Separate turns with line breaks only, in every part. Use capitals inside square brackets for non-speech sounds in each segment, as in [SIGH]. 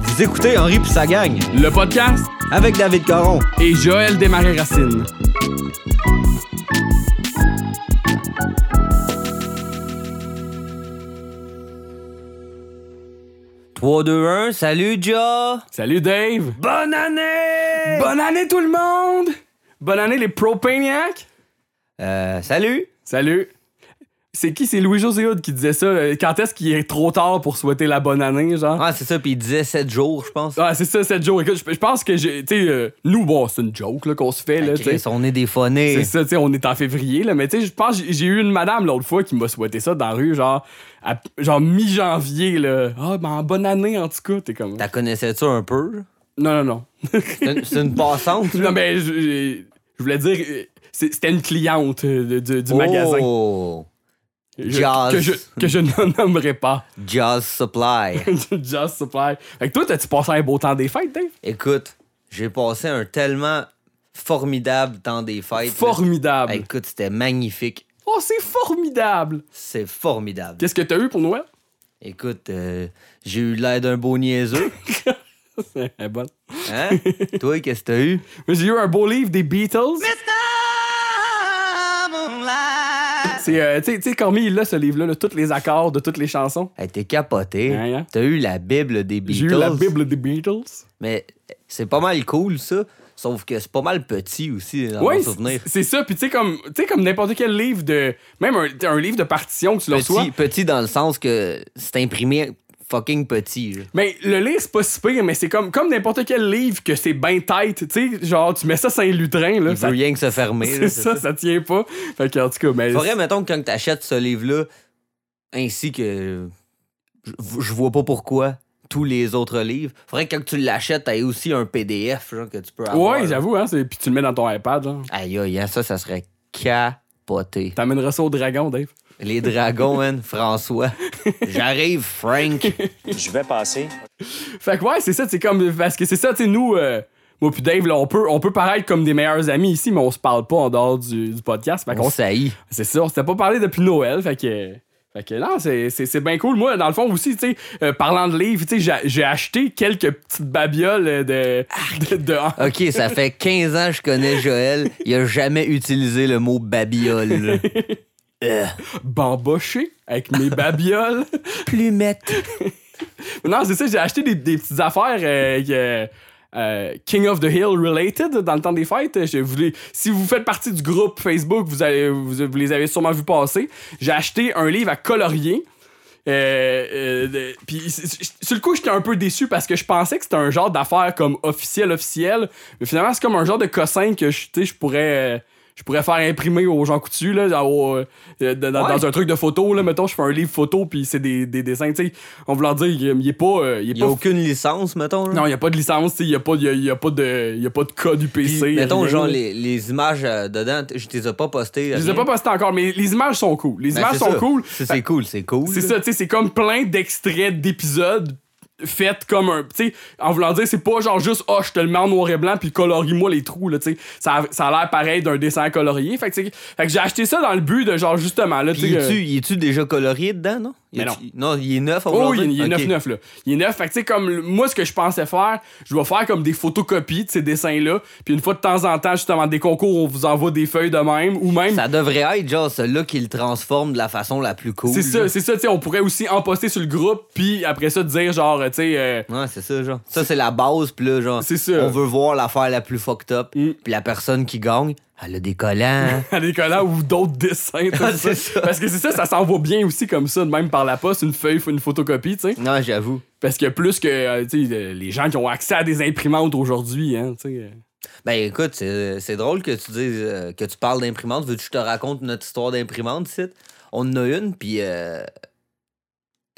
Vous écoutez Henri puis sa gang
Le podcast
avec David Caron.
et Joël Desmarais-Racine.
Trois, 2, 1, salut Ja!
Salut Dave!
Bonne année!
Bonne année tout le monde! Bonne année les propaniacs!
Euh, salut!
Salut! C'est qui? C'est Louis-José Hood qui disait ça. euh, Quand est-ce qu'il est trop tard pour souhaiter la bonne année, genre?
Ah, c'est ça, puis il disait 7 jours, je pense.
Ah, c'est ça, cette joke. Écoute, je je pense que j'ai. Tu sais, euh, nous, bon, c'est une joke là, qu'on se fait, là, tu sais.
Chris, on est des phonés.
C'est ça, tu sais, on est en février, là, mais tu sais, je pense, j'ai j'ai eu une madame l'autre fois qui m'a souhaité ça dans la rue, genre, à- genre mi-janvier, là. Ah, ben, en bonne année, en tout cas, t'es comme.
T'as connaissais-tu un peu?
Non, non, non. [LAUGHS]
C'est une- c'est une passante?
non, mais ben, je- je je voulais dire, euh, c'est- c'était une cliente euh, de- de- du magasin.
Oh!
Je-
Jazz.
que, je, que je [LAUGHS] ne nommerai pas. [LAUGHS]
Jazz Supply.
Just Supply. Fait que toi, t'as-tu passé un beau temps des fêtes, Dave?
Écoute, j'ai passé un tellement formidable temps des fêtes. là.
Formidable.
Hey, écoute, c'était magnifique.
Oh, c'est formidable.
C'est formidable.
Qu'est-ce que t'as eu pour Noël? [LAUGHS]
Écoute, euh, j'ai eu l'air d'un beau niaiseux.
Eh, bonne. [LAUGHS]
Hein? Toi, qu'est-ce que t'as eu?
Moi, J'ai eu un beau livre des Beatles. C'est, euh, tu sais- tu sais, Cormier, il a ce livre-là, là, tous les accords de toutes les chansons.
Hey, t'es capoté.
Hein, hein?
T'as eu la Bible des Beatles.
J'ai eu la Bible des Beatles.
Mais c'est pas mal cool, ça. Sauf que c'est pas mal petit aussi, dans
Oui,
mon souvenir.
c'est ça. Puis tu sais, comme, tu sais, comme n'importe quel livre de. Même un, un livre de partition que tu le reçois.
Petit, petit dans le sens que c'est imprimé fucking petit. là.
Mais le livre, c'est pas si pire, mais c'est comme, comme n'importe quel livre que c'est ben tight. Tu sais, genre, tu mets ça sur un lutrin, là.
Il
Ça,
veut rien que se fermer.
[LAUGHS] c'est
là,
ça, ça tient pas. Fait que, en tout cas, mais.
Faudrait, mettons, que quand t'achètes ce livre-là, ainsi que. Je je vois pas pourquoi tous les autres livres. Faudrait que quand tu l'achètes, t'aies aussi un PDF genre, que tu peux avoir.
Ouais, j'avoue, hein. c'est- Puis tu le mets dans ton iPad, genre.
Aïe, aïe, hein, ça, ça serait capoté.
T'amèneras ça au dragon, Dave.
Les dragons, man, François. J'arrive, Frank.
Je vais passer.
Fait que ouais, c'est ça, c'est comme. Parce que c'est ça, tu sais, nous, euh, moi puis Dave, là, on peut, on peut paraître comme des meilleurs amis ici, mais on se parle pas en dehors du, du podcast. Fait qu'on
On saillit.
C'est ça, on s'était pas parlé depuis Noël, fait que. Fait que non, c'est- c'est c'est bien cool. Moi, dans le fond aussi, tu sais, euh, parlant de livres, tu sais, j'ai- j'ai acheté quelques petites babioles euh, de. de, de-
OK, ça fait 15 ans que je connais Joël. Il a jamais utilisé le mot babiole. là.
bamboché avec mes babioles.
Plumette.
non, c'est ça, j'ai acheté des, des petites affaires euh, euh, euh, King of the Hill related dans le temps des fêtes. Je voulais, si vous faites partie du groupe Facebook, vous, allez, vous, vous les avez sûrement vus passer. J'ai acheté un livre à colorier. Euh, euh, de- puis c- c- sur le coup j'étais un peu déçu parce que je pensais que c'était un genre d'affaire comme officiel officiel mais finalement c'est comme un genre de cossin que je tu sais, je pourrais euh, je pourrais faire imprimer aux gens coutus là dans- au- euh, dans, dans- dans un truc de photo là mettons je fais un livre photo puis c'est des, des dessins tu sais on voulant dire il il est pas euh, il est
Il a
pas
aucune licence, mettons. là.
non, il n'y a pas de licence, tu sais, il n'y a, pas- il y a, il y a pas de il y a pas de code du
Puis,
PC.
mettons,
rien.
genre, les, les images euh, dedans, t- je les ai pas postées.
Je les ai pas postés encore, mais les images sont cool. Les images sont cool.
Ben, C'est c'est cool, c'est cool.
C'est
là.
ça, tu sais, c'est comme plein d'extraits d'épisodes faits comme un. Tu sais, en voulant dire, c'est pas genre juste, oh, je te le mets en noir et blanc, puis colorie-moi les trous, là, tu sais. Ça, a- ça a l'air pareil d'un dessin colorié. Fait que, tu sais, fait que j'ai acheté ça dans le but de, genre, justement, là, tu
Puis,
sais.
il
euh,
est-tu- il est-tu déjà colorié dedans, non? Il
Mais
est-tu- Non, il est neuf. on
Oh,
va
il,
dire?
il est
Ok.
9-9, là. Il est 9. Fait que, tu sais, comme le- moi, ce que je pensais faire, je vais faire comme des photocopies de ces dessins-là. Puis une fois de temps en temps, justement, des concours, on vous envoie des feuilles de même. Ou même.
Ça devrait être, genre, celui-là qui le transforme de la façon la plus cool.
c'est ça,
là.
c'est ça, tu sais, on pourrait aussi en poster sur le groupe, puis après ça, dire genre, tu sais, euh,
Ouais, c'est ça, genre. Ça, c'est la base, puis là, genre.
C'est ça.
On veut voir l'affaire la plus fucked up.
Mm. [LAUGHS]
Puis la personne qui gagne, elle a des collants. hein.
à l'école ou d'autres dessins, tout
Ah,
ça.
c'est ça.
Parce que c'est ça, ça s'envoie bien aussi comme ça, de même par la poste, une feuille, une photocopie, tu sais.
non, j'avoue.
Parce que plus que, euh, tu sais, euh, les gens qui ont accès à des imprimantes aujourd'hui, hein, tu sais. euh.
Ben écoute, c'est c'est drôle que tu dises euh, que tu parles d'imprimante. Veux-tu que je te raconte notre histoire d'imprimante, site? On en a une, puis euh,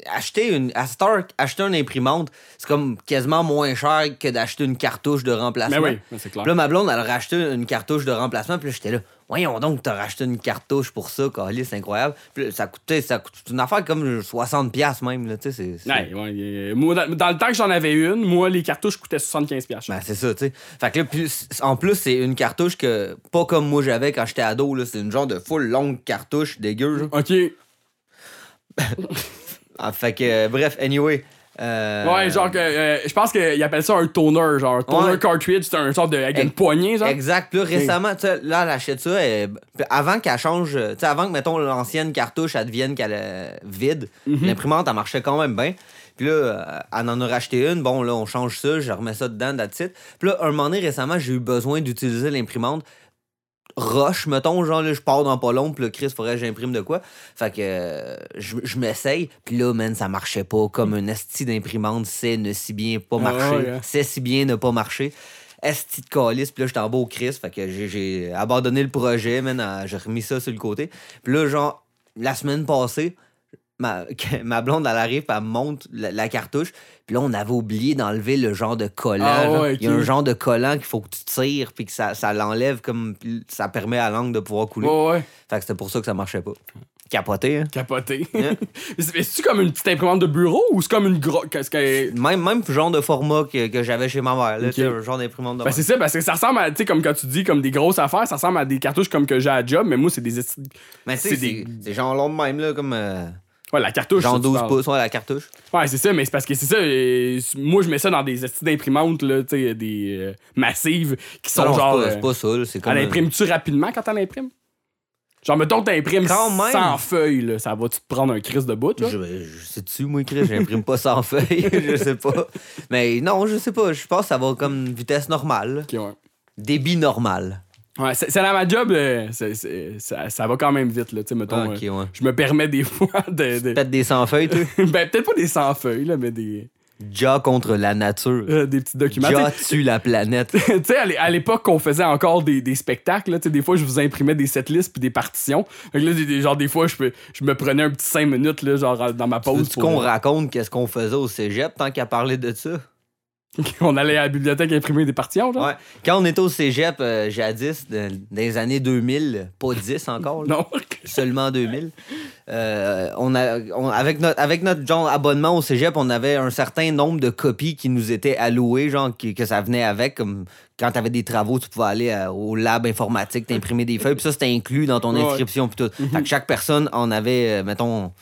acheter une. À cette heure, acheter une imprimante, c'est comme quasiment moins cher que d'acheter une cartouche de
Mais
remplacement.
Ben oui, c'est clair.
Puis là, ma blonde, elle a racheté une cartouche de remplacement, puis là, j'étais là, Voyons donc, t'as racheté une cartouche pour ça, Carlis, c'est incroyable. Puis là, ça coûtait, ça coûte une affaire comme 60$ même, là, tu sais. c'est- c'est-
Ouais, ouais, euh, moi, dans, dans le temps que j'en avais une, moi, les cartouches coûtaient 75$. piastres.
Ben, c'est ça, tu sais. Fait que là, plus- en plus, c'est une cartouche que, pas comme moi j'avais quand j'étais ado, là, c'est une genre de full longue cartouche dégueu, genre.
Ok.
Ah, fait que, euh, bref, anyway. euh,
Ouais, genre que. euh, je pense qu'ils appellent ça un toner, genre. un Toner
Ouais.
cartridge, c'est un sorte de. avec une
Ex-
poignée, genre.
Exact. Puis là, récemment, tu sais, là, elle achète ça. et- puis avant qu'elle change, euh, tu sais, avant que, mettons, l'ancienne cartouche, elle devienne qu'elle euh, vide, l'imprimante, elle marchait quand même bien. Puis là, euh, elle en a racheté une. Bon, là, on change ça, je remets ça dedans, that's it. Puis là, un moment donné, récemment, j'ai eu besoin d'utiliser l'imprimante roche, mettons, genre, là, je pars dans pas long, puis là, Chris, faudrait que j'imprime de quoi. Fait que euh, je, je m'essaye, puis là, man, ça marchait pas. Comme un esti d'imprimante, c'est ne si bien pas
Ah,
marcher,
ouais, hein.
c'est si bien ne pas marcher. Esti de calice, puis là, j'étais en beau Chris, fait que j'ai- j'ai abandonné le projet, man, euh, j'ai remis ça sur le côté. Puis là, genre, la semaine passée, ma, [LAUGHS] que ma blonde, elle arrive, puis elle me monte la, la cartouche, puis là, on avait oublié d'enlever le genre de collant.
Ah,
genre.
ouais,
Il y a
ok.
un genre de collant qu'il faut que tu tires, puis que ça, ça l'enlève, comme puis ça permet à l'angle de pouvoir couler.
Ouais, ouais.
Fait que c'était pour ça que ça marchait pas. Capoté, hein?
Capoté.
Hein?
[LAUGHS] Mais c'est- mais c'est-tu comme une petite imprimante de bureau ou c'est comme une grosse.
Même, même genre de format que, que j'avais chez ma mère, là,
Ok.
tu sais, un genre d'imprimante de
Ben
main.
c'est ça, parce que ça ressemble à, tu sais, comme quand tu dis, comme des grosses affaires, ça ressemble à des cartouches comme que j'ai à job, mais moi, c'est des. esti-
Mais tu
c'est
sais,
des-
c'est c'est genre long de même, là, comme euh,
Ouais, la cartouche.
genre
ça, tu
12
parles.
pouces, ouais, la cartouche.
Ouais, c'est ça, mais c'est parce que c'est ça. euh, moi, je mets ça dans des esti d'imprimantes, là, tu sais, des euh, massives qui sont
Non, non, c'est
genre.
pas-
euh,
C'est pas ça, là, c'est comme.
Elle
euh,
imprime-tu rapidement quand elle imprime? Genre, mettons que t'imprimes
Quand même.
100 feuilles, là, ça va-tu te prendre un crise de bout, là?
euh, Je, je sais-tu, moi, Chris, j'imprime pas
[LAUGHS]
sans feuille, [LAUGHS] je sais pas. Mais non, je sais pas, je pense que ça va comme une vitesse normale,
Ok, ouais.
débit normal.
Ouais, c'est c'est dans ma job, euh, c'est- c'est- ça, ça va quand même vite, là, tu sais, mettons.
Ah, ok,
euh,
ouais.
Je me permets des [LAUGHS] fois de. de-
Peut-être des sans feuilles,
[LAUGHS]
tu
ben, peut-être pas des 100 feuilles, là, mais des,
Ja contre la nature.
euh, des petits documents.
Ja
Tu sais, [LAUGHS]
tue la planète.
tu sais, à l'é- à l'époque qu'on faisait encore des, des spectacles, là, tu sais, des fois, je vous imprimais des setlists puis des partitions. Fait que là, des- des- genre, des fois, je, peux- je me prenais un petit 5 minutes, là, genre, dans ma pause.
Veux-tu qu'on raconte qu'est-ce qu'on faisait au cégep tant qu'à parler de ça?
on allait à la bibliothèque imprimer des partitions, genre?
Ouais. Quand on était au cégep, euh, jadis, de- dans les années 2000, pas 10 encore, là,
Non. [LAUGHS]
seulement 2000, euh, on a, on- avec notre, avec notre genre, abonnement au cégep, on avait un certain nombre de copies qui nous étaient allouées, genre qui- que ça venait avec. Comme quand tu avais des travaux, tu pouvais aller à- au lab informatique, t'imprimer des feuilles, puis ça, c'était inclus dans ton
Ouais. Mhm.
inscription. Puis tout. Fait que chaque personne en avait, euh, mettons,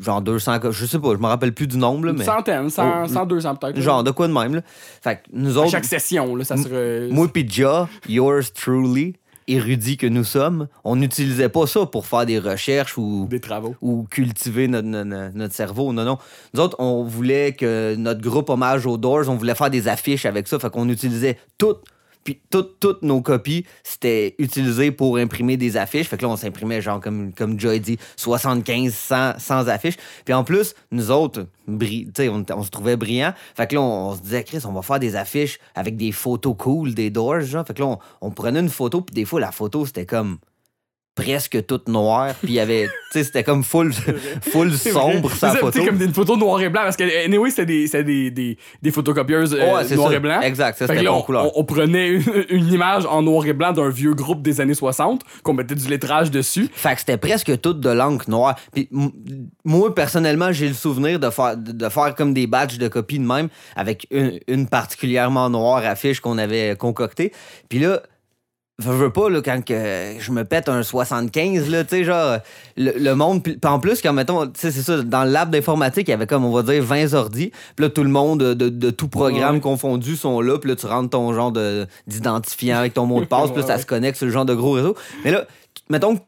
genre 200 copies. Je sais pas, je me rappelle plus du nombre, là,
Une
mais.
centaine, 100,
Oh,
100 200 peut-être. là.
Genre de quoi de même. Là. Fait que nous
À
autres.
chaque session, là, ça serait.
Moi pis Ja, yours truly, érudit que nous sommes, on n'utilisait pas ça pour faire des recherches ou,
Des travaux.
ou cultiver notre, notre- notre cerveau. Non, non. Nous autres, on voulait que notre groupe hommage aux Doors, on voulait faire des affiches avec ça. Fait qu'on utilisait toutes, puis toutes, toutes nos copies, c'était utilisé pour imprimer des affiches. Fait que là, on s'imprimait, genre, comme, comme Joy dit, 75, 100, 100 affiches. Puis en plus, nous autres, bri- tu sais, on, était- on se trouvait brillants. Fait que là, on, on se disait, Chris, on va faire des affiches avec des photos cool des Doors, genre. Fait que là, on, on prenait une photo, puis des fois, la photo, c'était comme presque toute noire, puis il y
[LAUGHS]
avait, tu sais, c'était comme full, full sombre
C'est
sa
ça,
photo.
C'est comme des photos noir et blanc, parce que, anyway, c'était des, c'était des, des, des photocopieuses euh,
Ouais, c'est
noir
ça.
et blanc.
Exact, ça
Fait que
c'était
là,
bon
on,
couleur.
on- on prenait une, une image en noir et blanc d'un vieux groupe des années 60, qu'on mettait du lettrage dessus.
Fait que c'était presque tout de l'encre noire. Puis m- moi, personnellement, j'ai le souvenir de faire, de- de faire comme des batchs de copies de même, avec une, une particulièrement noire affiche qu'on avait concoctée. Puis là, je veux pas, là, quand que je me pète un 75, là, tu sais, genre, le, le monde. Puis puis en plus, quand mettons, tu sais, c'est ça, dans le lab d'informatique, il y avait comme, on va dire, 20 ordi. Puis là, tout le monde de, de- de tout programme
Ouais.
confondu sont là. Puis là, tu rentres ton genre de- d'identifiant avec ton mot de
[LAUGHS]
passe. Puis là,
Ouais,
ça
ouais.
se connecte sur le genre de gros réseau. Mais là, t- mettons que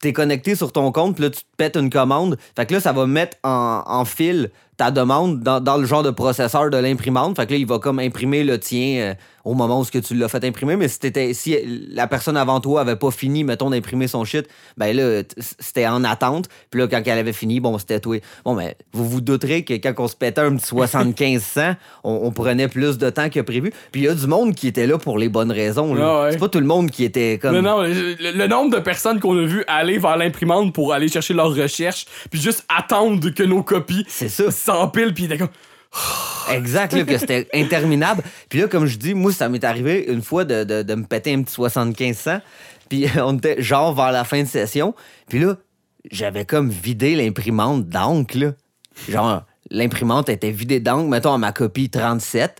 t'es connecté sur ton compte, puis là, tu te pètes une commande. Fait que là, ça va mettre en, en fil ta demande dans, dans le genre de processeur de l'imprimante. Fait que là, il va comme imprimer le tien euh, au moment où ce que tu l'as fait imprimer. Mais si, t'étais- si la personne avant toi avait pas fini, mettons, d'imprimer son shit, ben là, t- c'était en attente. Puis là, quand elle avait fini, bon, c'était toi. Bon, mais vous vous douterez que quand on se pétait un petit 7500, on, on prenait plus de temps que prévu. Puis il y a du monde qui était là pour les bonnes raisons. là.
Ah ouais.
C'est pas tout le monde qui était comme...
Non, non, le, le- le nombre de personnes qu'on a vu aller vers l'imprimante pour aller chercher leurs recherches, puis juste attendre que nos copies
C'est ça.
s'empilent, puis d'accord.
Oh. Exact, là, que c'était interminable. Puis là, comme je dis, moi, ça m'est arrivé une fois de, de- de me péter un petit 75 cents. Puis [LAUGHS] on était genre vers la fin de session. Puis là, j'avais comme vidé l'imprimante d'encre, là. Genre, l'imprimante était vidée d'encre, mettons, à ma copie 37.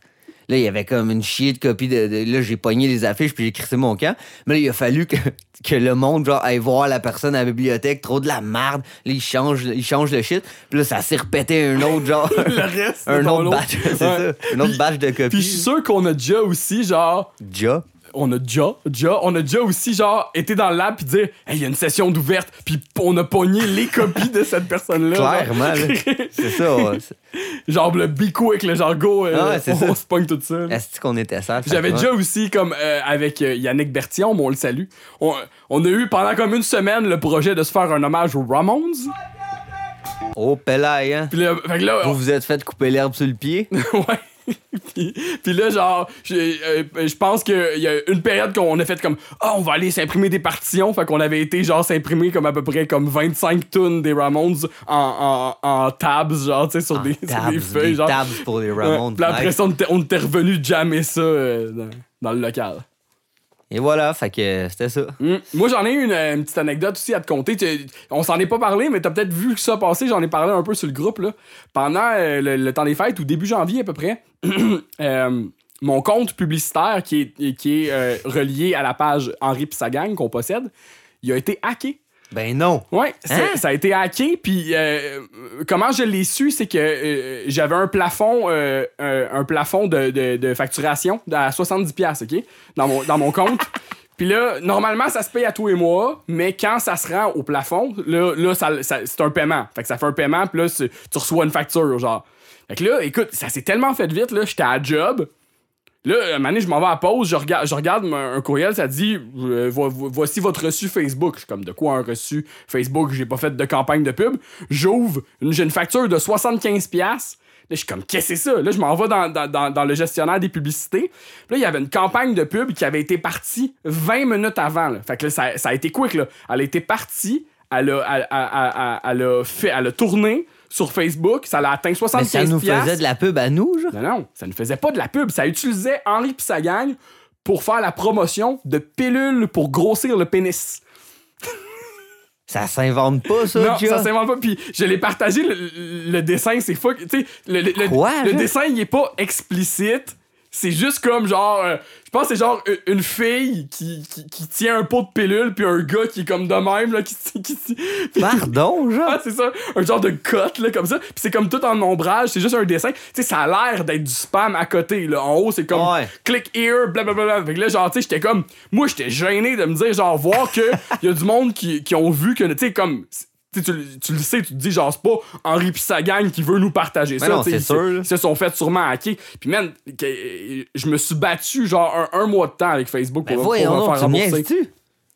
Là, il y avait comme une chier de copie de. de- là, j'ai pogné les affiches puis j'ai crissé mon camp. Mais là, il a fallu que, [LAUGHS] que le monde, genre, aille voir la personne à la bibliothèque, trop de la merde. Là, il change, il change le shit. Puis là, ça s'est répété un autre, genre.
Le reste,
un
dans
autre
l'autre.
batch, [LAUGHS] c'est
Ouais.
ça. Un autre batch de copies.
Puis je suis sûr qu'on a déjà aussi, genre,
Déjà.
on a déjà, déjà, on a déjà aussi, genre, été dans le lab puis dire, hey, il y a une session d'ouverte, puis on a pogné les copies de cette personne-là.
Clairement,
genre.
là. C'est ça. on-
[LAUGHS] genre, le bico avec le genre go, euh,
Ah ouais, c'est
on,
ça.
se pogne tout ça. là.
Est-ce qu'on était sale?
J'avais
Fait que,
déjà aussi, comme euh, avec euh, Yannick Bertillon, mais on le salue, on, on a eu pendant comme une semaine le projet de se faire un hommage aux Ramones.
Oh, pelaille, hein?
Puis là, fait que là,
Vous vous êtes fait couper l'herbe sur le
[LAUGHS]
pied?
ouais. puis, puis là, genre, j'ai- euh, je pense qu'il y a une période qu'on a fait comme Ah, on va aller s'imprimer des partitions. Fait qu'on avait été, genre, s'imprimer comme à peu près comme 25 tonnes des Ramones en, en, en tabs, genre, tu sais, sur,
En
des, sur
tabs,
des feuilles.
des
genre.
tabs pour les
Ouais.
Ramones.
Puis là, après
nice.
ça, on était- on était revenu jammer ça euh, dans, dans le local.
Et voilà, fait que euh, c'était ça.
Mm. Moi, j'en ai une, euh, une petite anecdote aussi à te conter. Tu- on s'en est pas parlé, mais t'as peut-être vu que ça passer. J'en ai parlé un peu sur le groupe. Là. Pendant euh, le, le temps des fêtes, ou début janvier à peu près, [CLEARS THROAT] euh, mon compte publicitaire qui est, qui est euh, relié à la page Henri pis sa gang qu'on possède, il a été hacké.
Ben non!
Ouais, c'est-
Hein?
ça a été hacké. Puis euh, euh, comment je l'ai su, c'est que euh, j'avais un plafond, euh, euh, un plafond de, de- de facturation à 70$, OK? Dans mon, dans mon compte. Puis là, normalement, ça se paye à tous les mois, mais quand ça se rend au plafond, là, là ça- ça- c'est un paiement. Fait que ça fait un paiement, puis là, c'est- tu reçois une facture, genre. Fait que là, écoute, ça s'est tellement fait vite, là, j'étais à job. Là, à un moment donné, je m'en vais à la pause, je regarde, je regarde un un courriel, ça dit euh, vo- vo- Voici votre reçu Facebook. Je suis comme de quoi un reçu Facebook, j'ai pas fait de campagne de pub. J'ouvre, une- j'ai une facture de 75$. Là, je suis comme Qu'est-ce que c'est ça Là, je m'en vais dans, dans- dans- dans le gestionnaire des publicités. Puis là, il y avait une campagne de pub qui avait été partie 20 minutes avant. là. Fait que là, ça, ça a été quick. Là. Elle a été partie, elle a, elle- elle- elle- elle- elle a fait, elle a tourné sur Facebook, ça l'a atteint 75$.
Mais ça nous faisait de la pub à nous, genre?
Non, non, ça ne faisait pas de la pub. Ça utilisait Henri pis sa gang pour faire la promotion de pilules pour grossir le pénis.
Ça s'invente pas, ça,
non,
déjà?
ça s'invente pas. Puis je l'ai partagé, le, le dessin, c'est fuck. Tu sais, le, le- le-
Quoi,
le
là?
dessin, il est pas explicite. C'est juste comme genre. euh, je pense que c'est genre u- une fille qui, qui, qui tient un pot de pilule, puis un gars qui est comme de même, là, qui. qui, qui- puis-
Pardon, genre?
Ah, c'est ça, un genre de cote, là, comme ça. Puis c'est comme tout en ombrage, c'est juste un dessin. Tu sais, ça a l'air d'être du spam à côté, là. En haut, c'est comme
Ouais.
click here, blablabla. Fait que là, genre, tu sais, j'étais comme. Moi, j'étais gêné de me dire, genre,
[LAUGHS]
voir que y a du monde qui, qui ont vu que, tu sais, comme. tu sais, tu, le- tu le sais, tu te dis, genre, c'est pas Henri pis sa gang qui veut nous partager ça.
non,
tu sais,
c'est
ils-
sûr, là.
Ils se sont fait sûrement hacker. Puis, man, que- euh, je me suis battu, genre, un, un mois de temps avec Facebook
Ben
pour, pour
voyons
me
donc,
faire
tu
rembourser.
niaises-tu?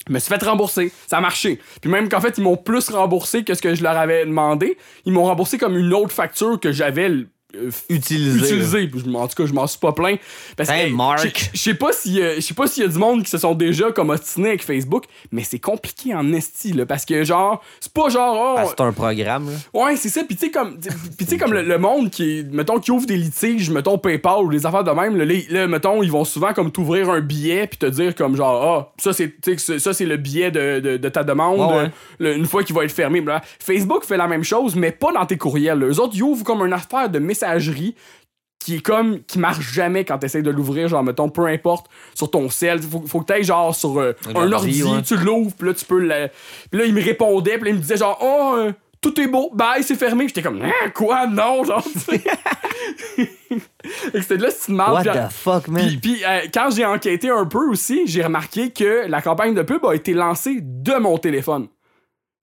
Je me suis fait rembourser. Ça a marché. Puis même qu'en fait, ils m'ont plus remboursé que ce que je leur avais demandé. Ils m'ont remboursé comme une autre facture que j'avais euh, f-
Utilisé.
utilisée. Puis je m'en- En tout cas, je m'en suis pas plaint. Parce
Hey,
que,
Mark.
je- Je sais pas si, euh, je sais pas s'il y a du monde qui se sont déjà comme obstinés avec Facebook, mais c'est compliqué en esti, là. Parce que genre, c'est pas genre, oh,
Ah, c'est un programme, là.
Ouais, c'est ça. Puis tu sais, comme, tu puis tu sais, comme le, le monde qui, est- mettons, qui ouvre des litiges, mettons, PayPal ou des affaires de même, là, les- là, mettons, ils vont souvent comme t'ouvrir un billet puis te dire comme genre, ah, ça c'est tu sais, que ce- ça, c'est le billet de, de- de ta demande
Ouais, ouais.
euh, le- une fois qu'il va être fermé. blablabla. Facebook fait la même chose, mais pas dans tes courriels. là. Eux autres, ils ouvrent comme une affaire de messagerie qui est comme qui marche jamais quand t'essayes de l'ouvrir genre mettons peu importe sur ton cell faut, faut que t'ailles genre sur euh,
Un
un ordi
ordi, ouais.
tu l'ouvres puis là tu peux le puis là il me répondait puis là, il me disait genre oh euh, tout est beau bye c'est fermé Puis j'étais comme Hein, quoi non genre tu
[LAUGHS]
sais. Fait que c'était de là si tu
What the fuck,
Ah, puis,
man?
puis, euh, quand j'ai enquêté un peu aussi, j'ai remarqué que la campagne de pub a été lancée de mon téléphone.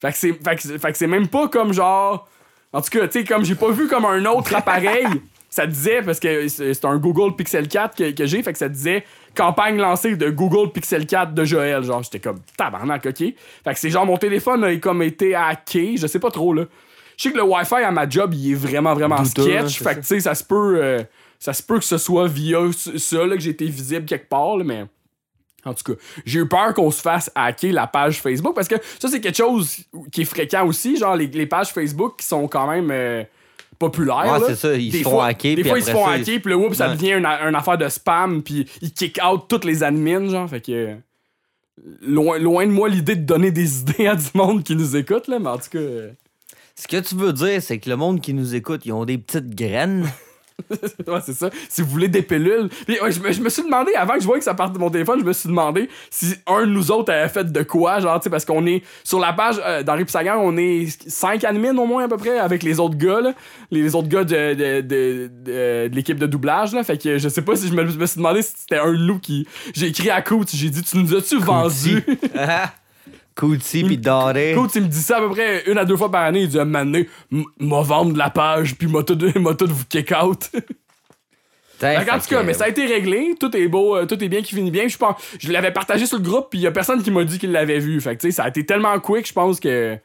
Fait que c'est, fait que c'est- fait que c'est même pas comme genre. En tout cas, tu sais, comme j'ai pas vu comme un autre
[LAUGHS]
appareil, ça disait, parce que c'est c'est un Google Pixel 4 que, que j'ai, fait que ça disait campagne lancée de Google Pixel 4 de Joël. Genre, j'étais comme tabarnak, ok. Fait que c'est genre mon téléphone a comme été hacké, je sais pas trop, là. Je sais que le Wi-Fi à ma job, il est vraiment, vraiment
Douteux, hein,
sketch.
c'est
fait
ça.
que tu sais, ça se peut. euh, ça se peut que ce soit via ce- ça là, que j'ai été visible quelque part, là, mais. En tout cas, j'ai eu peur qu'on se fasse hacker la page Facebook parce que ça, c'est quelque chose qui est fréquent aussi. Genre, les, les pages Facebook qui sont quand même euh, populaires.
Ouais,
là.
c'est ça, ils
Des
se font
fois-
hacker,
Des
puis
fois, ils se
après
font
ça,
hacker, puis là, oups, ça
Ouais.
devient une, a- une affaire de spam, puis ils kick out toutes les admins, genre. Fait que. euh, loin, loin de moi l'idée de donner des [LAUGHS] idées à du monde qui nous écoute, là, mais en tout cas. euh,
Ce que tu veux dire, c'est que le monde qui nous écoute, ils ont des petites graines.
[LAUGHS] ouais, c'est ça. Si vous voulez des pilules. Puis, ouais, je, me, je me suis demandé, avant que je voie que ça parte de mon téléphone, je me suis demandé si un de nous autres avait fait de quoi, genre, tu sais, parce qu'on est sur la page euh, dans Ripsagan, on est 5 admins au moins à peu près avec les autres gars, là. Les, les autres gars de, de, de- de- de l'équipe de doublage, là. Fait que je sais pas si je me, je me suis demandé si c'était un loup qui. J'ai écrit à Coach, j'ai dit, tu nous
[LAUGHS]
as-tu vendu?
Couti pis doré.
Coach, il me dit ça à peu près une à deux fois par année. Il dit, un moment donné, m- m'a vendre la page, puis m'a tout, [LAUGHS] m'a tout vous kick out.
Putain,
Fait qu'en tout
fait
cas,
que-
mais ça a été réglé, tout est beau, euh, tout est bien qui finit bien. Je pense, je l'avais partagé sur le groupe, puis il y a personne qui m'a dit qu'il l'avait vu. Fait que, tu sais, ça a été tellement quick, je pense que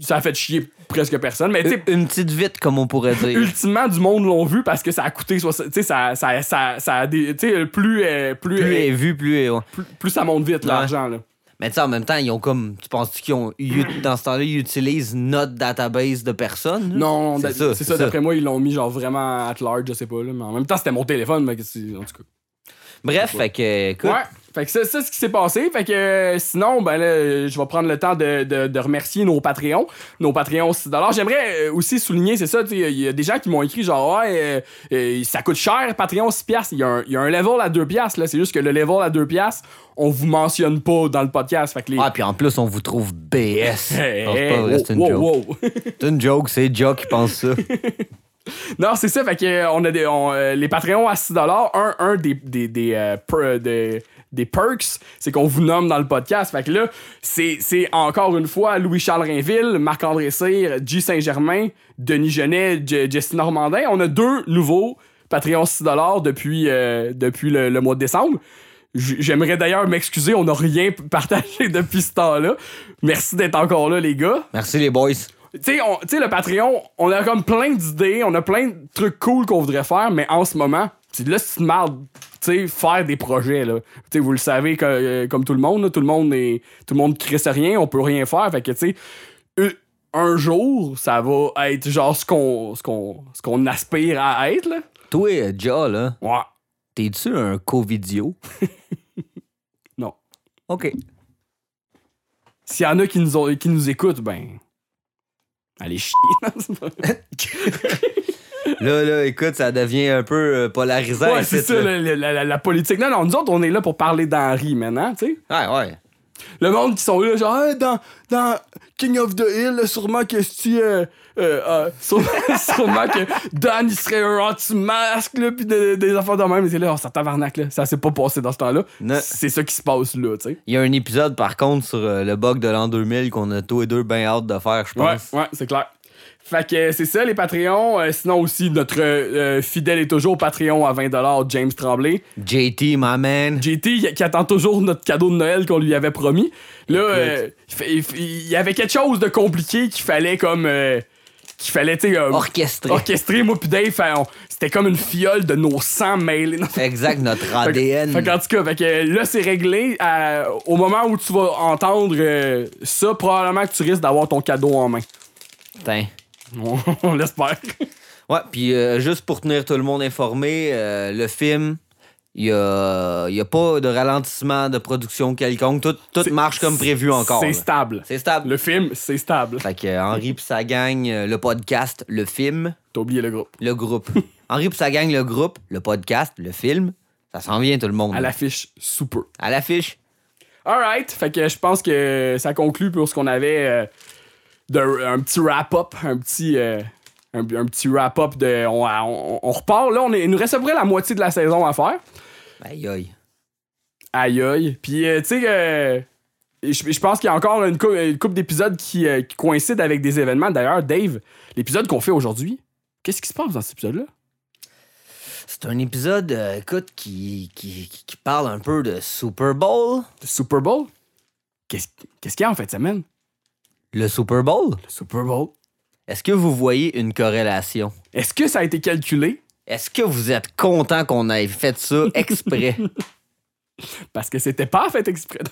ça a fait chier presque personne. Mais tu sais,
Une petite vite, comme on pourrait
Euh,
dire.
ultimement, du monde l'ont vu parce que ça a coûté, soix- tu sais, ça, ça, ça, ça a des, tu sais, plus, euh, plus,
plus
euh,
elle est vue, plus elle...
plus, plus ça monte vite
Ouais.
l'argent là.
Mais tu sais, en même temps, ils ont comme. Tu penses qu'ils ont. ils- Dans ce temps-là, ils utilisent notre database de personnes? là?
Non,
C'est
d'a-
ça, c'est
c'est ça.
ça.
D'après moi, ils l'ont mis genre vraiment at large, je sais pas là. Mais en même temps, c'était mon téléphone, mais qu'est-ce que- en tout cas.
Bref, fait que. Écoute,
Ouais. Fait que ça, ça, c'est ce qui s'est passé. Fait que euh, sinon, ben là, euh, je vais prendre le temps de, de- de remercier nos Patreons. Nos Patreons 6 J'aimerais euh, aussi souligner, c'est ça, tu sais, il y a des gens qui m'ont écrit genre, ouais, euh, euh, ça coûte cher, Patreon 6 piastres. Il y, a un- il y a un level à 2 piastres, là. C'est juste que le level à 2 piastres, on vous mentionne pas dans le podcast. Fait que les. [LAUGHS]
Ah, puis en plus, on vous trouve BS.
Hey,
Non, c'est
hey,
pas vrai, c'est une
wow,
joke.
wow, wow.
C'est une joke, c'est Joe qui pense ça. [LAUGHS]
Non, c'est ça. Fait que euh, on a des, on, euh, les Patreons à 6 un, un des, des, des, euh, per- euh, des- des perks, c'est qu'on vous nomme dans le podcast. Fait que là, c'est c'est encore une fois Louis-Charles Rainville, Marc-André Cyr, J. Saint-Germain, Denis Genet, J- Jesse Normandin. On a deux nouveaux Patreons 6 depuis, euh, depuis le, le mois de décembre. J- J'aimerais d'ailleurs m'excuser, on n'a rien partagé [LAUGHS] depuis ce temps-là. Merci d'être encore là, les gars
Merci les boys.
tu sais, on- tu sais, le Patreon, on a comme plein d'idées, on a plein de trucs cool qu'on voudrait faire, mais en ce moment, c'est de là, c'est une marde, tu sais, faire des projets, là. Tu sais, vous le savez, que, euh, comme tout le monde, là, tout le monde est, tout le monde crisse rien, on peut rien faire, fait que, tu sais, eu- un jour, ça va être genre ce qu'on, ce qu'on, ce qu'on aspire à être, là.
Toi, Joe, là,
Ouais.
t'es-tu un covidio?
[LAUGHS] Non.
OK.
S'il y en a qui nous, ont- qui nous écoutent, ben. Allez chier. [LAUGHS]
Là, là, écoute, ça devient un peu euh, polarisant.
ouais, c'est
ici,
ça,
là.
la, la- la- la politique. Non, non, nous autres, on est là pour parler d'Henri maintenant, tu sais.
Ouais, ouais.
Le monde qui sont là, genre, Hey, dans, dans King of the Hill, là, sûrement que si. Euh, euh, euh, sûrement, [LAUGHS] sûrement que Dan, il serait un anti-masque, là, pis de- des affaires de même. Mais c'est là, oh, ça tabarnak, là. Ça s'est pas passé dans ce temps-là.
Non.
C'est ça qui se passe, là, tu sais.
Il y a un épisode, par contre, sur euh, le bug de l'an 2000 qu'on a tous et deux bien hâte de faire, je
Ouais,
pense.
ouais, c'est clair. Fait que euh, c'est ça, les Patreons. Euh, sinon aussi, notre euh, euh, fidèle est toujours Patreon à 20$, James Tremblay.
JT, my man.
JT y- qui attend toujours notre cadeau de Noël qu'on lui avait promis. Là, euh, il fait- il fait- il y avait quelque chose de compliqué qu'il fallait comme. euh, qu'il fallait, tu sais. euh,
Orchestré.
orchestré, moi puis Dave, fait, on- c'était comme une fiole de nos sangs
[LAUGHS]
mêlés. Non,
Exact, notre
fait que-
ADN.
Fait qu'en tout cas, fait que là, c'est réglé. À- au moment où tu vas entendre euh, ça, probablement que tu risques d'avoir ton cadeau en main. [LAUGHS]
Putain.
On, on l'espère.
Ouais, puis euh, juste pour tenir tout le monde informé, euh, le film, il n'y a, il y a pas de ralentissement de production quelconque. Tout, tout marche comme prévu encore.
C'est
là.
stable.
C'est stable.
Le film, c'est stable.
Fait que euh, Henri pis sa gang, euh, le podcast, le film,
T'as oublié le groupe.
le [LAUGHS] groupe. Henri pis sa gang, le groupe, le podcast, le film. Ça s'en vient tout le monde.
À l'affiche, sous peu.
À l'affiche.
Alright, fait que je pense que ça conclut pour ce qu'on avait euh, de, un petit wrap-up, un petit euh, un, un petit wrap-up de on, on- on repart là, on est, il nous reste à peu près la moitié de la saison à faire.
Aïe aïe.
Aïe aïe. Puis euh, tu sais euh, je je pense qu'il y a encore une, cou- une couple d'épisodes qui, euh, qui coïncident avec des événements. D'ailleurs, Dave, l'épisode qu'on fait aujourd'hui, qu'est-ce qui se passe dans cet épisode-là?
C'est un épisode, euh, écoute, qui, qui, qui- qui parle un peu de Super Bowl.
Le Super Bowl? Qu'est-ce qu'est-ce qu'il y a en fin de semaine?
Le Super Bowl?
Le Super Bowl.
Est-ce que vous voyez une corrélation?
Est-ce que ça a été calculé?
Est-ce que vous êtes content qu'on ait fait ça [LAUGHS] exprès?
Parce que c'était pas fait exprès. [LAUGHS]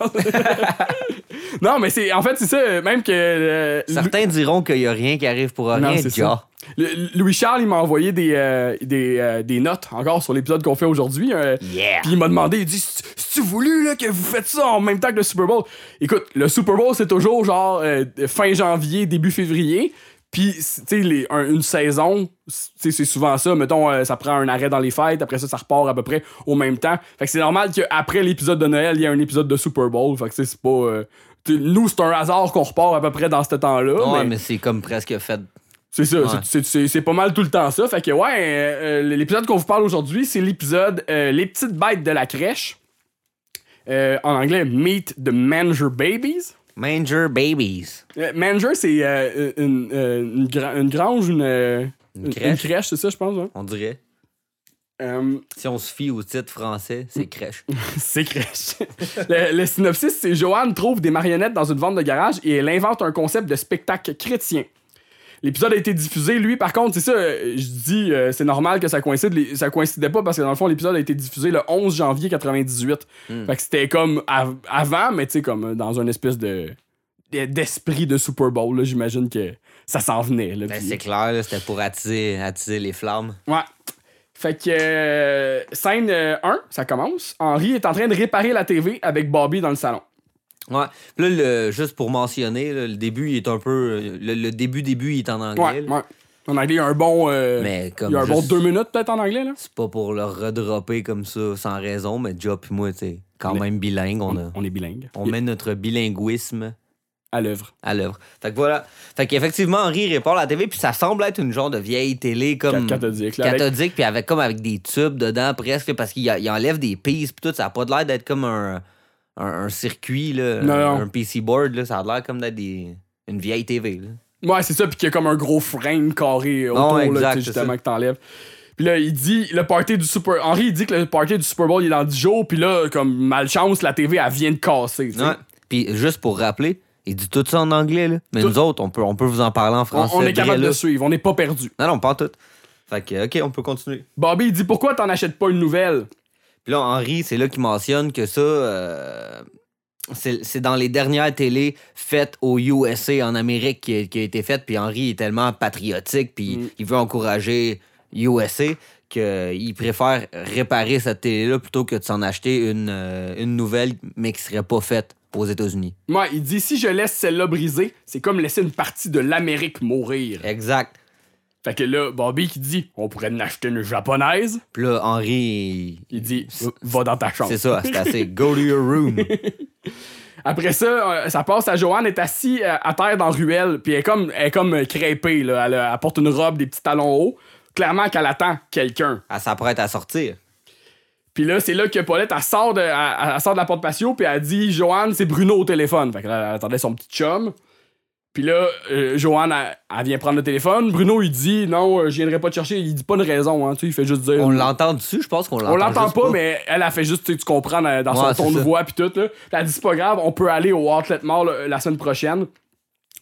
Non, non mais c'est en fait, c'est ça. Même que. euh,
Certains diront qu'il n'y a rien qui arrive pour
Non,
rien,
c'est
gars.
le- Louis Charles, il m'a envoyé des, euh, des, euh, des notes encore sur l'épisode qu'on fait aujourd'hui. euh,
Yeah!
Puis il m'a demandé, il dit, si tu voulu là, que vous faites ça en même temps que le Super Bowl? Écoute, le Super Bowl, c'est toujours genre euh, fin janvier, début février. Puis, c'est- tu sais, les- un- une saison, c'est- tu sais, c'est souvent ça. Mettons, euh, ça prend un arrêt dans les fêtes. Après ça, ça repart à peu près au même temps. Fait que c'est normal qu'après l'épisode de Noël, il y a un épisode de Super Bowl. Fait que, tu sais, c'est pas. euh, tu sais, nous, c'est un hasard qu'on repart à peu près dans ce temps-là.
Ouais,
mais-
mais c'est comme presque fait.
c'est ça,
Ouais.
c'est- c'est- c'est c'est pas mal tout le temps ça. Fait que ouais, euh, euh, l'épisode qu'on vous parle aujourd'hui, c'est l'épisode euh, Les petites bêtes de la crèche. Euh, en anglais, Meet the Manger Babies.
Manger Babies.
Euh, manger, c'est euh, une, euh, une gra- une grange, une, euh,
Une
une-
crèche.
une crèche, c'est ça, je pense. hein.
On dirait.
Euh,
Si on se fie au titre français, c'est crèche.
C'est crèche. le, le synopsis, c'est Joanne trouve des marionnettes dans une vente de garage et elle invente un concept de spectacle chrétien. L'épisode a été diffusé, lui, par contre, c'est ça, euh, je dis, euh, c'est normal que ça coïncide, les- ça coïncidait pas parce que dans le fond, l'épisode a été diffusé le 11 janvier 98.
Hmm.
Fait que c'était comme av- avant, mais tu sais, comme euh, dans une espèce de de- d'esprit de Super Bowl, là, j'imagine que ça s'en venait. là,
Ben,
puis-
c'est clair, là, c'était pour attiser, attiser les flammes.
Ouais. Fait que euh, scène euh, 1, ça commence. Henri est en train de réparer la TV avec Bobby dans le salon.
Ouais. Puis là, le- juste pour mentionner, là, le début, il est un peu. Le, le début, début, il est en anglais.
Ouais,
là.
ouais. En anglais, il y a un bon. euh,
Mais comme.
il y a un bon
juste-
deux minutes peut-être en anglais, là.
C'est pas pour le redropper comme ça, sans raison, mais Job et moi, tu sais, quand
Mais-
même bilingue, on, a,
On est bilingue.
on met notre bilinguisme
À l'œuvre.
à l'œuvre. Fait que voilà. Fait qu'effectivement, Henri répare la télé, puis ça semble être une genre de vieille télé comme.
Cathodique, là. avec-
Cathodique, puis avec, comme avec des tubes dedans presque, parce qu'il y a- il enlève des pistes, puis tout. Ça a pas de l'air d'être comme un, un, un circuit, là,
Non,
un,
non.
un PC board, là. Ça a l'air comme d'être des- une vieille TV, là.
Ouais, c'est ça, puis qu'il y a comme un gros frame carré euh, autour,
Non,
là,
Ah exact,
tu sais,
c'est
justement,
ça.
que t'enlèves. Puis là, il dit, le party du Super... Henri, il dit que le party du Super Bowl, il est dans 10 jours, puis là, comme malchance, la TV, elle vient de casser, tu sais.
Ouais. Puis juste pour rappeler, il dit tout ça en anglais, là. Mais
Tout-
nous autres, on peut, on peut vous en parler en
On,
français.
on est capable
vrai,
de
là.
suivre, on n'est pas perdu.
Non, non, pas en tout. Fait que, OK, on peut continuer.
Bobby, il dit, pourquoi t'en achètes pas une nouvelle?
Puis là, Henri, c'est là qu'il mentionne que ça, euh, c'est c'est dans les dernières télés faites au USA en Amérique qui a, qui a été faite. Puis Henri est tellement patriotique, puis
Mm.
il veut encourager USA qu'il préfère réparer cette télé-là plutôt que de s'en acheter une, euh, une nouvelle, mais qui serait pas faite aux États-Unis.
Moi, il dit, si je laisse celle-là brisée, c'est comme laisser une partie de l'Amérique mourir.
Exact.
Fait que là, Bobby qui dit, on pourrait en acheter une japonaise.
Puis là, Henri,
Il dit va dans ta chambre.
c'est ça, c'est assez. Go to your
[LAUGHS]
room.
Après ça, euh, ça passe à Joanne est assise euh, à terre dans la ruelle, puis elle est comme elle est comme euh, crêpée là, elle, euh, elle porte une robe, des petits talons hauts, clairement qu'elle attend quelqu'un.
Elle s'apprête à sortir.
Puis là, c'est là que Paulette elle sort de elle- elle sort de la porte patio puis elle dit Joanne, c'est Bruno au téléphone. Fait que là, elle attendait son petit chum. Puis là, euh, Joanne, elle, elle vient prendre le téléphone. Bruno, il dit Non, euh, je viendrai pas te chercher. Il dit pas une raison, hein, tu sais, il fait juste dire.
On l'entend dessus, je pense qu'on l'entend.
On l'entend
juste
pas, mais elle a fait juste, tu sais, tu comprends dans, dans
Ouais,
son ton
c'est
de
ça.
voix puis tout. Là. Puis elle dit c'est pas grave, on peut aller au Outlet Mall euh, la semaine prochaine.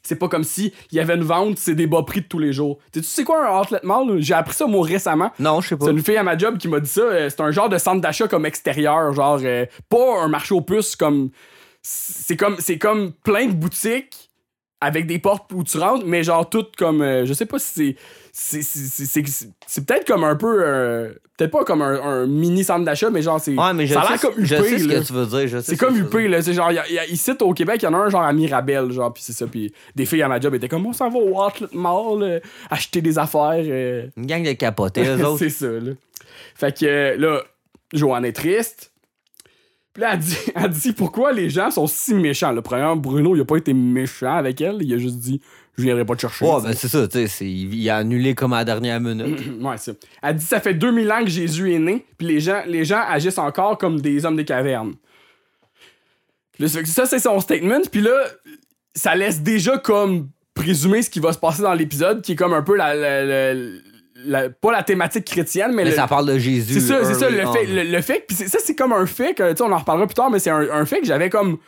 C'est pas comme si il y avait une vente, c'est des bas prix de tous les jours. Tu sais, tu sais quoi un Outlet Mall là? J'ai appris ça moi récemment.
Non, je sais pas.
C'est une fille à ma job qui m'a dit ça. euh, C'est un genre de centre d'achat comme extérieur, genre euh, pas un marché aux puces comme c'est comme c'est comme plein de boutiques avec des portes où tu rentres, mais genre toutes comme euh, je sais pas si c'est c'est- c'est c'est- c'est- c'est peut-être comme un peu euh, peut-être pas comme un, un mini centre d'achat, mais genre c'est
Ouais, mais je
ça a
sais,
l'air comme
je
huppé,
sais ce
là.
que tu veux dire. je sais
C'est
ce que
comme
tu veux
UP,
dire.
là. C'est genre, y a- y a- ici, au Québec, il y en a un genre à Mirabel, genre, pis c'est ça. Pis des filles à ma job étaient comme, on s'en va au Outlet Mall, euh, acheter des affaires. euh,
Une gang de
[LAUGHS]
capotés, eux autres.
c'est ça, là. Fait que euh, là, Joanne est triste. Puis là, elle dit, [LAUGHS] elle dit pourquoi les gens sont si méchants. Le premier, Bruno, il a pas été méchant avec elle. Il a juste dit Je viendrai pas te chercher.
Ouais, ben c'est ça, tu sais, c'est- il a annulé comme à la dernière
[CLEARS THROAT]
minute.
Ouais, c'est ça. Elle dit Ça fait 2000 ans que Jésus est né. Puis les gens, les gens agissent encore comme des hommes des cavernes. Puis là, ça fait que ça, c'est son statement. Puis là, ça laisse déjà comme présumer ce qui va se passer dans l'épisode, qui est comme un peu la. la- la- la- pas la thématique chrétienne, mais,
Mais
le-
ça parle de Jésus.
C'est ça, c'est ça,
early
le
on.
fait, le, le fait, puis c'est- ça c'est comme un fait que, tu sais, on en reparlera plus tard, mais c'est un, un fait que j'avais comme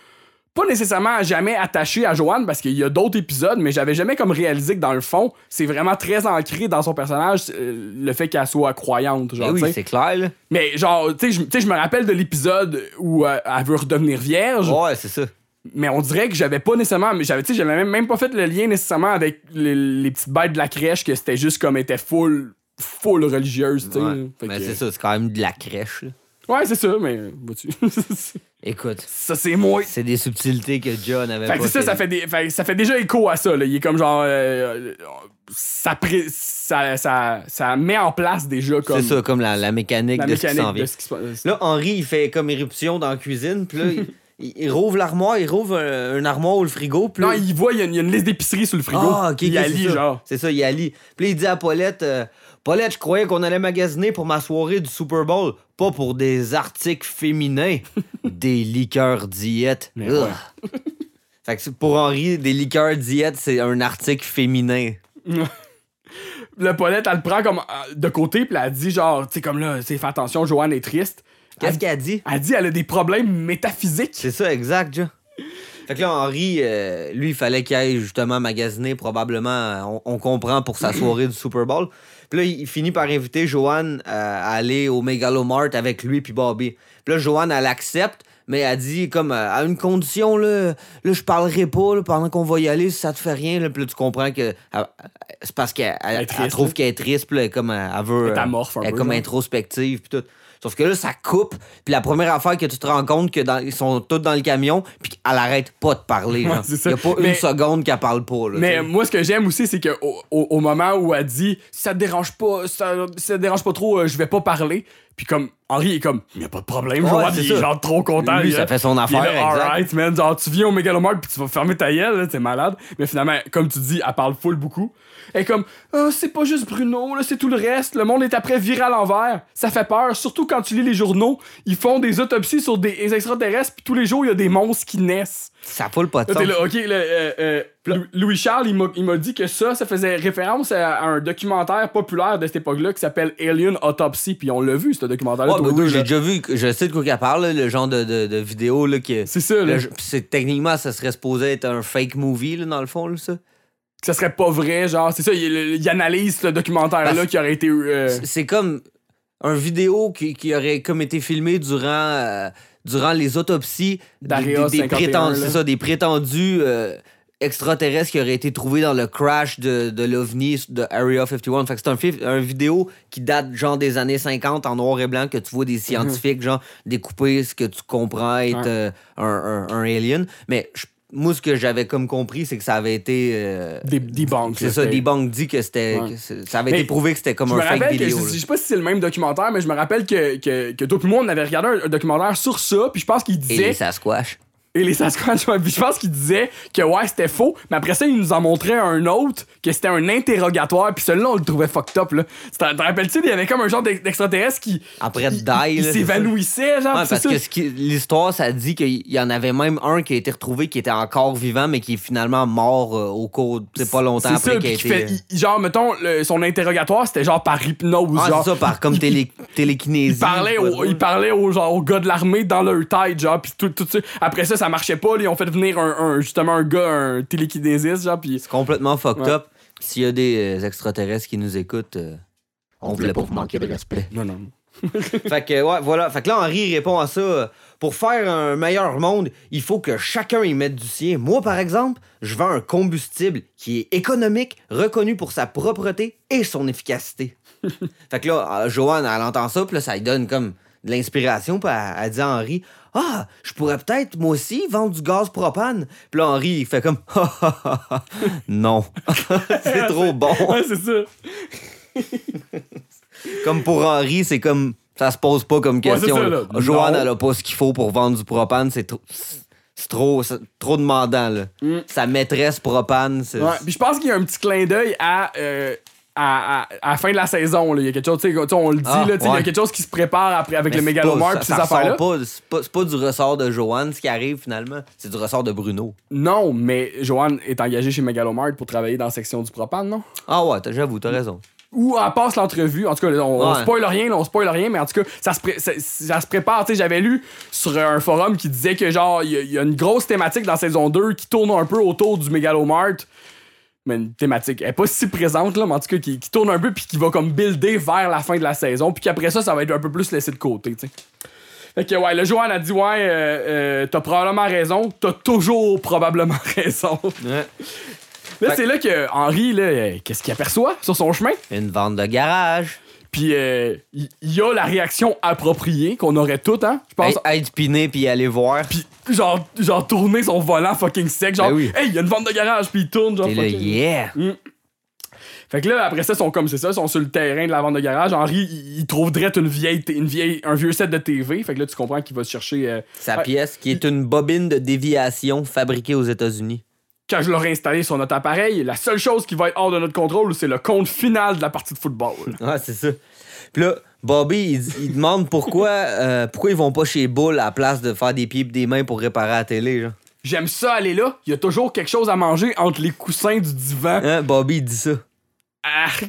pas nécessairement jamais attaché à Joanne parce qu'il y a d'autres épisodes, mais j'avais jamais comme réalisé que dans le fond, c'est vraiment très ancré dans son personnage euh, le fait qu'elle soit croyante,
Ben
genre, tu
oui,
sais.
c'est clair, là.
Mais genre, tu sais, je- tu sais, je me rappelle de l'épisode où euh, elle veut redevenir vierge.
Ouais, c'est ça.
mais on dirait que j'avais pas nécessairement mais j'avais tu sais, j'avais même, même pas fait le lien nécessairement avec les, les petites bêtes de la crèche que c'était juste comme était full full religieuse tu sais
Ouais.
Fait
Mais
que-
Ben, c'est ça, c'est quand même de la crèche. là.
ouais c'est ça mais vois-tu,
Écoute,
[LAUGHS] ça c'est moi
c'est des subtilités que John avait
fait que
pas.
c'est ça ça fait, des, fait que ça fait déjà écho à ça là. il est comme genre euh, ça, pré- ça, ça ça met en place déjà comme
C'est ça, comme la, la mécanique
la
de ce qui s'en
mécanique
vient.
de ce qui se passe
Là, Henri, il fait comme éruption dans la cuisine, puis là,
[LAUGHS]
il, il- il rouvre l'armoire, il rouvre un- une armoire ou le frigo, puis
non
là,
il voit il y a une, il y a une liste d'épicerie sur le frigo
Ah, ok, ok,
il y a
c'est
lit
ça.
genre
C'est ça, il y a lit. Puis là, il dit à Paulette euh, Paulette, je croyais qu'on allait magasiner pour ma soirée du Super Bowl, pas pour des articles
[LAUGHS]
féminins, des liqueurs diète.
Mais
Ugh. fait que c'est- pour Henri, des liqueurs diète, c'est un article féminin.
le Paulette, elle le prend comme euh, de côté, puis elle dit genre, tu sais, comme là, tu sais, fais attention, Joanne est triste.
Qu'est-ce
Elle-
qu'elle dit
Elle dit elle a des problèmes métaphysiques.
C'est ça, exact, Joe. Fait que là, Henri, euh, lui, il fallait qu'il aille justement magasiner, probablement, euh, on, on comprend, pour
[CLEARS THROAT]
sa soirée du Super Bowl. Puis là, il finit par inviter Joanne euh, à aller au Megalomart avec lui puis Bobby. Puis là, Joanne, elle accepte, mais elle dit comme euh, à une condition, là, là je parlerai pas là, pendant qu'on va y aller, si ça te fait rien. Là. Puis là, tu comprends que euh, c'est parce qu'elle elle-
Elle est
elle
triste,
trouve
là.
qu'elle est triste, puis là, elle est comme euh, elle veut.
Elle est amorphe un
elle est
peu,
comme
genre.
introspective puis tout. Sauf que là, ça coupe, puis la première affaire que tu te rends compte, que dans- ils sont tous dans le camion, puis qu'elle arrête pas de parler.
Ouais,
genre.
c'est
Il
ça.
n'y a pas
Mais-
une seconde qu'elle parle pas. là,
Mais
tu sais.
moi, ce que j'aime aussi, c'est que au, au- au moment où elle dit si ça te dérange pas, ça, si ça te dérange pas trop, euh, je vais pas parler. Puis comme Henri est comme il y a pas de problème,
Ouais,
Joanne,
c'est
il est
ça.
genre trop content.
Lui,
il est-
ça fait son
il est là,
affaire, exact.
alright, man, genre tu viens au Megalomart puis tu vas fermer ta gueule, là, t'es malade. Mais finalement, comme tu dis, elle parle full beaucoup. Elle est comme Ah, c'est pas juste Bruno, là, c'est tout le reste. Le monde est après viré à l'envers. Ça fait peur, surtout quand tu lis les journaux. Ils font des autopsies sur des des extraterrestres puis tous les jours il y a des monstres qui naissent.
Ça fout pas de
Là, t'es
sens.
là, ok, là, euh, euh, Lou- Louis Charles, il m'a- il m'a dit que ça, ça faisait référence à, à un documentaire populaire de cette époque-là qui s'appelle Alien Autopsy, puis on l'a vu, ce documentaire-là.
Ouais,
toi,
ben
là.
oui, j'ai déjà vu, je sais de quoi qu'elle parle, là, le genre de, de, de vidéo là, que.
C'est ça, là,
le- puis c'est- techniquement, ça serait supposé être un fake movie, là, dans le fond, là, ça.
que ça serait pas vrai, genre, c'est ça, il, il analyse ce documentaire-là
Parce-
qui aurait été. euh,
C'est- C'est comme un vidéo qui, qui aurait comme été filmé durant, euh, durant les autopsies des-
D'Area
des, des
51,
prétendus,
là.
c'est ça, des prétendus euh, extraterrestres qui auraient été trouvés dans le crash de, de l'OVNI de Area 51. Fait que c'est un, fi- un vidéo qui date genre des années 50 en noir et blanc que tu vois des scientifiques genre découper ce que tu comprends être
Mhm. Ouais.
euh, un, un- un alien. Mais je- moi, ce que j'avais comme compris, c'est que ça avait été... euh,
des, des banques.
c'est
là,
ça,
c'était-
des banques dit que c'était...
Ouais.
que c'est- Ça avait
Mais
été prouvé que c'était comme
Je me
un fake
rappelle que, je,
vidéo. là.
je sais pas si c'est le même documentaire, mais je me rappelle que, que, que toi puis moi, on avait regardé un, un documentaire sur ça, puis je pense qu'il
Et
disait.
les Sasquatch.
Et les Sasquatch, ouais, puis je pense qu'il disait que ouais, c'était faux, mais après ça, il nous en montrait un autre, que c'était un interrogatoire, puis celui-là, on le trouvait fucked up, là. Tu T'en t'en rappelles-tu, il y avait comme un genre d'ex- d'extraterrestre qui.
Après
qui-
Ah, die, là,
Il
c'est
s'évanouissait, genre,
Ouais,
puis c'est
parce
ça.
que ce qui- l'histoire, ça dit qu'il y en avait même un qui a été retrouvé, qui était encore vivant, mais qui est finalement mort euh, au cours, c'est pas longtemps
C'est ça,
après qu'il euh, a
puis
été.
qui fait. il- Genre, mettons, le- son interrogatoire, c'était genre par hypnose,
ah,
genre.
c'est ça, par comme télé, télékinésie.
Il parlait, au, il parlait aux, genre, aux gars de l'armée dans leur tête, genre, pis tout, tout ça. Après ça, ça marchait pas, là, ils ont fait venir un, un- justement un gars, un télékinésiste, genre, pis.
C'est complètement fucked
Ouais.
up. S'il y a des euh, extraterrestres qui nous écoutent, euh, on voulait pas vous manquer de respect.
Non, non.
fait que, ouais, voilà. Fait que là, Henri répond à ça. euh, Pour faire un meilleur monde, il faut que chacun y mette du sien. Moi, par exemple, je vends un combustible qui est économique, reconnu pour sa propreté et son efficacité. fait que là, euh, Joanne, elle entend ça, puis là, ça lui donne comme de l'inspiration, puis elle, elle dit à Henri Ah, je pourrais peut-être, moi aussi, vendre du gaz propane. Puis là, Henri, il fait comme [LAUGHS] Ah, ah, ah, ah. Non, [LAUGHS] c'est trop bon.
[LAUGHS] Ouais, c'est ça.
Comme pour Henri, c'est comme. Ça se pose pas comme question.
c'est ça,
là.
là.
Joanne,
Non.
elle a pas ce qu'il faut pour vendre du propane. C'est trop. C'est trop, c'est trop demandant, là.
Mm.
Sa maîtresse propane, c'est.
Ouais, puis je pense qu'il y a un petit clin d'œil à, euh, à, à- à la fin de la saison. là. Il y a quelque chose, tu sais, tu sais, on le dit,
Ah,
là, tu sais, il y a
ouais.
quelque chose qui se prépare après avec
Mais
le
c'est
mégalomar
pas-
puis ces
ça- ça
affaires-là.
ressort pas- C'est pas, c'est pas du ressort de Joanne, ce qui arrive finalement. C'est du ressort de Bruno.
Non, mais Joanne est engagée chez Megalomart pour travailler dans la section du propane, non?
Ah ouais, t'as- j'avoue, t'as raison.
Ou elle passe l'entrevue. En tout cas, on, on
Ouais.
spoil rien, là, on spoil rien, mais en tout cas, ça se, pré- ça, ça se prépare. Tu sais, j'avais lu sur un forum qui disait que, genre, il y, a- il y a une grosse thématique dans saison 2 qui tourne un peu autour du Megalomart. mais une thématique elle est pas si présente là mais en tout cas qui, qui tourne un peu puis qui va comme builder vers la fin de la saison puis qu'après ça ça va être un peu plus laissé de côté tu sais Fait que, ouais, le Johan a dit, ouais, euh, euh, t'as probablement raison, t'as toujours probablement [LAUGHS] raison.
Ouais.
Là,
Fait-
c'est là que Henri, là, euh, qu'est-ce qu'il aperçoit sur son chemin?
Une vente de garage.
Puis, euh, il il y a la réaction appropriée qu'on aurait toutes, hein, je pense.
Hey, Être piné puis aller voir.
Puis, genre, genre, tourner son volant fucking sec, genre,
Ben oui.
hey, il y a une vente de garage, puis il tourne, genre,
T'es là,
fucking-
yeah.
Fait que là, après ça, ils sont comme c'est ça, ils sont sur le terrain de la vente de garage. Henri, il, il trouve direct une vieille, t- une vieille, un vieux set de TV. Fait que là, tu comprends qu'il va chercher. euh,
Sa
Ouais.
pièce qui est une bobine de déviation fabriquée aux États-Unis.
quand je l'aurai installé sur notre appareil, la seule chose qui va être hors de notre contrôle, c'est le compte final de la partie de
[LAUGHS]
football.
Ouais, c'est ça. Puis là, Bobby, il, il demande pourquoi, euh, pourquoi ils vont pas chez Bull à la place de faire des pieds pis des mains pour réparer la télé. Genre.
J'aime ça aller là. Il y a toujours quelque chose à manger entre les coussins du divan.
Hein, Bobby, il dit ça.
Arc!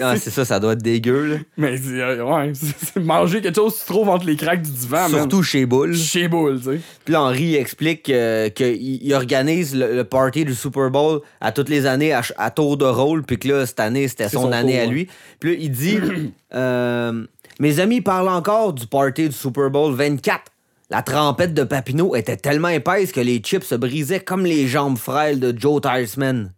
Ah, c'est ça, ça doit être dégueu. Là.
Mais c'est- euh, ouais, [LAUGHS] c'est- c'est manger quelque chose que tu trouves entre les cracks du divan, Ah, man.
Surtout chez Bull.
Chez boule, tu sais.
Puis là, Henry explique euh, qu'il organise le, le party du Super Bowl à toutes les années à, ch- à tour de rôle, puis que là, cette année, c'était
C'est
son,
son
année
tour,
à
ouais.
lui. Puis là, il
[CLEARS THROAT]
dit euh, Mes amis parlent encore du party du Super Bowl 24. La trempette de Papineau était tellement épaisse que les chips se brisaient comme les jambes frêles de Joe Tiresman.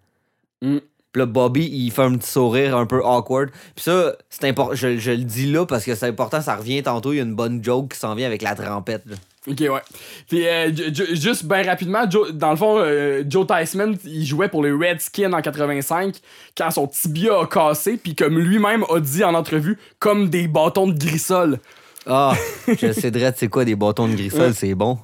Mm.
Puis là, Bobby, il fait un petit sourire un peu awkward. Puis ça, c'est important. Je, je le dis là parce que c'est important, ça revient tantôt. Il y a une bonne joke qui s'en vient avec la trempette. là.
Ok, ouais. Puis, euh, ju- ju- juste bien rapidement, Joe- dans le fond, euh, Joe Tyson, il jouait pour les Redskins en 85 quand son tibia a cassé, puis comme lui-même a dit en entrevue, comme des bâtons de grissol.
Ah, je sais drette c'est quoi des bâtons de grissol, c'est bon.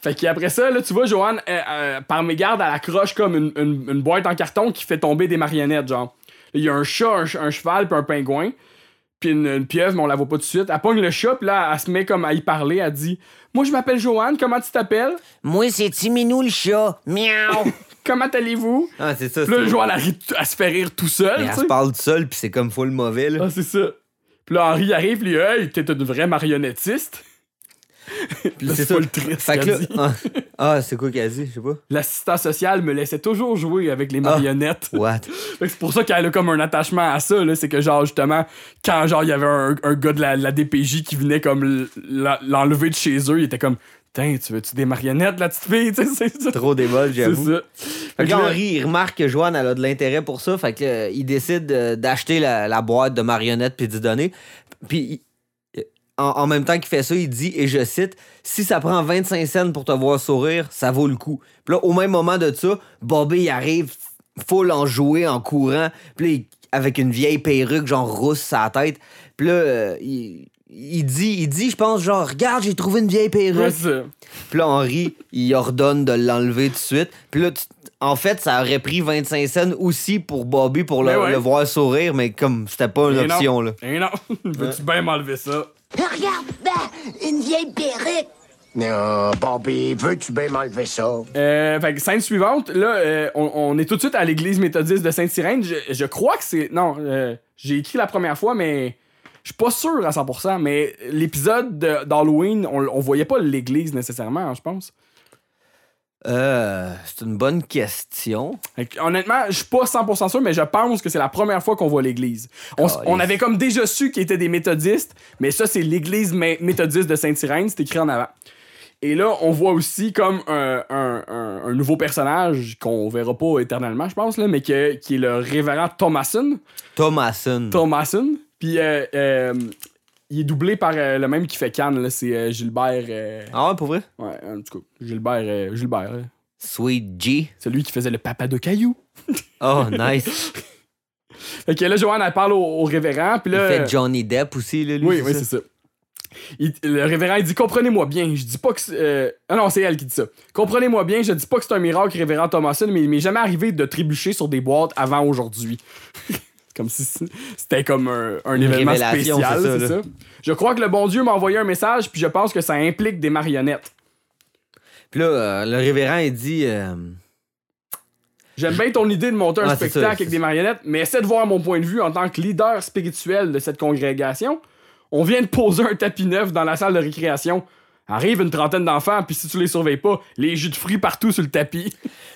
Fait qu'après ça, là, tu vois, Johan, euh, euh, par mégarde, elle accroche comme une, une- une boîte en carton qui fait tomber des marionnettes, genre. Il y a un chat, un, ch- un cheval, puis un pingouin, puis une, une pieuvre, mais on la voit pas tout de suite. Elle pogne le chat, puis là, elle se met comme à y parler, elle dit « Moi, je m'appelle Johan, comment tu t'appelles?
Moi, c'est Timinou le chat. Miaou.
Comment allez-vous? »
Ah, c'est ça.
Puis là,
c'est-
le joueur, elle, arrive t- elle se fait rire tout seul.
Mais elle
tu
se
sais.
parle tout seul, puis c'est comme full mauvais, là.
Ah, c'est ça. Puis là, Henri arrive, lui, hey, t'es une vraie marionnettiste.
Puis
là, c'est
ça.
pas le triste
Fait que
qu'elle
là.
dit.
Ah, ah, c'est quoi qu'elle dit, je sais pas.
L'assistant social me laissait toujours jouer avec
Ah.
les marionnettes.
What?
Fait que c'est pour ça qu'elle a comme un attachement à ça, là. C'est que, genre, justement, quand, genre, il y avait un, un gars de la, la DPJ qui venait comme l- la- l'enlever de chez eux, il était comme, Tiens, tu veux-tu des marionnettes, la petite fille? [LAUGHS] Tu sais, c'est ça.
Trop débat,
C'est
j'avoue.
ça.
Fait que là,
là-
Henri, il remarque que Joanne, elle a de l'intérêt pour ça. Fait que euh, il décide euh, d'acheter la, la boîte de marionnettes puis d'y donner. Puis il- en, en même temps qu'il fait ça, il dit, et je cite, Si ça prend 25 cents pour te voir sourire, ça vaut le coup. Puis là, au même moment de ça, Bobby il arrive full en jouer, en courant. Puis là, il- avec une vieille perruque, genre rousse, sa tête. Puis là, euh, il, il dit, il dit, je pense, genre, regarde, j'ai trouvé une vieille perruque.
Ouais, c'est ça.
Puis là, Henri, il ordonne de l'enlever tout de suite. Puis là, tu- en fait, ça aurait pris 25 cents aussi pour Bobby pour le,
Mais ouais.
le voir sourire, mais comme c'était pas une
Mais non.
option, là.
Eh non, [LAUGHS] veux-tu bien m'enlever ça?
Regarde, ben, une vieille perruque.
Non, Ah, Bobby, veux-tu bien m'enlever ça? [LAUGHS]
Euh, fait que scène suivante, là, euh, on, on est tout de suite à l'église méthodiste de Sainte-Irène. Je, je crois que c'est. Non, euh, j'ai écrit la première fois, mais je suis pas sûr à 100%. Mais l'épisode de- d'Halloween, on, on voyait pas l'église nécessairement, hein, je pense.
Euh, c'est une bonne question.
Fait que, honnêtement, je suis pas 100% sûr, mais je pense que c'est la première fois qu'on voit l'église. On, s-
Calisse.
on avait comme déjà su qu'ils étaient des méthodistes, mais ça, c'est l'église mé- méthodiste de Sainte-Irène, c'est écrit en avant. Et là, on voit aussi comme un, un- un- un nouveau personnage qu'on verra pas éternellement, je pense, là, mais que- qui est le révérend Thomason.
Thomason.
Thomason. Puis euh, euh, il est doublé par euh, le même qui fait Cannes, là, c'est euh, Gilbert. euh,
ah ouais, pour vrai?
ouais, en tout cas, Gilbert. euh, Gilbert là.
Sweet G.
Celui qui faisait le papa de Caillou. [LAUGHS]
Oh, nice.
Fait que là, Joanne, elle parle au, au révérend, puis
Il
là...
fait Johnny Depp aussi, là, lui.
oui, oui,
ça?
c'est ça. Il- le révérend, il dit « Comprenez-moi bien, je dis pas que... c'est- euh, Ah non, c'est elle qui dit ça. « Comprenez-moi bien, je dis pas que c'est un miracle, révérend Thomason, mais il m'est jamais arrivé de trébucher sur des boîtes avant aujourd'hui. » [LAUGHS] C'est Comme si c- c'était comme un, un
Une
événement
révélation,
spécial,
c'est ça,
c'est
là.
ça. Je crois que le bon Dieu m'a envoyé un message, puis je pense que ça implique des marionnettes.
Puis là, euh, le révérend, il dit... euh,
J'aime bien ton idée de monter un
Ah, c'est
spectacle
ça, c'est
avec
ça.
des marionnettes, mais essaie de voir mon point de vue en tant que leader spirituel de cette congrégation. On vient de poser un tapis neuf dans la salle de récréation. Arrive une trentaine d'enfants, puis si tu les surveilles pas, les jus de fruits partout sur le tapis.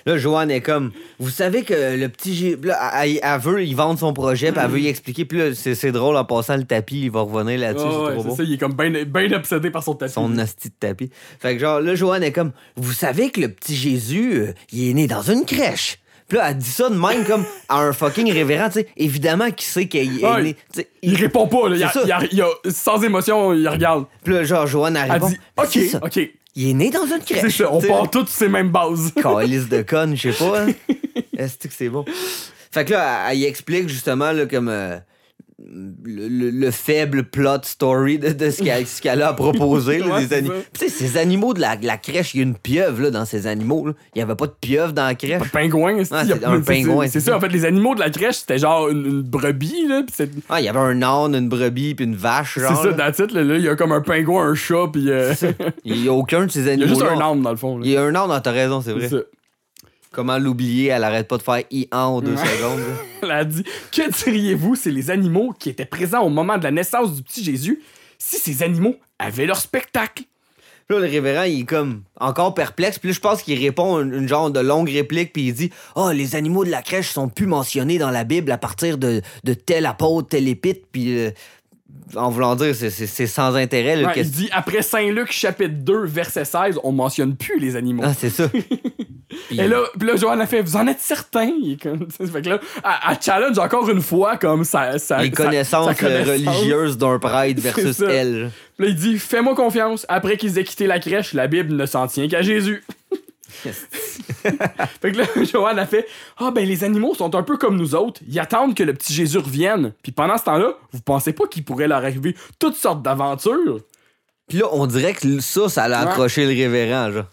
Là, Joanne est comme, vous savez que le petit. G- Là, elle, elle veut y vendre son projet, puis elle
[CLEARS THROAT]
veut y expliquer. Puis là, c'est c'est drôle en passant le tapis, il va revenir là-dessus. [LAUGHS]
Ouais,
c'est
ouais,
trop beau.
c'est ça, il est comme bien obsédé par son tapis.
Son hostie de tapis. Fait que genre, là, Joanne est comme, vous savez que le petit Jésus, euh, il est né dans une crèche. Puis là, elle dit ça de même
[LAUGHS]
comme à un fucking révérend, tu sais. Évidemment qu'il sait qu'il est
Ouais.
né. tu sais,
Il répond pas, là. Il y a-
C'est ça.
il y a- il y a- sans émotion, il regarde.
Puis là, genre, Joanne, elle
Elle
répond,
dit
Ben, c'est
Ok,
ça.
ok.
Il est né dans une crèche.
C'est ça, on
Tu sais,
part tous sur ces mêmes bases. [LAUGHS]
calice de conne, je sais pas. hein. Est-ce que c'est bon? Fait que là, elle, elle y explique justement là, comme euh, le, le- le faible plot story de, de ce qu'elle ce qu'elle a à proposer. là,
Ouais,
des
c'est
ani-
ça.
Puis Tu sais, ces animaux de la, la crèche, il y a une pieuvre là, dans ces animaux. là. Il y avait pas de pieuvre dans la crèche.
Pingouin, c'est
Ah,
il y a-
c'est un
c'est-
pingouin,
C'est
c'est
ça,
ça.
en fait, les animaux de la crèche, c'était genre une, une brebis, là. Puis c'est
Ah, il y avait un âne, une brebis, puis une vache.
c'est
genre,
ça,
là.
dans le titre, là, là, il y a comme un pingouin, un chat, puis euh,
Il y a aucun de ces
il y
animaux.
a juste un âne, dans le fond. là.
Il y a un âne, ah, t'as raison, c'est
C'est
vrai.
ça. [LAUGHS]
Comment l'oublier? Elle arrête pas de faire i en aux deux secondes. là.
Elle a dit Que diriez-vous si les animaux qui étaient présents au moment de la naissance du petit Jésus, si ces animaux avaient leur spectacle
Puis Là, le révérend, il est comme encore perplexe. Puis là, je pense qu'il répond une, une genre de longue réplique. Puis il dit Ah, les animaux de la crèche sont plus mentionnés dans la Bible à partir de, de tel apôtre, tel épître. Puis euh, en voulant dire, c'est- c'est c'est sans intérêt. là,
Ouais,
Euh, qu'est-ce-
Il dit Après Saint-Luc, chapitre 2, verset 16, on mentionne plus les animaux.
Ah, c'est ça.
Et là, puis là, Joanne a fait Vous en êtes certain Il est comme- [LAUGHS] Fait que là, elle, elle challenge encore une fois, comme ça. ça
les
ça-
connaissances
sa
euh,
connaissance.
religieuses d'un prêtre
[LAUGHS] C'est
versus
ça.
elle.
Puis là, il dit Fais-moi confiance, après qu'ils aient quitté la crèche, la Bible ne s'en tient qu'à Jésus. [LAUGHS] fait que là, Joanne a fait Ah, ben les animaux sont un peu comme nous autres, ils attendent que le petit Jésus revienne. Puis pendant ce temps-là, vous pensez pas qu'il pourrait leur arriver toutes sortes d'aventures
Puis là, on dirait que ça, ça l'a
Ouais.
accroché le révérend. Genre.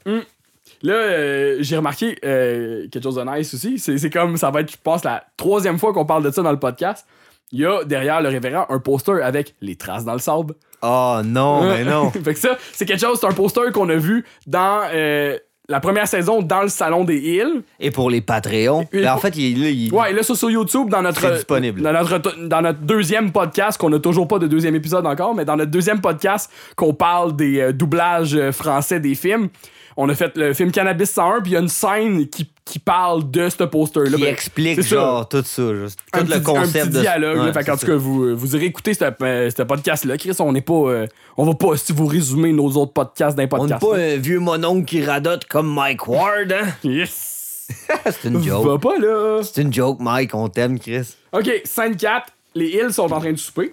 Là, euh, j'ai remarqué euh, quelque chose de nice aussi. C'est c'est comme ça va être, je pense, la troisième fois qu'on parle de ça dans le podcast. Il y a derrière le révérend un poster avec les traces dans le sable.
Oh non, mais non.
Hein? [LAUGHS] fait que ça, c'est quelque chose, c'est un poster qu'on a vu dans euh, la première saison dans le Salon des Hills.
Et pour les
[LAUGHS]
Patreons.
Et
Ben, en
pour-
fait, il, là, il-
Ouais, et là, ça sur YouTube, dans notre,
C'est disponible.
Dans, notre, dans notre deuxième podcast, qu'on a toujours pas de deuxième épisode encore, mais dans notre deuxième podcast, qu'on parle des euh, doublages euh, français des films, on a fait le film Cannabis 101, puis il y a une scène qui, qui parle de ce poster-là.
il
Ben,
explique
c'est ça.
genre tout ça. juste tout
un
le
petit,
concept
un petit
de
dialogue. là.
Ouais,
fait qu'en
c'est
tout
ça.
cas, vous, vous irez écouter ce, euh, ce podcast-là. Chris, on n'est pas. euh, on va pas, si vous résumez nos autres podcasts d'un
On n'est
podcast.
pas un vieux mononcle qui radote comme Mike Ward, hein? [LAUGHS]
Yes!
C'est une
Va
joke.
pas là!
C'est une joke, Mike, on t'aime, Chris.
OK, scène 4, les Hills sont en train de souper.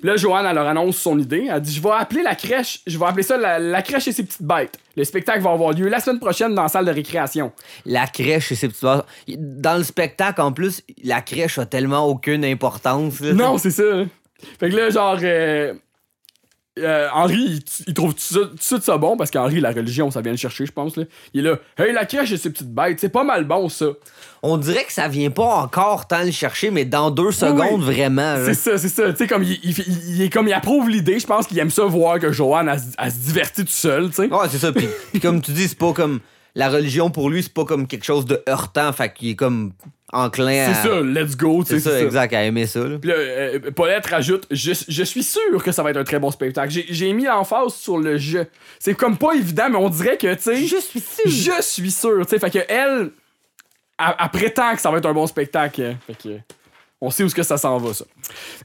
Puis là, Joanne, elle leur annonce son idée. Elle dit Je vais appeler la crèche, je vais appeler ça la, la crèche et ses petites bêtes. Le spectacle va avoir lieu la semaine prochaine dans la salle de récréation.
La crèche et ses petits bâtards. Dans le spectacle, en plus, la crèche a tellement aucune importance. là,
Non, c'est ça. Fait que là, genre, euh, euh, Henri, il, t- il trouve tout ça, tout de suite ça bon parce qu'Henri, la religion, ça vient le chercher, je pense. Là. Il est là Hey, la crèche et ses petites bêtes, c'est pas mal bon ça.
On dirait que ça vient pas encore tant le chercher, mais dans deux secondes, vraiment. là.
C'est ça, c'est ça. Tu sais, comme il, il fait- il- il est comme il approuve l'idée, je pense qu'il aime ça voir que Joanne, elle, se- elle se divertit tout seul, tu sais.
Ouais, c'est ça. Puis, puis comme tu dis, c'est pas comme. La religion pour lui, c'est pas comme quelque chose de heurtant. Fait qu'il est comme enclin à.
C'est ça, let's go, tu
C'est
sais.
ça, exact, à aimer ça. là.
Puis là, euh, Paulette rajoute je, je suis sûr que ça va être un très bon spectacle. J'ai- J'ai mis l'emphase sur le je. C'est comme pas évident, mais on dirait que, tu sais.
Je suis sûr.
Je suis sûr, tu sais. Fait que elle, elle, elle prétend que ça va être un bon spectacle. hein. Fait que. On sait où est-ce que ça s'en va, ça.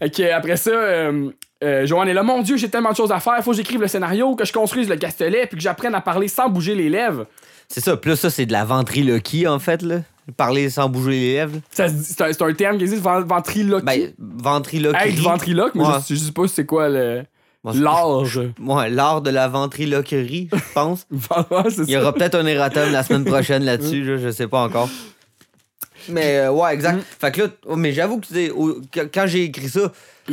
Fait que, après ça, euh, euh, Joanne est là Mon Dieu, j'ai tellement de choses à faire. Faut que j'écrive le scénario, que je construise le castelet, puis que j'apprenne à parler sans bouger les lèvres.
C'est ça. Plus ça, c'est de la ventriloquie, en fait, là. Parler sans bouger les lèvres. là.
Ça se dit- C'est un, c'est un terme qui existe, vent- ventriloquie.
Ben, ventriloquie.
être ventriloque, mais
Ouais.
je, je sais pas c'est quoi le.
Bon, c'est-
L'âge. [LAUGHS]
Ouais, l'art de la ventriloquerie, [LAUGHS] je pense.
Vraiment, c'est
Il y
ça.
aura peut-être un erratum la semaine prochaine là-dessus, là, je sais pas encore. Mais euh, ouais, exact. Fait que là, oh, mais j'avoue que tu sais, au- que- quand j'ai écrit ça, [CLEARS THROAT]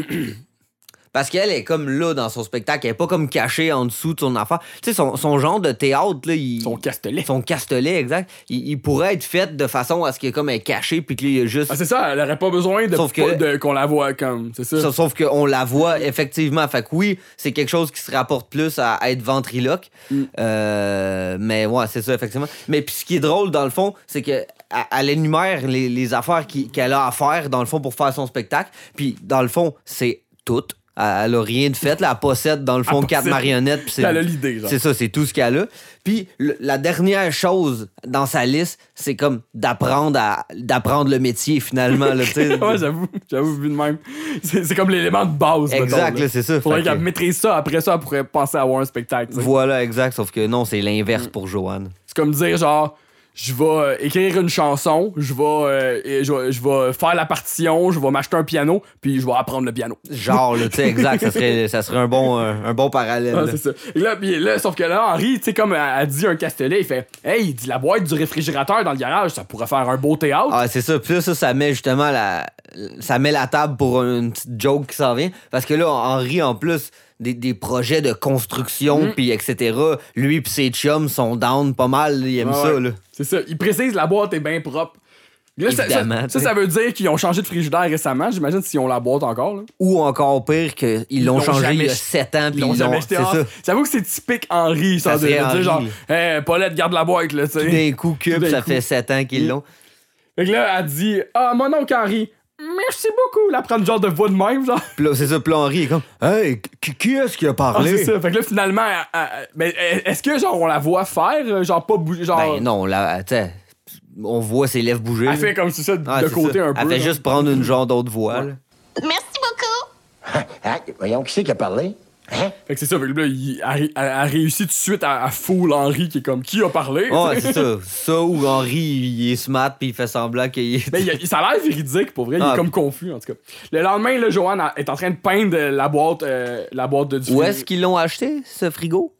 parce qu'elle est comme là dans son spectacle, elle est pas comme cachée en dessous de son affaire. Tu sais, son, son genre de théâtre, là, il,
Son castelet.
son castelet, exact, il, il pourrait être fait de façon à ce qu'il est comme elle est cachée, puis qu'il y a juste
Ah, c'est ça, elle aurait pas besoin de,
Sauf que-
de- qu'on la voit comme. C'est ça.
Sauf, sauf qu'on la voit effectivement. Fait que oui, c'est quelque chose qui se rapporte plus à, à être ventriloque.
Mm.
Euh, mais ouais, c'est ça, effectivement. Mais puis ce qui est drôle, dans le fond, c'est que à- elle énumère les, les affaires qui- qu'elle a à faire, dans le fond, pour faire son spectacle. Puis dans le fond, c'est toutes Elle, elle a rien de fait, là. Elle possède, dans le fond,
Elle
quatre
possède.
marionnettes. puis c'est-
Elle a l'idée, genre.
C'est ça, c'est tout ce qu'elle a. Puis le- la dernière chose dans sa liste, c'est comme d'apprendre à d'apprendre le métier, finalement. Là, tu [LAUGHS] sais.
[LAUGHS] ouais, j'avoue, j'avoue, vu de même. C'est c'est comme l'élément de base. mettons,
Exact, là, c'est ça.
Faudrait
Fait que-
qu'elle maîtrise ça, après ça, elle pourrait penser à avoir un spectacle. tu sais.
Voilà, exact. Sauf que non, c'est l'inverse
Mm.
pour Joanne.
C'est comme dire, genre, je vais euh, écrire une chanson, je vais, euh, et je vais- je vais faire la partition, je vais m'acheter un piano, puis je vais apprendre le piano.
Genre, là, tu sais, exact. Ça serait, ça serait un, bon, un, un bon parallèle.
Ah,
là.
c'est ça. Et là, puis là, sauf que là, Henri, tu sais, comme a a dit un Castellet, il fait Hey, il dit la boîte du réfrigérateur dans le garage, ça pourrait faire un beau théâtre.
Ah, c'est ça. Puis là, ça, ça met justement la. Ça met la table pour une petite joke qui s'en vient. Parce que là, Henri, en plus, des, des projets de construction,
Mm.
puis etc., lui puis ses chums sont down pas mal. Ils aiment
Ah
ça,
ouais.
là.
C'est ça. Il précise la boîte est bien propre. Là, ça, ça,
Évidemment,
ça,
t'sais.
ça veut dire qu'ils ont changé de frigidaire récemment. J'imagine s'ils ont la boîte encore. Là.
Ou encore pire, qu'ils l'ont
l'ont
changé il y
jamais-
a 7 ans, puis
Ils l'ont
ils l'ont.
jamais
C'est
acheté.
ça.
Ah, J'avoue que c'est typique Henri,
Ça
ça, de, de
serait
dire
Henri.
genre, hey, Paulette, garde la boîte, là, tu
Tout d'un
sais.
coup,
Tout
Cube,
d'un
ça
coup. Mm.
fait 7 ans qu'ils l'ont.
Fait que là, elle dit, ah, mon oncle Henri, merci beaucoup. Là, prend une genre de voix de même, genre. [LAUGHS]
Puis là, c'est ça. Puis là, Henri est comme Hey, qui, qui est-ce qui a
Ah,
parlé?
c'est ça. Fait que là, finalement, elle- elle- mais est-ce que, genre, on la voit faire, euh, genre, pas bouger, genre.
Ben non, là, tu sais, on voit ses lèvres bouger.
Elle
là.
fait comme si ça de
Ah,
de
c'est
côté
ça.
un peu.
Elle fait
là.
juste prendre une genre d'autre voix. là.
Merci beaucoup.
Ah, voyons, qui c'est qui a parlé? Hein?
Fait que c'est ça. Fait que là, il- elle, elle- elle réussit tout de suite à, à fool Henri qui est comme qui a parlé.
Ah,
tu
ouais,
sais.
c'est ça. Ça ou Henri, il est smart puis il fait semblant qu'il est.
Mais il, il- ça a l'air véridique pour vrai. Il
Ah.
est comme confus en tout cas. Le lendemain, là, Johan a- est en train de peindre la boîte, euh, la boîte de
[LAUGHS]
du
Où est-ce qu'ils l'ont acheté, ce frigo?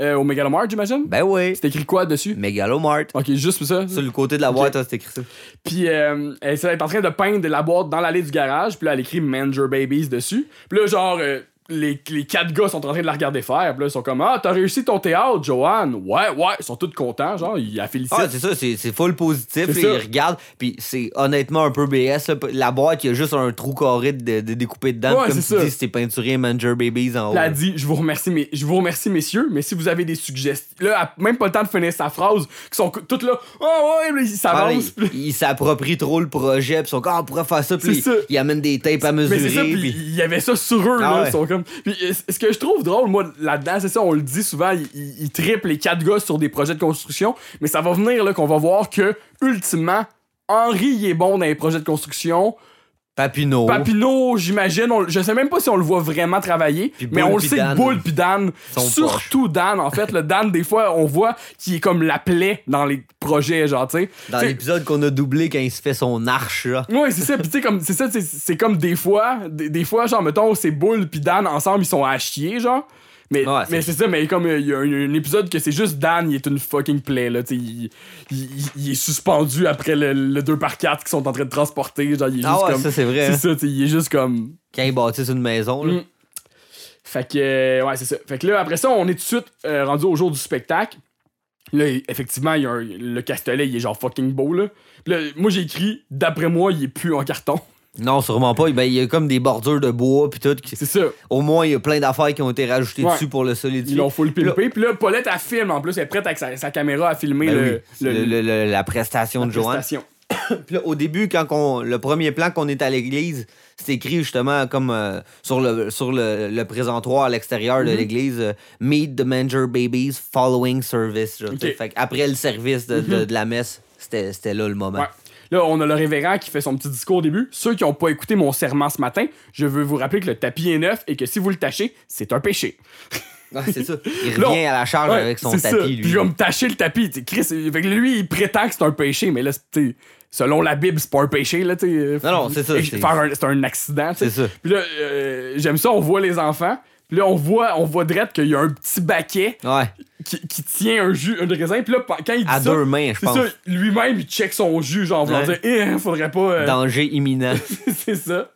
euh, au Megalomart, j'imagine.
Ben oui.
C'est écrit quoi dessus
Megalomart.
Ok, juste pour ça.
Sur le côté de la boîte, hein, c'est écrit ça.
Puis euh, elle elle est en train de peindre la boîte dans l'allée du garage. Puis là, elle écrit Manager Babies dessus. Puis là, genre. euh, les, les quatre gars sont en train de la regarder faire. Puis là, ils sont comme Ah, t'as réussi ton théâtre, Johan. Ouais, ouais. Ils sont tous contents. Genre, ils la félicitent.
Ah, c'est ça, c'est c'est full positif. là,
C'est ça.
Ils regardent, puis c'est honnêtement un peu BS. là. La boîte, il y a juste un trou carré de, de découpé dedans.
Ouais,
puis comme
c'est
tu
ça.
dis, c'est peinturier Manager Babies en haut.
Là,
là.
elle dit, je vous remercie, mais je vous remercie, messieurs, mais si vous avez des suggestions. Là, elle a même pas le temps de finir sa phrase, qui sont co- toutes là. Oh ouais, mais ils
Ah, là,
s'avancent.
ils ils s'approprient trop le projet, puis ils sont comme, ah, on pourrait faire ça, puis
C'est ça.
ils, ils amènent des tapes à mesurer.
mais c'est ça, puis
puis-
il y avait ça sur eux,
Ah
là.
ouais.
Ils sont comme. Puis euh, c- ce que je trouve drôle, moi, là-dedans, c'est ça, on le dit souvent, ils- ils ils triplent les quatre gars sur des projets de construction, mais ça va venir, là, qu'on va voir que, ultimement, Henri, il est bon dans les projets de construction.
Papineau.
Papineau, j'imagine, on- je sais même pas si on le voit vraiment travailler,
Puis
mais
Bull
on le
puis
sait que
Dan
Bull puis Dan,
sont
surtout Dan, en fait, le Dan, des fois, on voit qu'il est comme la plaie dans les projets, genre, tu sais.
Dans
Tu sais,
l'épisode qu'on a doublé quand il se fait son arche, là.
Ouais, c'est ça, pis tu sais, comme, c'est ça, c'est- c'est comme des fois, des, des fois, genre, mettons, c'est Bull puis Dan ensemble, ils sont à chier, genre. Mais,
Ouais,
mais c'est ça, mais comme euh, il y a un, un épisode que c'est juste Dan, il est une fucking plaie, là, tu sais, il, il- il- il est suspendu après le, 2x4 qu'ils sont en train de transporter, genre, il est
Ah
juste
ouais,
comme.
ça, c'est vrai,
C'est
hein.
ça, tu sais, il est juste comme.
Quand ils bâtissent une maison, là.
Mm. Fait que, euh, ouais, c'est ça. Fait que là, après ça, on est tout de suite euh, rendu au jour du spectacle. Là, il- effectivement, il y a un- le Castellet, il est genre fucking beau, là. Puis là, moi, j'ai écrit, d'après moi, il est plus en carton.
Non, sûrement pas. Ben, il y a comme des bordures de bois puis tout. qui-
C'est ça.
Au moins, il y a plein d'affaires qui ont été rajoutées
Ouais.
dessus pour le solidifier.
Ils l'ont full
Puis là-
pimpé. Puis là, Paulette, elle filme en plus. Elle est prête avec sa, sa caméra à filmer
Ben
le,
oui,
le-
le- le- le- la prestation de
la
Joanne.
prestation.
Puis là, au début, quand qu'on- le premier plan qu'on est à l'église, c'est écrit justement comme euh, sur, le, sur le, le présentoir à l'extérieur
Mhm.
de l'église euh, Meet the Manger Babies following service. genre, tu sais. Fait que après le service de,
Mhm.
de- de la messe, c'était c'était là le moment.
Ouais. Là, on a le révérend qui fait son petit discours au début. Ceux qui n'ont pas écouté mon serment ce matin, je veux vous rappeler que le tapis est neuf et que si vous le tâchez, c'est un péché.
Ouais,
[LAUGHS]
c'est ça. Il
Là,
revient
on-
à la charge
Ouais,
avec son
c'est
tapis,
ça.
lui.
Puis comme tâcher le tapis, tu sais, Chris, euh, fait que lui, il prétend que c'est un péché, mais là, c'est- tu sais, selon la Bible, c'est pas un péché, là, tu sais. euh,
Non, non, c'est ça,
et
c'est-
faire un- C'est un accident, tu sais.
C'est ça.
Puis là, euh, j'aime ça, on voit les enfants. Puis là, on voit, on voit drette qu'il y a un petit baquet
Ouais.
qui, qui tient un jus, un raisin. Puis là, pa- quand il dit
À
ça,
deux mains, je
c'est
pense.
ça, lui-même, il check son jus, genre, voulant
Ouais.
dire, eh, faudrait pas. euh,
Danger imminent.
[LAUGHS] c'est ça.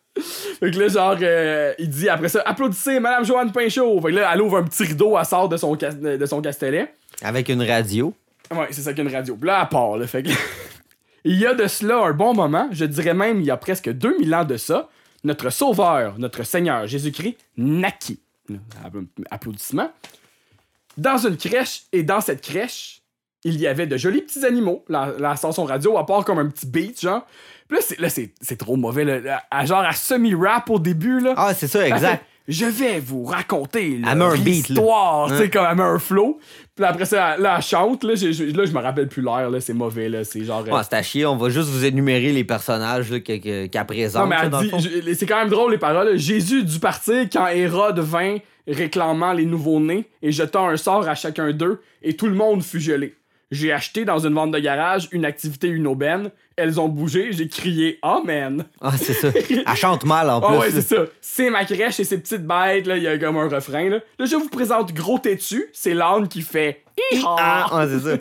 Fait que là, genre, euh, il dit après ça, applaudissez Madame Joanne Pinchot. Fait que là, elle ouvre un petit rideau, elle sort de son, cas- de son castellet.
Avec une radio.
Ouais, c'est ça qu'une radio. Puis là, à part, là, fait que... [LAUGHS] Il y a de cela un bon moment, je dirais même il y a presque 2000 ans de ça, notre Sauveur, notre Seigneur Jésus-Christ naquit. Applaudissements. Dans une crèche, et dans cette crèche, il y avait de jolis petits animaux. La, la chanson radio, à part comme un petit beat, genre. Puis là, c'est- là, c'est c'est trop mauvais, là. À- à genre à semi-rap au début, là.
Ah, c'est ça,
Elle
exact.
fait, je vais vous raconter
Elle met un
l'histoire,
beat, là.
histoire, tu sais, comme elle met un flow. Puis là, après ça, là, elle chante, là, je, je- là, je me rappelle plus l'air, là, c'est mauvais, là, c'est genre... euh,
Ouais, Ah, c'est à chier, on va juste vous énumérer les personnages là, que- que- qu'elle présente.
non, mais
là,
elle
dans le
dit-
fond.
je- c'est quand même drôle les paroles. Jésus dut partir quand Hérode vint réclamant les nouveaux-nés et jetant un sort à chacun d'eux et tout le monde fut gelé. J'ai acheté dans une vente de garage une activité, une aubaine. Elles ont bougé, j'ai crié Amen.
Ah, c'est ça. Elle chante mal en
Ah
plus.
ouais,
là.
c'est ça. C'est ma crèche et ses petites bêtes, là, il y a comme un refrain. Là, Là, je vous présente Gros Têtu, c'est l'âne qui fait Hi-ha.
Ah, ouais, c'est ça.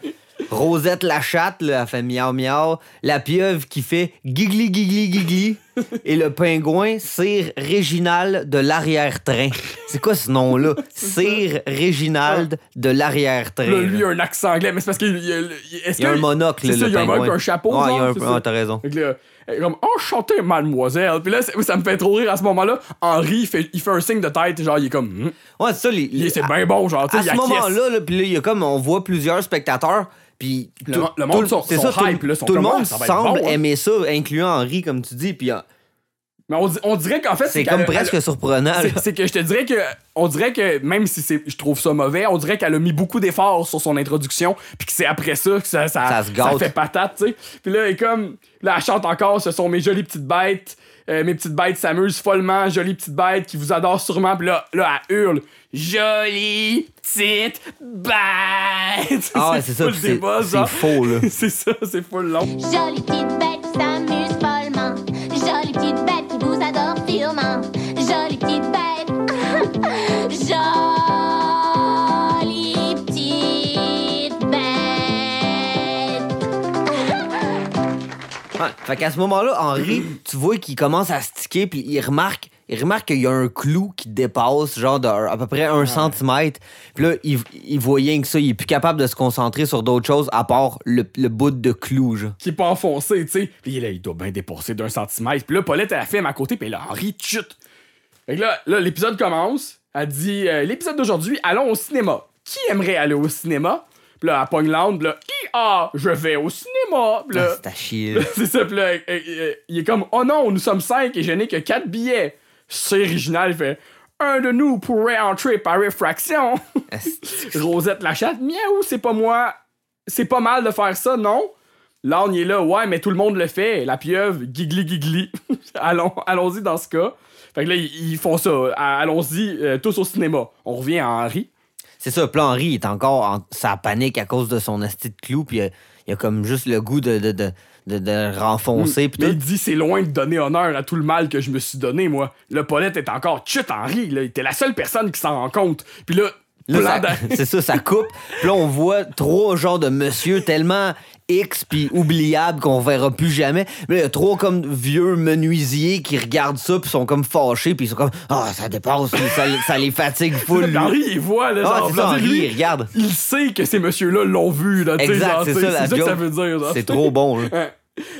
Rosette la chatte, là, elle fait miaou miaou. La pieuvre qui fait gigli gigli
[LAUGHS]
gigli. Et le pingouin, Sir Réginald de l'arrière-train. C'est quoi ce nom-là? Sir Réginald de l'arrière-train.
Là, lui, il
là.
a un accent anglais, mais c'est parce qu'il il- il- est-ce
Il y a
que-
un monocle,
c'est
le
ça, il y a un
pingouin.
monocle, un chapeau.
Ouais, il y a
genre,
un-
c'est
ouais,
ça.
t'as raison.
Fait que là, elle est comme enchanté, mademoiselle. Puis là, c'est- ça me fait trop rire à ce moment-là. Henri, il fait, il fait un signe de tête, genre, il est comme. Hum.
Ouais, c'est ça. les-
Il est-
les-
C'est bien bon, genre, tu
à
sais, il
ce
acquiesce.
moment-là, là, puis là, il y a comme on voit plusieurs spectateurs, puis
Le
tout-
mo- le
tout
monde sont-
c'est
sont
ça, tout-
hype, là, sont
tout le
comme,
monde
Ah, ça va être
semble
bon, hein.
aimer ça, incluant Henri comme tu dis, puis euh,
Mais on, di- on dirait qu'en fait,
c'est
qu'elle
comme
a-
presque
elle a-
surprenant.
c'est-
là.
C'est que je te dirais que. On dirait que, même si c'est- je trouve ça mauvais, on dirait qu'elle a mis beaucoup d'efforts sur son introduction, puis que c'est après ça que ça, ça,
Ça se gâte.
fait patate, tu sais. Puis là, elle est comme. Là, elle chante encore ce sont mes jolies petites bêtes. Euh, mes petites bêtes s'amusent follement, jolies petites bêtes qui vous adorent sûrement. Puis là, là, elle hurle Jolie petite bête
Ah
[LAUGHS]
ouais, c'est ça,
full
puis c'est-
débat,
c'est
genre.
faux, là.
[LAUGHS] c'est ça, c'est full long.
Jolie petite bête qui s'amuse follement. Jolie petite bête qui vous adore purement. Jolie petite [LAUGHS] bête. Jolie petite bête.
Ouais. Fait qu'à ce moment-là, Henri, tu vois qu'il commence à se tiquer, puis il remarque, il remarque qu'il y a un clou qui dépasse, genre de, à peu près un centimètre. Puis là, il, il voit rien que ça, il est plus capable de se concentrer sur d'autres choses à part le, le bout de clou, genre.
qui est pas enfoncé, tu sais. Puis là, il doit bien dépasser d'un centimètre. Puis là, Paulette, elle la filme à côté, puis là, Henri, chut. Fait que là, là, l'épisode commence. Elle dit euh, L'épisode d'aujourd'hui, allons au cinéma. Qui aimerait aller au cinéma Puis là, elle pogne l'âne, puis là, ah, je vais au cinéma. Puis
Ah,
là,
c'est à chier. là.
[LAUGHS] c'est ça, puis là, euh, euh, il est comme Oh non, nous sommes cinq et je n'ai que quatre billets. C'est original, il fait Un de nous pourrait entrer par réfraction.
Asti.
Rosette la chatte, miaou, c'est pas moi. C'est pas mal de faire ça, non? L'âne il est là, ouais, mais tout le monde le fait. La pieuvre, gigli gigli. [LAUGHS] Allons, allons-y dans ce cas. Fait que là, ils ils font ça. À- Allons-y euh, tous au cinéma. On revient à Henri.
C'est ça, puis là, Henri est encore en sa panique à cause de son asti de clou, puis euh, il a comme juste le goût de, de, de, de, de le renfoncer. puis
Mais il
tout.
dit c'est loin de donner honneur à tout le mal que je me suis donné, moi. Le Paulette est encore chut Henri, là. Il était la seule personne qui s'en rend compte. Puis là,
Là, [LAUGHS]
plein [LAUGHS]
ça-
de-
c'est ça, ça coupe. Puis là, on voit trois genres de monsieur tellement X puis oubliables qu'on verra plus jamais. Mais là, il y a trois comme vieux menuisiers qui regardent ça, puis sont comme fâchés, puis ils sont comme Ah, ça dépasse, ça, ça les fatigue
[LAUGHS]
full. lui.
Henri, il voit, là,
Ah,
genre,
c'est ça,
je veux dire,
Henri,
lui,
il regarde.
Il sait que ces messieurs-là l'ont vu, là, tu sais,
Exact,
genre,
c'est
tu sais,
ça la
C'est ça que ça
joke.
veut dire, genre.
C'est trop bon, là.
[LAUGHS] Ouais.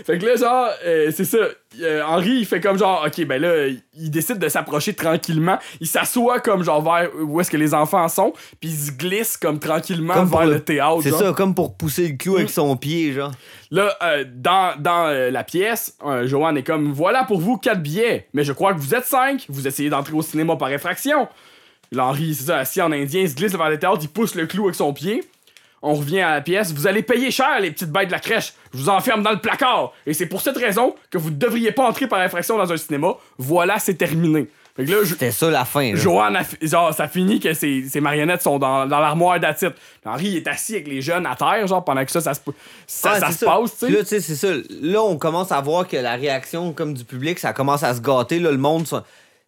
Fait que là, genre, euh, c'est ça. Euh, Henri, il fait comme genre, ok, ben là, il- il décide de s'approcher tranquillement. Il s'assoit comme genre vers où est-ce que les enfants sont, puis il se glisse comme tranquillement
Comme pour
vers
le-
le, théâtre.
C'est
genre.
ça, comme pour pousser le clou avec son pied, genre.
Là, euh, dans, dans euh, la pièce, euh, Joanne est comme Voilà pour vous quatre billets, mais je crois que vous êtes cinq. Vous essayez d'entrer au cinéma par effraction. L'Henri, c'est ça, assis en indien, il se glisse vers le théâtre, il pousse le clou avec son pied. On revient à la pièce. Vous allez payer cher, les petites bêtes de la crèche. Je vous enferme dans le placard. Et c'est pour cette raison que vous ne devriez pas entrer par effraction dans un cinéma. Voilà, c'est terminé. Fait que là, je-
C'était ça la fin. là.
Joanne, a fi- genre, ça finit que ses, ses marionnettes sont dans, dans l'armoire d'attitude. Henri il est assis avec les jeunes à terre, genre, pendant que ça, ça se, ça,
Ouais,
ça
c'est
se passe, tu
Puis Là,
sais.
tu sais, c'est ça. Là, on commence à voir que la réaction comme du public, ça commence à se gâter. Là, le monde, ça-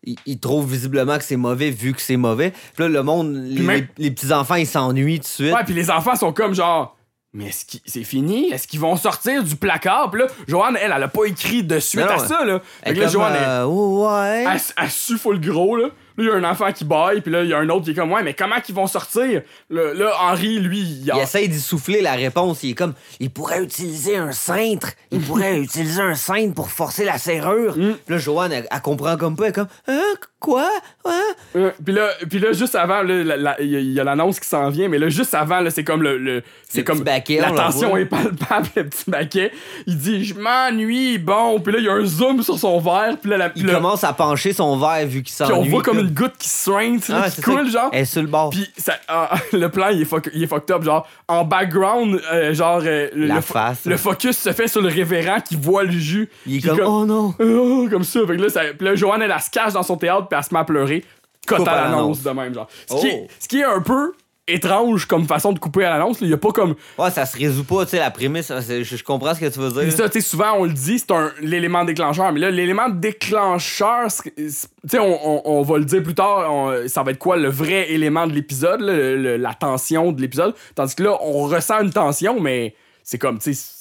il, il trouve visiblement que c'est mauvais vu que c'est mauvais. Puis là, le monde, les,
même-
les- les petits-enfants, ils s'ennuient tout de suite.
Ouais, puis les enfants sont comme genre. Mais est-ce qu'ils- c'est fini? Est-ce qu'ils vont sortir du placard? Puis là, Joanne, elle, elle a pas écrit de suite
Non,
à
ouais.
ça, là. Fait
Elle
que là,
comme,
Joanne, Ah, elle-
euh, Oh, ouais.
elle, elle sue full gros, là. Là, il y a un enfant qui baille, puis là, il y a un autre qui est comme, ouais, mais comment qu'ils vont sortir? Là, là, Henri, lui, il a-
Il essaye d'y souffler la réponse. Il est comme, il pourrait utiliser un cintre. Il
[LAUGHS] Mm.
pourrait utiliser un cintre pour forcer la serrure. Puis là, Joanne, elle, elle comprend comme pas. Elle est comme, hein, Quoi? Hein?
Ouais, Puis là, puis là, juste avant, là, la- la- il y a- il y a l'annonce qui s'en vient, mais là, juste avant, là, c'est comme le. le- c'est
Le
comme.
petit baquet, on
la
le
tension
voit.
est palpable, [LAUGHS] le petit baquet. Il dit Je m'ennuie, bon. Puis là, il y a un zoom sur son verre, puis là, la,
Il
le-
commence à pencher son verre vu qu'il
puis
s'ennuie.
on voit comme
là.
une goutte qui suinte, là,
Ah,
qui
c'est
coule,
ça.
genre.
Elle est sur le bord.
Puis ça- ah, [LAUGHS] le plan, il est, fuck- il est fucked up. Genre, en background, euh, genre, euh, le,
La
le fo-
face,
le
hein.
focus se fait sur le révérend qui voit le jus.
il est
Puis
comme, oh non.
Oh, comme ça. Fait que là, ça- puis là, Joanne, elle, elle se cache dans son théâtre, puis elle se met à pleurer. Cote
Coupe
à
à
l'annonce
l'annonce.
de même, genre. Ce, qui est,
Oh.
ce qui est un peu étrange comme façon de couper à l'annonce, là. il n'y a pas comme.
Ouais, ça se résout pas, tu sais, la prémisse. hein, c'est- Je je comprends ce que tu veux dire.
C'est
là.
ça, tu sais, souvent on le dit, c'est un l'élément déclencheur. Mais là, l'élément déclencheur, c'est- c'est- tu sais, on, on- on va le dire plus tard, on- ça va être quoi le vrai élément de l'épisode, là, le- le- la tension de l'épisode. Tandis que là, on ressent une tension, mais c'est comme, tu sais,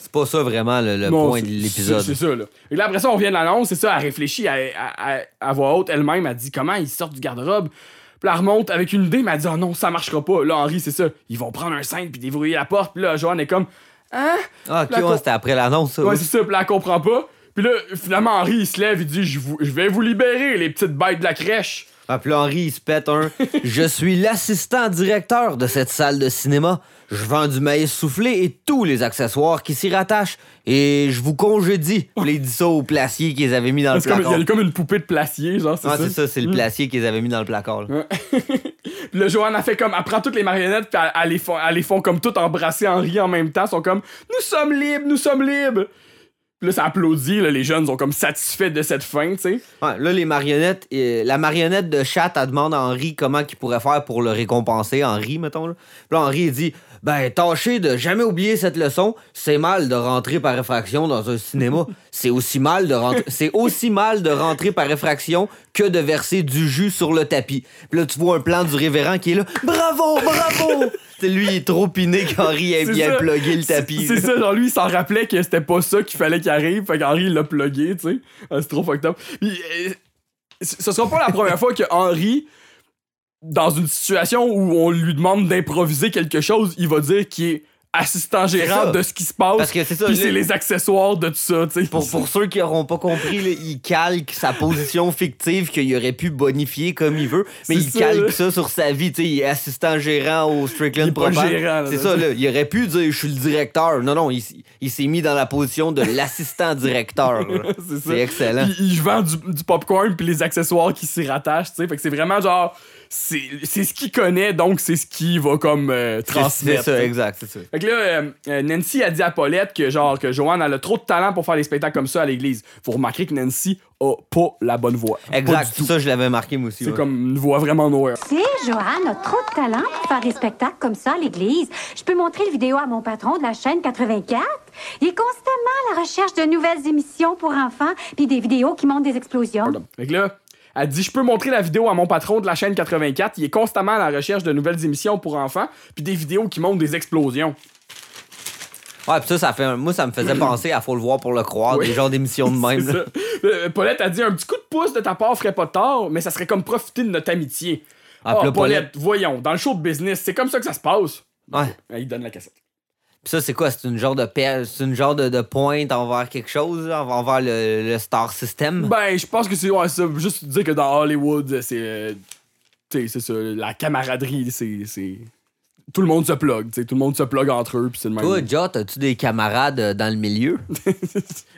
C'est pas ça vraiment le, le
Non,
point de
c'est-
l'épisode.
C'est c'est ça, là. Et là, après ça, on vient de l'annonce, c'est ça, elle réfléchit à, à- à- à voix haute elle-même, elle dit comment ils sortent du garde-robe. Puis là, elle remonte avec une idée, mais elle dit oh non, ça marchera pas. Là, Henri, c'est ça, ils vont prendre un 5 puis déverrouiller la porte. Puis là, Joanne est comme Hein
Ah, ok,
La
ouais,
co-
c'était après l'annonce, ça.
Ouais,
oui.
c'est ça, puis là, elle comprend pas. Puis là, finalement, Henri, il se lève, il dit je, vous- je vais vous libérer, les petites bêtes de la crèche.
Ah, puis là, Henri, il se pète
[LAUGHS]
un. Je suis l'assistant directeur de cette salle de cinéma. Je vends du maïs soufflé et tous les accessoires qui s'y rattachent. Et je vous congédie. Puis là, il dit ça au placier qu'ils avaient mis dans le
C'est comme- Il
placard.
y a comme une poupée de placier, genre, c'est
Ouais,
ça.
Ah,
Mm.
c'est ça, c'est le placier qu'ils avaient mis dans le placard. là.
[LAUGHS] Puis là, Joanne a fait comme, elle prend toutes les marionnettes, puis elle, elle les font, elle les font comme toutes embrasser Henri en même temps. Elles sont comme, nous sommes libres, nous sommes libres. Puis là, ça applaudit, là, les jeunes sont comme satisfaits de cette fin, tu sais.
Ouais, là, les marionnettes, euh, la marionnette de chatte, elle demande à Henri comment qu'il pourrait faire pour le récompenser, Henri, mettons. Là. Puis là, Henri, il dit Ben, tâchez de jamais oublier cette leçon. C'est mal de rentrer par effraction dans un
[LAUGHS]
cinéma. C'est aussi, mal de rentrer- c'est aussi mal de rentrer par effraction que de verser du jus sur le tapis. Puis là, tu vois un plan du révérend qui est là Bravo, bravo C'est Lui, il est trop piné qu'Henri ait
C'est
bien
ça.
plugué le
C'est-
tapis.
C'est
là.
ça, genre lui, il s'en rappelait que c'était pas ça qu'il fallait qu'il arrive, fait qu'Henri il l'a plugué, tu sais. Ah, c'est trop fucked up. Puis, euh, ce ce sera pas la première fois que Henri, dans une situation où on lui demande d'improviser quelque chose, il va dire qu'il est assistant
ça.
gérant de ce qui se passe.
Parce que c'est ça,
Puis
là-
c'est les accessoires de tout ça, tu sais.
Pour, pour ceux qui n'auront pas compris, là, il calque sa position fictive qu'il aurait pu bonifier comme il veut, mais
C'est
il
ça, là.
calque ça sur sa vie. tu sais, Il est assistant gérant au
Il est
Strickland
pas
Propane.
gérant, là,
C'est
là.
ça, là. Il aurait pu dire je suis le directeur. Non, non, il, s- il s'est mis dans la position de l'assistant directeur. là.
[LAUGHS] [LAUGHS] C'est ça.
C'est excellent.
Puis il vend du, du popcorn puis les accessoires qui s'y rattachent, tu sais. Fait que c'est vraiment genre, c'est c'est ce qu'il connaît, donc c'est ce qu'il va comme euh,
C'est-
transmettre.
C'est ça,
t'sais.
exact. c'est ça.
Fait que là, euh, euh, Nancy a dit à Paulette que genre que Joanne elle a trop de talent pour faire des spectacles comme ça à l'église. Vous remarquerez que Nancy a pas la bonne voix. Pas
Exact.
du tout.
Ça, je l'avais marqué, moi aussi.
C'est
ouais.
comme une voix vraiment noire.
sais, Joanne a trop de talent pour faire des spectacles comme ça à l'église. Je peux montrer le vidéo à mon patron de la chaîne 84. Il est constamment à la recherche de nouvelles émissions pour enfants puis des vidéos qui montrent des explosions.
Pardon. Fait que là, elle dit Je peux montrer la vidéo à mon patron de la chaîne 84. Il est constamment à la recherche de nouvelles émissions pour enfants puis des vidéos qui montrent des explosions.
Ouais, puis ça, ça fait un- moi, ça me faisait penser à Faut le voir pour le croire,
Oui.
des genres d'émissions de même.
[LAUGHS] C'est
là.
ça. Euh, Paulette a dit un petit coup de pouce de ta part ferait pas de tort, mais ça serait comme profiter de notre amitié. Ah,
Ah, puis là,
Paulette, voyons, dans le show de business, c'est comme ça que ça se passe.
Ouais.
Ah, Il donne la cassette.
Pis ça, c'est quoi? C'est une genre de per- c'est une genre de, de pointe envers quelque chose, là, envers le, le star system.
Ben, je pense que c'est ouais, ça. Juste dire que dans Hollywood, c'est. euh, tu sais, c'est ça. La camaraderie, c'est. c'est- Tout le monde se plug, tu sais, tout le monde se plug entre eux, puis c'est le même.
Toi, Ja, as-tu des camarades euh, dans le milieu?
[LAUGHS]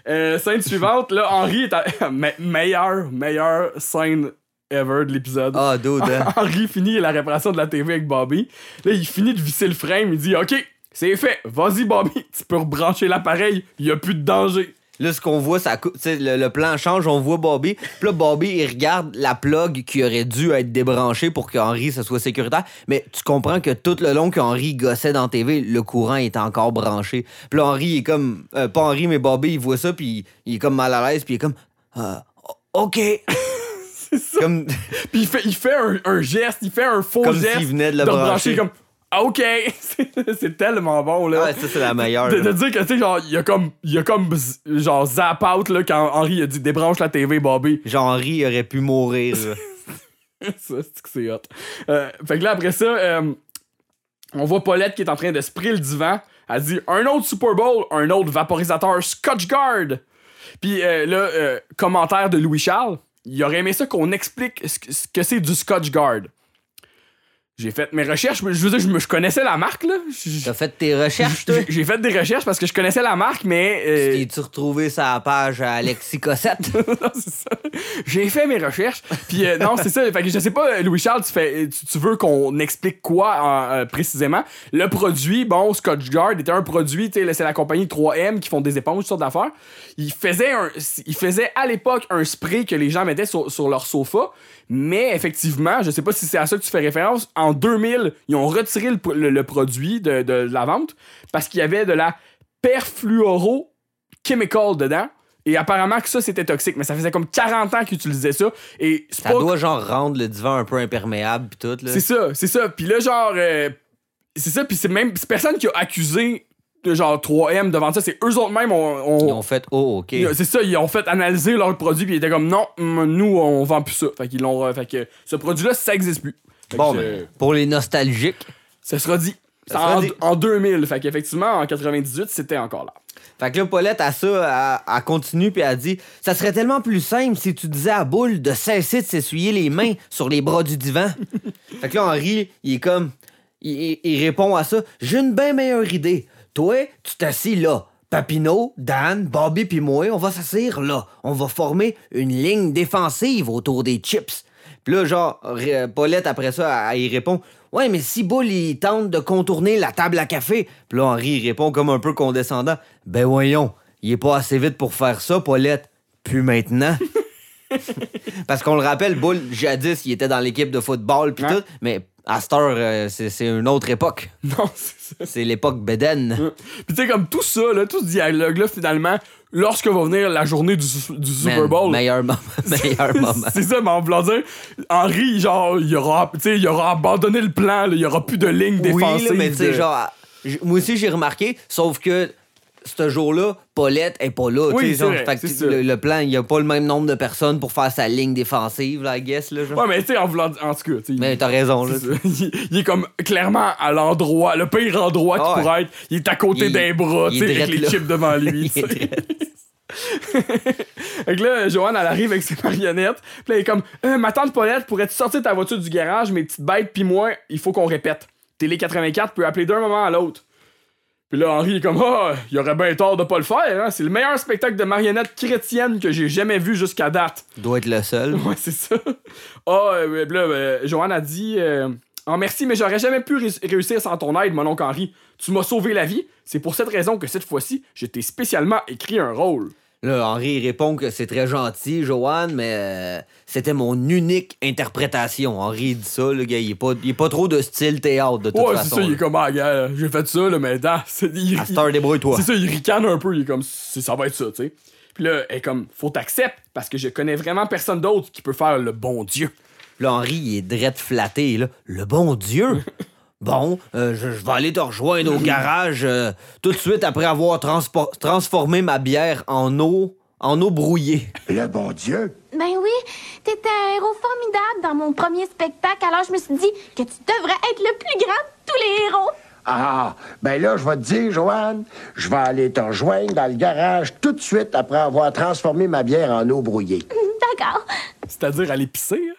Euh, scène suivante, là, Henri est à... [LAUGHS] me- meilleure, meilleure scène ever de l'épisode. [LAUGHS]
Ah, dude. hein.
Henri finit la réparation de la TV avec Bobby. Là, il finit de visser le frame. Il dit Ok, c'est fait. Vas-y, Bobby, [LAUGHS] tu peux rebrancher l'appareil. Il y a plus de danger.
Là, ce qu'on voit, ça cou- tu sais, le, le plan change, on voit Bobby. Puis là, Bobby, il regarde la plug qui aurait dû être débranchée pour que Henry se soit sécuritaire. Mais tu comprends que tout le long qu'Henry gossait dans TV, le courant est encore branché. Puis là, Henry est comme. euh, pas Henry, mais Bobby, il voit ça, puis il, il est comme mal à l'aise, puis il est comme. Ah, OK. Comme.
Puis il fait, il fait un, un geste, il fait un faux
Comme
geste.
s'il venait de le brancher.
comme Ah, Ok, [LAUGHS] C'est- c'est tellement bon, là.
Ouais, ça, c'est la meilleure.
de, de
là.
dire que, tu sais, genre, il y a comme, il y a comme z- genre, zap out, là, quand Henri a dit débranche la TV, Bobby.
Genre, Henri aurait pu mourir.
[LAUGHS]
là.
ça, c'est que c'est hot. Euh, fait que là, après ça, euh, on voit Paulette qui est en train de sprayer le divan. Elle dit un autre Super Bowl, un autre vaporisateur Scotch Guard. Puis euh, là, euh, commentaire de Louis Charles. il aurait aimé ça qu'on explique ce que- ce que c'est du Scotch Guard. J'ai fait mes recherches, mais je veux dire, je, me- je connaissais la marque, là. Je- je-
T'as fait tes recherches,
[LAUGHS]
toi?
J'ai j'ai fait des recherches parce que je connaissais la marque, mais. euh,
T'es-tu retrouvé sa page à Alexis
[LAUGHS]
Cossette?
Non, c'est ça. J'ai fait mes recherches. Puis euh, non, c'est ça. Fait que je sais pas, euh, Louis-Charles, tu, fais- tu, tu veux qu'on explique quoi en- euh, précisément? Le produit, bon, Scotch Guard était un produit, tu sais, c'est la compagnie 3M qui font des éponges, toutes sortes d'affaires. Ils faisaient, un, ils faisaient à l'époque un spray que les gens mettaient sur, sur leur sofa. Mais effectivement, je sais pas si c'est à ça que tu fais référence, en 2000, ils ont retiré le, pro- le- le produit de, de la vente parce qu'il y avait de la perfluoro chemical dedans. Et apparemment que ça, c'était toxique. Mais ça faisait comme 40 ans qu'ils utilisaient ça. Et c'est
Ça
pas-
doit genre rendre le divan un peu imperméable pis tout, là.
C'est ça, c'est ça. Puis là, genre... euh, c'est ça, puis c'est même... C'est personne qui a accusé, de genre, 3M devant ça. C'est eux autres même ont... ont-
Ils ont fait Oh, ok.
ils- C'est ça, ils ont fait analyser leur produit, puis ils étaient comme, non, hum, nous, on vend plus ça. Fait qu'ils l'ont... re- Fait que ce produit-là, ça existe plus. Fait
Bon,
que, euh,
mais pour les nostalgiques.
Ça sera dit.
Ça
en,
sera dit.
en 2000. Fait qu'effectivement, en 98, c'était encore là. [LAUGHS]
Fait que là, Paulette, à ça, elle, elle continue puis elle dit Ça serait tellement plus simple si tu disais à Boule de cesser de s'essuyer les mains sur les bras du divan. fait que là, Henri, il est comme. Il, il- il répond à ça J'ai une bien meilleure idée. Toi, tu t'assis là. Papineau, Dan, Bobby puis moi, on va s'asseoir là. On va former une ligne défensive autour des chips. Puis là, genre, Ré- euh, Paulette, après ça, elle, elle y répond Ouais, mais si Bull, il tente de contourner la table à café. Puis là, Henri, il répond comme un peu condescendant Ben voyons, il est pas assez vite pour faire ça, Paulette. Puis maintenant. [LAUGHS] Parce qu'on le rappelle, Bull, jadis, il était dans l'équipe de football, puis
Ouais.
tout. Mais à cette heure, euh, c'est c'est une autre époque.
Non, c'est ça.
C'est l'époque Beden.
Puis tu sais, comme tout ça, là, tout ce dialogue-là, finalement, lorsque va venir la journée du, du Super
Man,
Bowl.
Meilleur moment. [LAUGHS] meilleur moment.
[LAUGHS] C'est ça, mais en voulant dire, Henri, genre, il aura, tu sais, il aura abandonné le plan, là, il n'y aura plus de ligne
Oui, là,
défensive.
mais tu sais,
de-
genre, j- moi aussi j'ai remarqué, sauf que ce jour-là, Paulette est pas là. tu
Oui,
sais,
c'est
genre,
vrai,
fait que
c'est
le,
sûr.
le plan, il y a pas le même nombre de personnes pour faire sa ligne défensive, là, I guess, là, genre.
Ouais, mais tu sais, en voulant dire- en tout cas, tu sais, il-
mais t'as raison, là.
c'est [LAUGHS] ça. il, il est comme clairement à l'endroit, le pire endroit
Ah
qui
ouais.
pourrait être. Il est à côté
Il-
d'un bras, tu
il
sais,
est
avec
drette
les
là.
chips devant lui.
[LAUGHS] Il
tu
est
sais. Fait que là, Joanne, elle arrive avec ses [LAUGHS] marionnettes. Puis là, elle est comme Euh, Ma tante Paulette, pourrais-tu sortir ta voiture du garage, mes petites bêtes, puis moi, il faut qu'on répète. Télé 84 peut appeler d'un moment à l'autre. Puis là, Henri est comme Ah, il aurait bien tort de pas le faire, hein. C'est le meilleur spectacle de marionnettes chrétiennes que j'ai jamais vu jusqu'à date.
Doit être le seul.
[LAUGHS] Ouais, c'est ça. Ah, euh, puis là, euh, Joanne a dit euh, Oh, merci, mais j'aurais jamais pu réus- réussir sans ton aide, mon oncle Henri. Tu m'as sauvé la vie. C'est pour cette raison que cette fois-ci, je t'ai spécialement écrit un rôle.
Là, Henri il répond que c'est très gentil, Joanne, mais euh, c'était mon unique interprétation. Henri il dit ça, le gars, il est pas, il est pas trop de style théâtre, de toute
ouais, c'est
façon.
ça, il est
là.
comme, ah, gars, j'ai fait ça, là, mais dans, c'est, il-
À cette heure, débrouille-toi.
c'est ça, il ricane un peu, il est comme, C'est- ça va être ça, tu sais. Puis là, elle est comme, faut t'accepter, parce que je connais vraiment personne d'autre qui peut faire le bon Dieu.
Là, Henri, il est drette flatté, là. Le bon
[LAUGHS]
Dieu! Bon, euh, je, je vais aller te rejoindre au garage euh, tout de suite après avoir transpo- transformé ma bière en eau, en eau brouillée.
Le bon Dieu.
Ben oui, t'étais un héros formidable dans mon premier spectacle, alors je me suis dit que tu devrais être le plus grand de tous les héros.
Ah, ben là, je vais te dire, Joanne, je vais aller te rejoindre dans le garage tout de suite après avoir transformé ma bière en eau brouillée.
D'accord.
C'est-à-dire aller pisser, hein?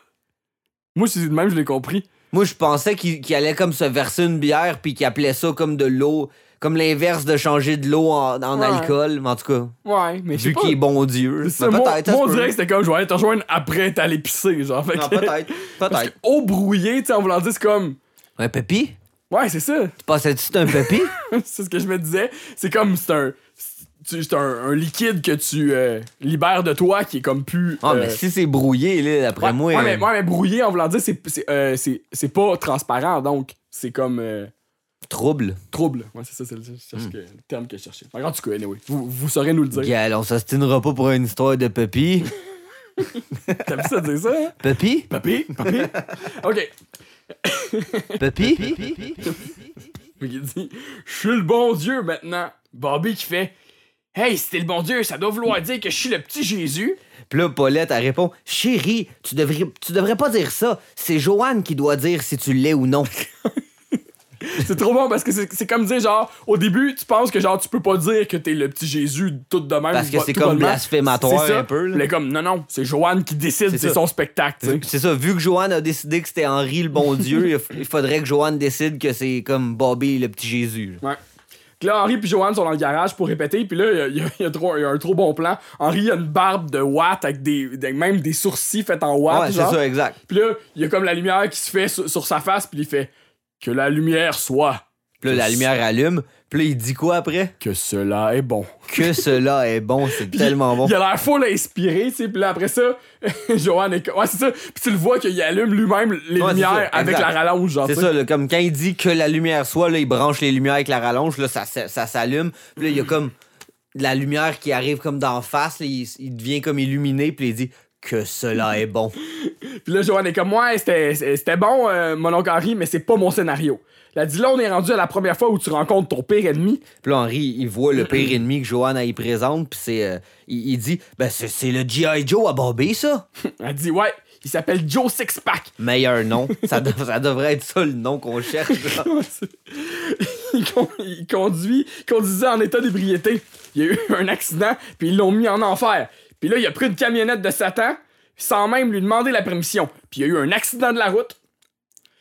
Moi, c'est de même, je l'ai compris.
Moi, je pensais qu'il qu'il allait comme se verser une bière puis qu'il appelait ça comme de l'eau, comme l'inverse de changer de l'eau en, en
Ouais.
alcool, mais en tout cas,
Ouais, mais je sais
vu
pas.
qu'il est bon Dieu.
C'est ça,
Mais
moi,
peut-être, ça
moi, on
se peut.
dirait que c'était comme, je vais aller te rejoindre après t'es allé pisser, genre. Fait
Non,
que-
peut-être,
[LAUGHS] Parce
peut-être.
que, au brouillé, tu sais, en voulant dire, c'est comme,
Un pépi?
ouais, c'est ça. [LAUGHS]
Tu pensais-tu que c'était un pépi?
c'est ce que je me disais. C'est comme, c'est un. tu- C'est un, un liquide que tu euh, libères de toi qui est comme plus.
Ah, mais
euh,
si c'est brouillé, là, après
ouais,
moi...
ouais,
euh,
mais, ouais, mais brouillé, en voulant dire, c'est c'est, euh, c'est- c'est pas transparent, donc c'est comme euh,
Trouble.
trouble. Ouais, c'est ça, c'est le, je cherche
Hmm.
que- le terme que je cherchais. Enfin, en tout cas, anyway, vous, vous saurez nous le dire.
Gal, on s'ostinera pas pour une histoire de Pepi.
T'as vu ça dire
[LAUGHS]
ça? hein?
Pepi?
Papi?
[LAUGHS]
Papi? ok.
Pepi?
Puis il dit Je suis le bon Dieu maintenant. Bobby qui fait Hey, c'était le bon Dieu, ça doit vouloir dire que je suis le petit Jésus.
Puis là, Paulette, elle répond Chérie, tu [LAUGHS] devrais, tu devrais pas dire ça. C'est Joanne qui doit dire si tu l'es ou non.
C'est trop bon parce que c'est c'est comme dire, genre, au début, tu penses que, genre, tu peux pas dire que t'es le petit Jésus tout de même.
Parce que
tout
c'est comme
bonnement.
blasphématoire
C'est ça.
un peu, là.
Mais comme, non, non, c'est Joanne qui décide,
C'est
c'est
ça.
son spectacle, tu sais.
C'est ça, vu que Joanne a décidé que c'était Henri le [LAUGHS] bon Dieu, il f- il faudrait que Joanne décide que c'est comme Bobby le petit Jésus. là.
Ouais. Fait que Là, Henri puis Joanne sont dans le garage pour répéter, puis là, il y a, il y a trop- il y a un trop bon plan. Henri il a une barbe de watt avec des, des- même des sourcils faits en watt.
ouais, c'est
genre.
ça, exact.
Puis là, il y a comme la lumière qui se fait sur, sur sa face, puis il fait Que la lumière soit,
Puis là, la lumière allume. Puis là, il dit quoi après?
que cela est bon.
Que cela est bon, c'est [LAUGHS] tellement bon.
Il a l'air full inspiré, tu sais. Puis là, après ça, [LAUGHS] Joanne est. comme- Ouais, c'est ça. Puis tu le vois qu'il allume lui-même les
Ouais, c'est
lumières
ça,
avec
exact.
la rallonge, genre.
C'est
tu sais.
ça, là, comme quand il dit que la lumière soit, là, il branche les lumières avec la rallonge, là, ça, s- ça s'allume. Puis là, il y a comme de la lumière qui arrive comme d'en face, là, il, il devient comme illuminé, puis il dit que cela est bon.
Puis là, Joanne est comme Ouais, c'était- c'était bon, euh, mon oncle Henri, mais c'est pas mon scénario. Elle a dit Là, on est rendu à la première fois où tu rencontres ton pire ennemi.
Puis là, Henri, il voit le pire ennemi que Joanne y présente, puis c'est, euh, il, il dit Ben, c'est, c'est le G.I. Joe à Bobby, ça
Elle dit Ouais, il s'appelle Joe Sixpack.
Meilleur nom. [LAUGHS] ça, dev- ça devrait être ça le nom qu'on cherche. là.
il, con- il conduit, conduisait en état d'ébriété. Il y a eu un accident, puis ils l'ont mis en enfer. Puis là, il a pris une camionnette de Satan sans même lui demander la permission. Puis il y a eu un accident de la route.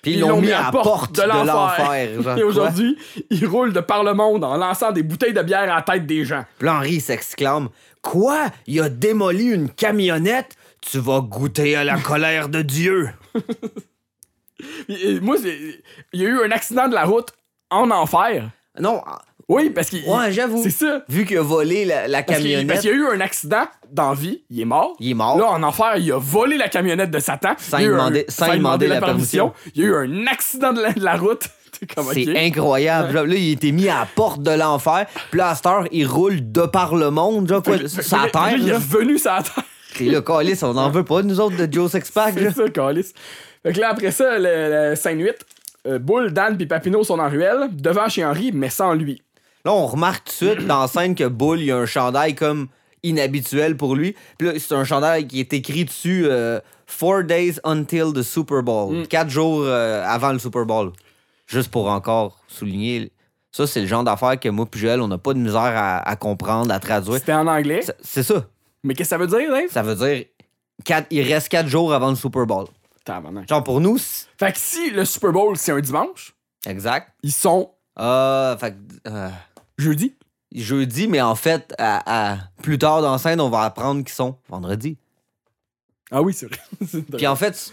Puis ils l'ont mis à la porte de l'enfer. genre,
[LAUGHS] Et
quoi.
aujourd'hui, il roule de par le monde en lançant des bouteilles de bière à la tête des gens.
Puis là, Henri s'exclame Quoi Il a démoli une camionnette Tu vas goûter à
[LAUGHS]
la colère de Dieu.
Et- et euh, moi, c'est- il y a eu un accident de la route en enfer.
Non, ah,
Oui, parce qu'il.
ouais, j'avoue.
C'est ça.
Vu qu'il a volé la, la
Parce qu'il parce
camionnette,
qu'il y a eu un accident dans la vie, il est mort.
il est mort.
Là, en enfer, il a volé la camionnette de Satan.
Sans
Il y a eu
demander-
un-
sans demander la permission.
Il y a eu un accident de la, de la route. [LAUGHS] T'es comme,
C'est
ok.
incroyable. genre. Là, il était mis à la porte de l'enfer. Puis là, à cette heure, il roule de par le monde, genre, quoi,
Fait que
sur la
là, là,
terre.
Il est
Là.
revenu sur la terre. [LAUGHS]
Et là, calice, on n'en veut pas, nous autres, de Joe Sexpack. là.
C'est ça, calice. Fait que là, après ça, le, le scène 8, euh, Bull, Dan puis Papineau sont en ruelle, devant chez Henri, mais sans lui.
Là, on remarque tout de suite dans la scène que Bull, il a un chandail comme inhabituel pour lui. Puis là, c'est un chandail qui est écrit dessus euh, Four days until the Super Bowl. Quatre jours euh, avant le Super Bowl. Juste pour encore souligner. Ça, c'est le genre d'affaire que moi puis Joël, on n'a pas de misère à, à comprendre, à traduire.
C'était en anglais.
Ça- C'est ça.
Mais qu'est-ce que ça veut dire, Dave?
Ça veut dire quatre, il reste quatre jours avant le Super Bowl.
Tabarnak.
Genre, pour nous, c'est-
Fait que si le Super Bowl, c'est un dimanche,
exact.
ils sont
Euh, fait que, euh,
jeudi.
jeudi, mais en fait, à- à- plus tard dans la scène, on va apprendre qu'ils sont vendredi.
Ah oui, c'est vrai. [LAUGHS] C'est
Puis en [LAUGHS] fait,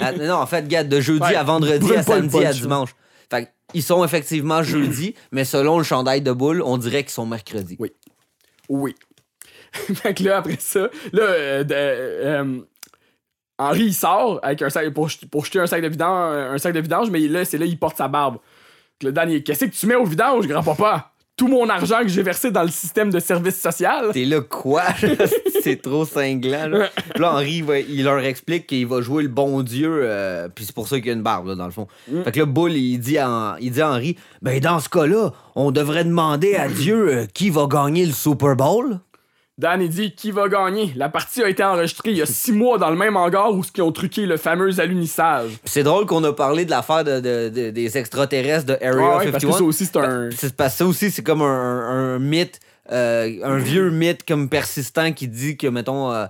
ah, non, en fait, gars, de jeudi
Ouais,
à vendredi
brûle
à
pas le
samedi à
punch,
dimanche. Fait que, ils sont effectivement
[CLEARS THROAT]
jeudi, mais selon le chandail de boule, on dirait qu'ils sont mercredi.
Oui. Oui. [LAUGHS] fait que là, après ça, là, euh, de- euh, Henri, il sort avec un sac pour, jet- pour jeter un sac de vidange, un sac de vidange mais là, c'est là, il porte sa barbe. Fait que Le dernier, qu'est-ce que tu mets au vidange, grand-papa? Tout mon argent que j'ai versé dans le système de service social.
T'es là quoi? [LAUGHS] c'est trop cinglant. Là, Puis là Henri, va- il leur explique qu'il va jouer le bon Dieu, euh, puis c'est pour ça qu'il y a une barbe, là, dans le fond.
Mm.
Fait que là, Boule, il dit à, il dit à Henri, « Ben, dans ce cas-là, on devrait demander à Dieu euh, qui va gagner le Super Bowl. »
Dan, il dit qui va gagner. La partie a été enregistrée il y a six mois dans le même hangar où ils ont truqué le fameux alunissage.
Puis c'est drôle qu'on a parlé de l'affaire de, de- de- des extraterrestres de Area Ben,
Ah ouais, parce que
51.
ça aussi, c'est un-
Puis c'est parce que ça aussi, c'est comme un, un- un mythe, euh, un vieux mythe comme persistant qui dit que, mettons, euh,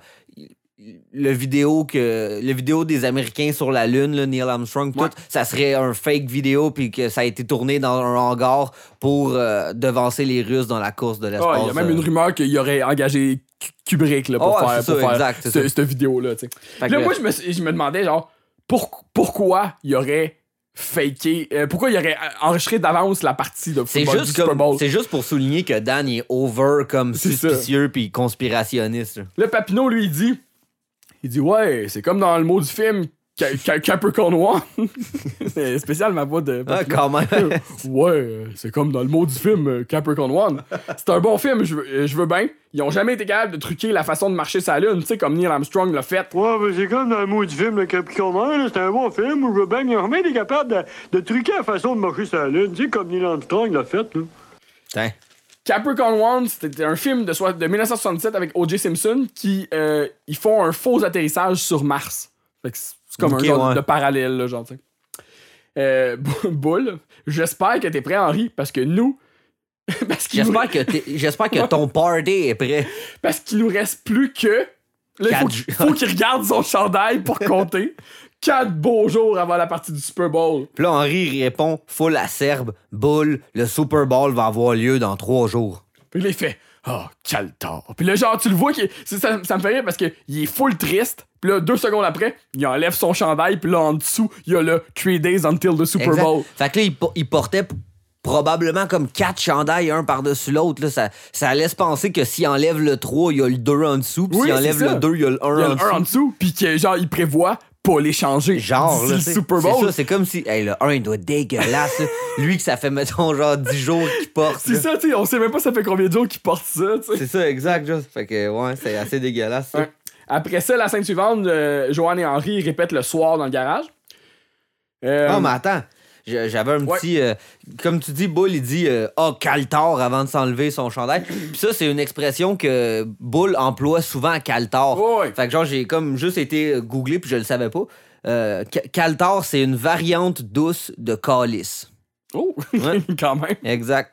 le vidéo que le vidéo des Américains sur la Lune, là, Neil Armstrong, tout,
Ouais.
ça serait un fake vidéo, puis que ça a été tourné dans un hangar pour euh, devancer les Russes dans la course de
Ah,
l'espace.
il y a même une
euh.
rumeur qu'il aurait engagé Ku- Kubrick là, pour
Ah ouais,
faire,
c'est ça,
pour faire
exact, c'est
ce-
ça.
cette vidéo-là. tu sais.
Fait que
Là,
là-
moi, je me, suis- je me demandais, genre, pour- pourquoi il aurait faké, euh, pourquoi il aurait enregistré d'avance la partie de
C'est
football du
juste,
Super
comme-
Bowl.
c'est juste pour souligner que Dan il est over comme
C'est ça.
suspicieux puis conspirationniste. là.
Le Papineau, lui, il dit, il dit, ouais, c'est comme dans le mot du film, Ca- Ca- Capricorn One. [LAUGHS] c'est spécial ma voix de.
Ah, quand
[LAUGHS]
même.
Ouais, euh, c'est comme dans le mot du film euh, Capricorn One. C'est un bon film, je veux, euh, je veux bien. Ils ont jamais été capables de truquer la façon de marcher sa lune, tu sais, comme Neil Armstrong l'a fait.
Ouais, ben c'est comme dans le mot du film, le Capricorne 1, là, c'est un bon film où Robin Yorman est capable de, de truquer la façon de marcher sur la Lune, tu sais, comme Neil Armstrong l'a fait, là.
Putain.
Capricorn One, c'était un film de, soi- de 1967 avec O.J. Simpson qui euh, ils font un faux atterrissage sur Mars. Fait que c'est c'est comme
Ok,
un genre
ouais.
de parallèle, là, genre, tu sais. euh, [LAUGHS] Boule, j'espère que t'es prêt, Henri, parce que nous. [LAUGHS] parce qu'il nous,
J'espère que, t'es- j'espère que ton party est prêt.
parce qu'il nous reste plus que. Là, il faut
Quatre
qu'il-
jours.
faut qu'il regarde son chandail
[LAUGHS]
pour compter. Quatre beaux jours avant la partie du Super Bowl.
Puis là, Henri répond full à Serbe, boule, le Super Bowl va avoir lieu dans trois jours.
Puis là, il fait Oh, quel tort. Puis là, genre, tu le vois, qui ça, ça me fait rire parce qu'il est full triste. Puis là, deux secondes après, il enlève son chandail. Puis là, en dessous, il y a le 3 Days Until the Super
Exact.
Bowl.
Fait que là, il, po- il portait p- probablement comme quatre chandails un par-dessus l'autre. là. Ça, ça laisse penser que s'il enlève le 3, il y a le 2 en dessous. Puis
Oui,
s'il
c'est
enlève
ça.
le 2, il y a le 1
Il y a
en
le un
dessous.
en dessous. Puis que, genre, il prévoit pas les changer.
Genre,
d'ici
là,
le
tu sais.
Super
C'est
Bowl.
ça, c'est comme si, hey, le 1, il doit être dégueulasse. là. Lui, que ça fait, mettons, genre 10 jours qu'il porte.
C'est
là.
ça, tu sais, on sait même pas ça fait combien de jours qu'il porte ça, tu sais.
C'est ça, exact. Juste. Fait que, ouais, c'est assez dégueulasse. ça.
Ouais. Après ça, la scène suivante, euh, Joanne et Henri répètent le soir dans le garage. Euh,
Ah, mais attends. Je- J'avais un
Ouais.
petit. euh, comme tu dis, Bull, il dit euh, Ah, Caltar avant de s'enlever son
[CLEARS THROAT]
chandail. Puis ça, c'est une expression que Bull emploie souvent à Caltar.
Ouais.
Fait que, genre, j'ai comme juste été euh, googlé puis je le savais pas. Euh, Ca- Caltar, c'est une variante douce de calice.
[LAUGHS] Oh,
Ouais.
quand même.
Exact.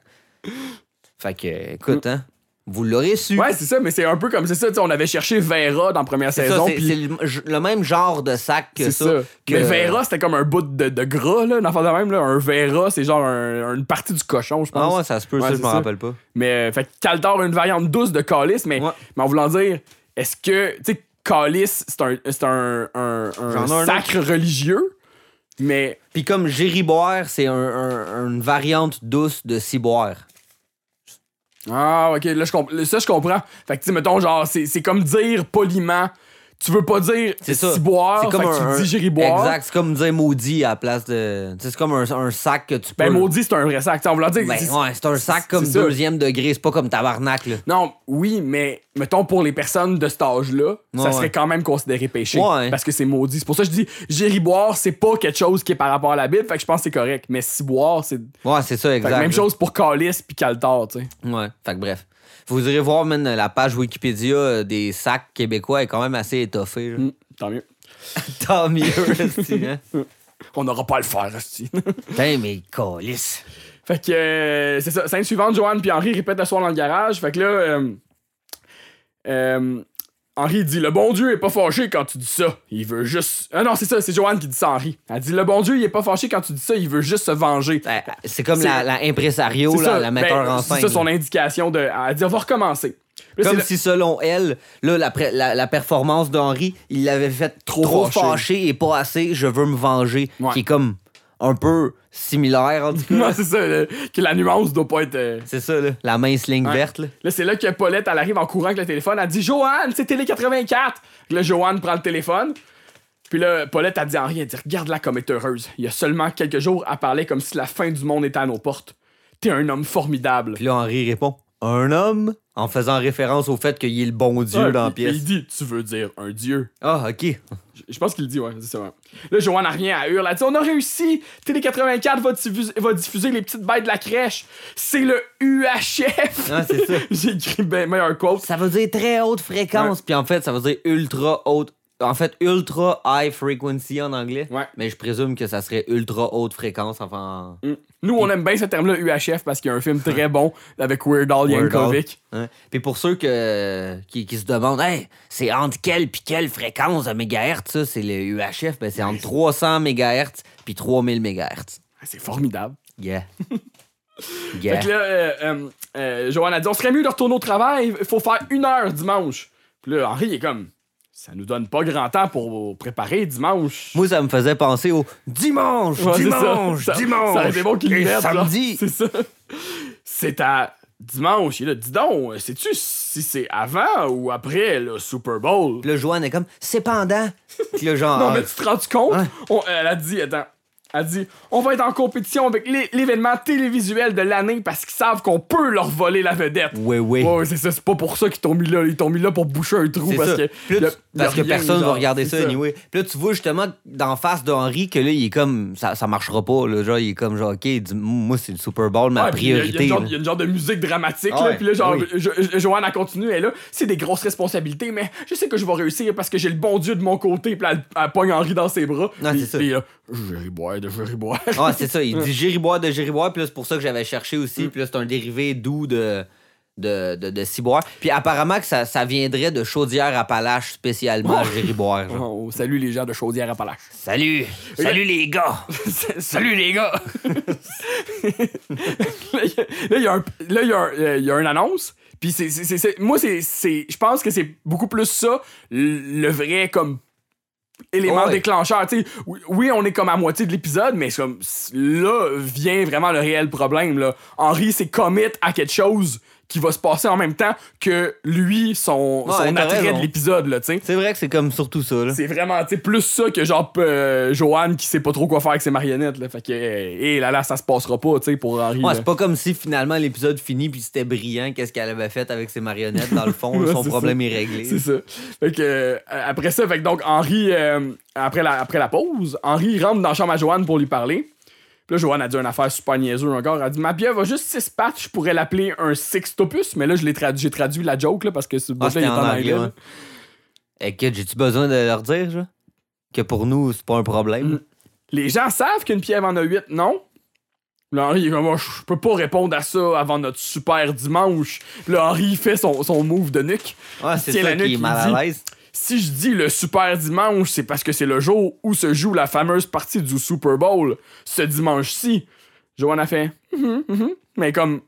Fait que, euh, écoute, hein, vous l'aurez su.
Ouais, c'est ça, mais c'est un peu comme c'est ça, tu sais, on avait cherché Vera dans la première
c'est ça,
saison.
c'est
puis
c'est le, j- le même genre de sac que
C'est
ça.
ça.
que-
Mais Vera, c'était comme un bout de, de gras, là, une affaire de même. Là. Un Vera, c'est genre un- une partie du cochon, je pense.
Ah ouais, ça se peut,
Ouais,
ça, je
c'est
m'en
ça.
rappelle pas.
Mais euh, fait que Caldor a une variante douce de Calis, mais,
Ouais.
mais en voulant dire, est-ce que. Tu sais, Calis, c'est un, c'est un, un, un
J'en ai un
sacre religieux, mais.
Puis comme Gériboire, c'est un- un- une variante douce de Ciboire.
Ah, ok, là, je comp- ça, je comprends. Fait que, tu sais, mettons, genre, c'est c'est comme dire poliment. Tu veux pas dire
C'est ça.
ciboire, fait que tu
un-
dis gériboire.
Exact, c'est comme dire maudit à la place de. tu sais, C'est comme un, un sac que tu peux.
Ben, maudit, c'est un vrai sac. Tu sais, en voulant dire.
Ben,
c'est-
ouais, c'est un sac comme
c'est ça.
deuxième degré, c'est pas comme tabarnak, là.
Non, oui, mais mettons pour les personnes de cet âge-là,
Ouais,
ça serait
ouais.
quand même considéré péché.
Ouais.
Parce que c'est maudit. C'est pour ça que je dis, gériboire, c'est pas quelque chose qui est par rapport à la Bible, fait que je pense que c'est correct. Mais ciboire, c'est.
Ouais, c'est ça,
Fait
exact.
que même
là.
chose pour Calis puis Caltar, tu sais.
Ouais, fait que bref. Vous irez voir, man, la page Wikipédia euh, des sacs québécois est quand même assez étoffée. là.
Hmm, tant mieux.
[LAUGHS] Tant mieux, esti,
[LAUGHS]
hein.
On n'aura pas à le faire, aussi.
Putain, mais calice.
Fait que euh, c'est ça. Scène suivante, Joanne puis Henri répètent le soir dans le garage. Fait que là, euh, euh, Henri dit Le bon Dieu est pas fâché quand tu dis ça. Il veut juste. Ah non, c'est ça, c'est Joanne qui dit ça, à Henri. Elle dit Le bon Dieu, il est pas fâché quand tu dis ça, il veut juste se venger.
Ben, C'est comme
C'est-
la, la impresario,
C'est
là,
ça,
la metteur
ben,
en
C'est
scène.
ça son indication de. Elle dit On va recommencer. Là,
Comme
c'est
si, selon elle, là, la, pré- la- la performance d'Henri, il l'avait faite trop,
fâché.
fâché. et pas assez, je veux me venger,
Ouais.
qui est comme un peu similaire, en tout
le- [LAUGHS] Non,
cas.
c'est ça, le- que la nuance doit pas être. euh,
[LAUGHS] c'est ça, là, la mince ligne
Ouais.
verte. Là.
Là, c'est là que Paulette, elle arrive en courant avec le téléphone. Elle dit Joanne, c'est Télé 84. Là, Joanne prend le téléphone. Puis là, Paulette, elle dit Henri, elle dit Regarde-la comme elle est heureuse. Il y a seulement quelques jours, elle parlait comme si la fin du monde était à nos portes. T'es un homme formidable.
Puis là, Henri répond Un homme en faisant référence au fait qu'il est le bon Dieu
Ouais,
dans la
puis- puis
pièce.
Il dit Tu veux dire un dieu
[LAUGHS] Ah, ok.
Je- Je pense qu'il le dit, ouais, c'est ça, ouais. Là, Joanne a rien à hurler. Elle dit On a réussi Télé 84 va, diffuser- va diffuser les petites bêtes de la crèche. C'est le UHF
Ah, c'est ça.
[LAUGHS] J'ai écrit ben meilleur quote.
Ça veut dire très haute fréquence, puis en fait, ça veut dire ultra haute. En fait, ultra high frequency en anglais.
Ouais.
Mais je présume que ça serait ultra haute fréquence. Enfin.
Mm. Nous, on aime bien ce terme-là, UHF, parce qu'il y a un film très bon avec Weird Al
Weird Al.
Yankovic.
hein. Puis pour ceux que, qui, qui se demandent, hey, c'est entre quelle puis quelle fréquence de mégahertz, ça, c'est le UHF, ben c'est entre 300 mégahertz puis 3000 mégahertz.
Ah, C'est formidable. [LAUGHS]
Yeah.
Fait
yeah.
que là, euh, euh, euh, Joanne a dit on serait mieux de retourner au travail, il faut faire une heure dimanche. Puis là, Henri est comme ça nous donne pas grand temps pour préparer dimanche.
Moi, ça me faisait penser au dimanche,
Ouais, c'est ça.
dimanche,
Ça-
dimanche.
Ça aurait été bon qu'il
et
le mette, genre.
samedi.
[LAUGHS] C'est ça. C'est à dimanche. Et là, dis donc, euh, sais-tu si c'est avant ou après le Super Bowl?
Puis là, Joanne est comme, c'est pendant. Puis là, genre,
[LAUGHS] Non, mais tu te rends compte?
Hein?
On- elle a dit, attends. Elle dit, on va être en compétition avec l'é- l'événement télévisuel de l'année parce qu'ils savent qu'on peut leur voler la vedette.
ouais, ouais.
Ouais, ouais, c'est ça, c'est pas pour ça qu'ils t'ont mis là. Ils t'ont mis là pour boucher un trou
C'est
parce
ça.
que.
Puis là,
le-
tu- parce
le
que
rien,
personne va
genre,
regarder
c'est
ça, anyway. Puis là, tu vois justement d'en face de Henri que là, il est comme ça, ça marchera pas. Là, genre, il est comme genre, ok, il dit, moi, c'est le Super Bowl, ma
Ouais, puis il y a-
priorité.
Il y, a une
là.
genre- il y a une genre de musique dramatique,
Ah
là,
ouais,
puis là, genre,
oui.
Jo- Jo- Joanne, elle continue, elle est là, c'est des grosses responsabilités, mais je sais que je vais réussir parce que j'ai le bon Dieu de mon côté, puis là, elle, elle pogne Henri dans ses bras.
Non,
puis- euh,
c'est ça.
puis, là, Jerry Boy, Gériboire de [LAUGHS] Gériboire.
Ah, c'est ça, il dit Gériboire de Gériboire, puis là, c'est pour ça que j'avais cherché
Mm.
aussi, puis là, c'est un dérivé doux de, de, de, de Ciboire. Puis apparemment que ça, ça viendrait de Chaudière-Appalaches,
[LAUGHS]
spécialement Gériboire. genre.
On salue Oh, les gens de Chaudière-Appalaches.
Salut! Salut les gars!
[LAUGHS]
[LAUGHS]
Salut les gars! là, il y a- là, il y a, un- là, il y a un- euh, il y a une annonce. Puis c'est, c'est- c'est- c'est- moi, c'est, c'est- je pense que c'est beaucoup plus ça, le le vrai comme élément
Ouais.
déclencheur. Tu sais, oui, oui, on est comme à moitié de l'épisode, mais c'est comme, c'est- là vient vraiment le réel problème. Là. Henri s'est commit à quelque chose qui va se passer en même temps que lui, son,
Ouais,
son
t'as
attrait
raison.
de l'épisode. Là, tu sais.
C'est vrai que c'est comme surtout ça, là.
C'est vraiment, tu sais, plus ça que genre euh, Joanne qui sait pas trop quoi faire avec ses marionnettes. Là. Fait que, hé là là, ça se passera pas, tu sais, pour Henri.
Ouais,
là.
c'est pas comme si finalement l'épisode finit puis c'était brillant qu'est-ce qu'elle avait fait avec ses marionnettes dans le [LAUGHS] fond,
Ouais,
son
c'est
problème
ça.
est réglé.
C'est ça. Fait que, euh, après ça, fait que donc Henri, euh, après, la, après la pause, Henri rentre dans la chambre à Joanne pour lui parler. Puis là, Joanne a dit une affaire super niaiseuse encore. Elle a dit Ma pieuvre a juste 6 pattes, je pourrais l'appeler un sextopus. Mais là, je l'ai traduit, j'ai traduit la joke là, parce que ce
Ah,
bout-là, il
c'était
est
en anglais.
là.
ouais. Eh, que j'ai-tu besoin de leur dire, genre? Que pour nous, c'est pas un problème.
Les gens savent qu'une pieuvre en a 8, non? Là, Henri, il est comme, Oh, je peux pas répondre à ça avant notre super dimanche. Puis Là, Henri, il fait son, son move de nuque.
Ouais,
Il
Ah, c'est
tient la
ça
nuque,
qui est
il
mal à
dit-
l'aise.
Si je dis le super dimanche, c'est parce que c'est le jour où se joue la fameuse partie du Super Bowl, ce dimanche-ci. Joanne a fait, Mhm, mhm. mais comme.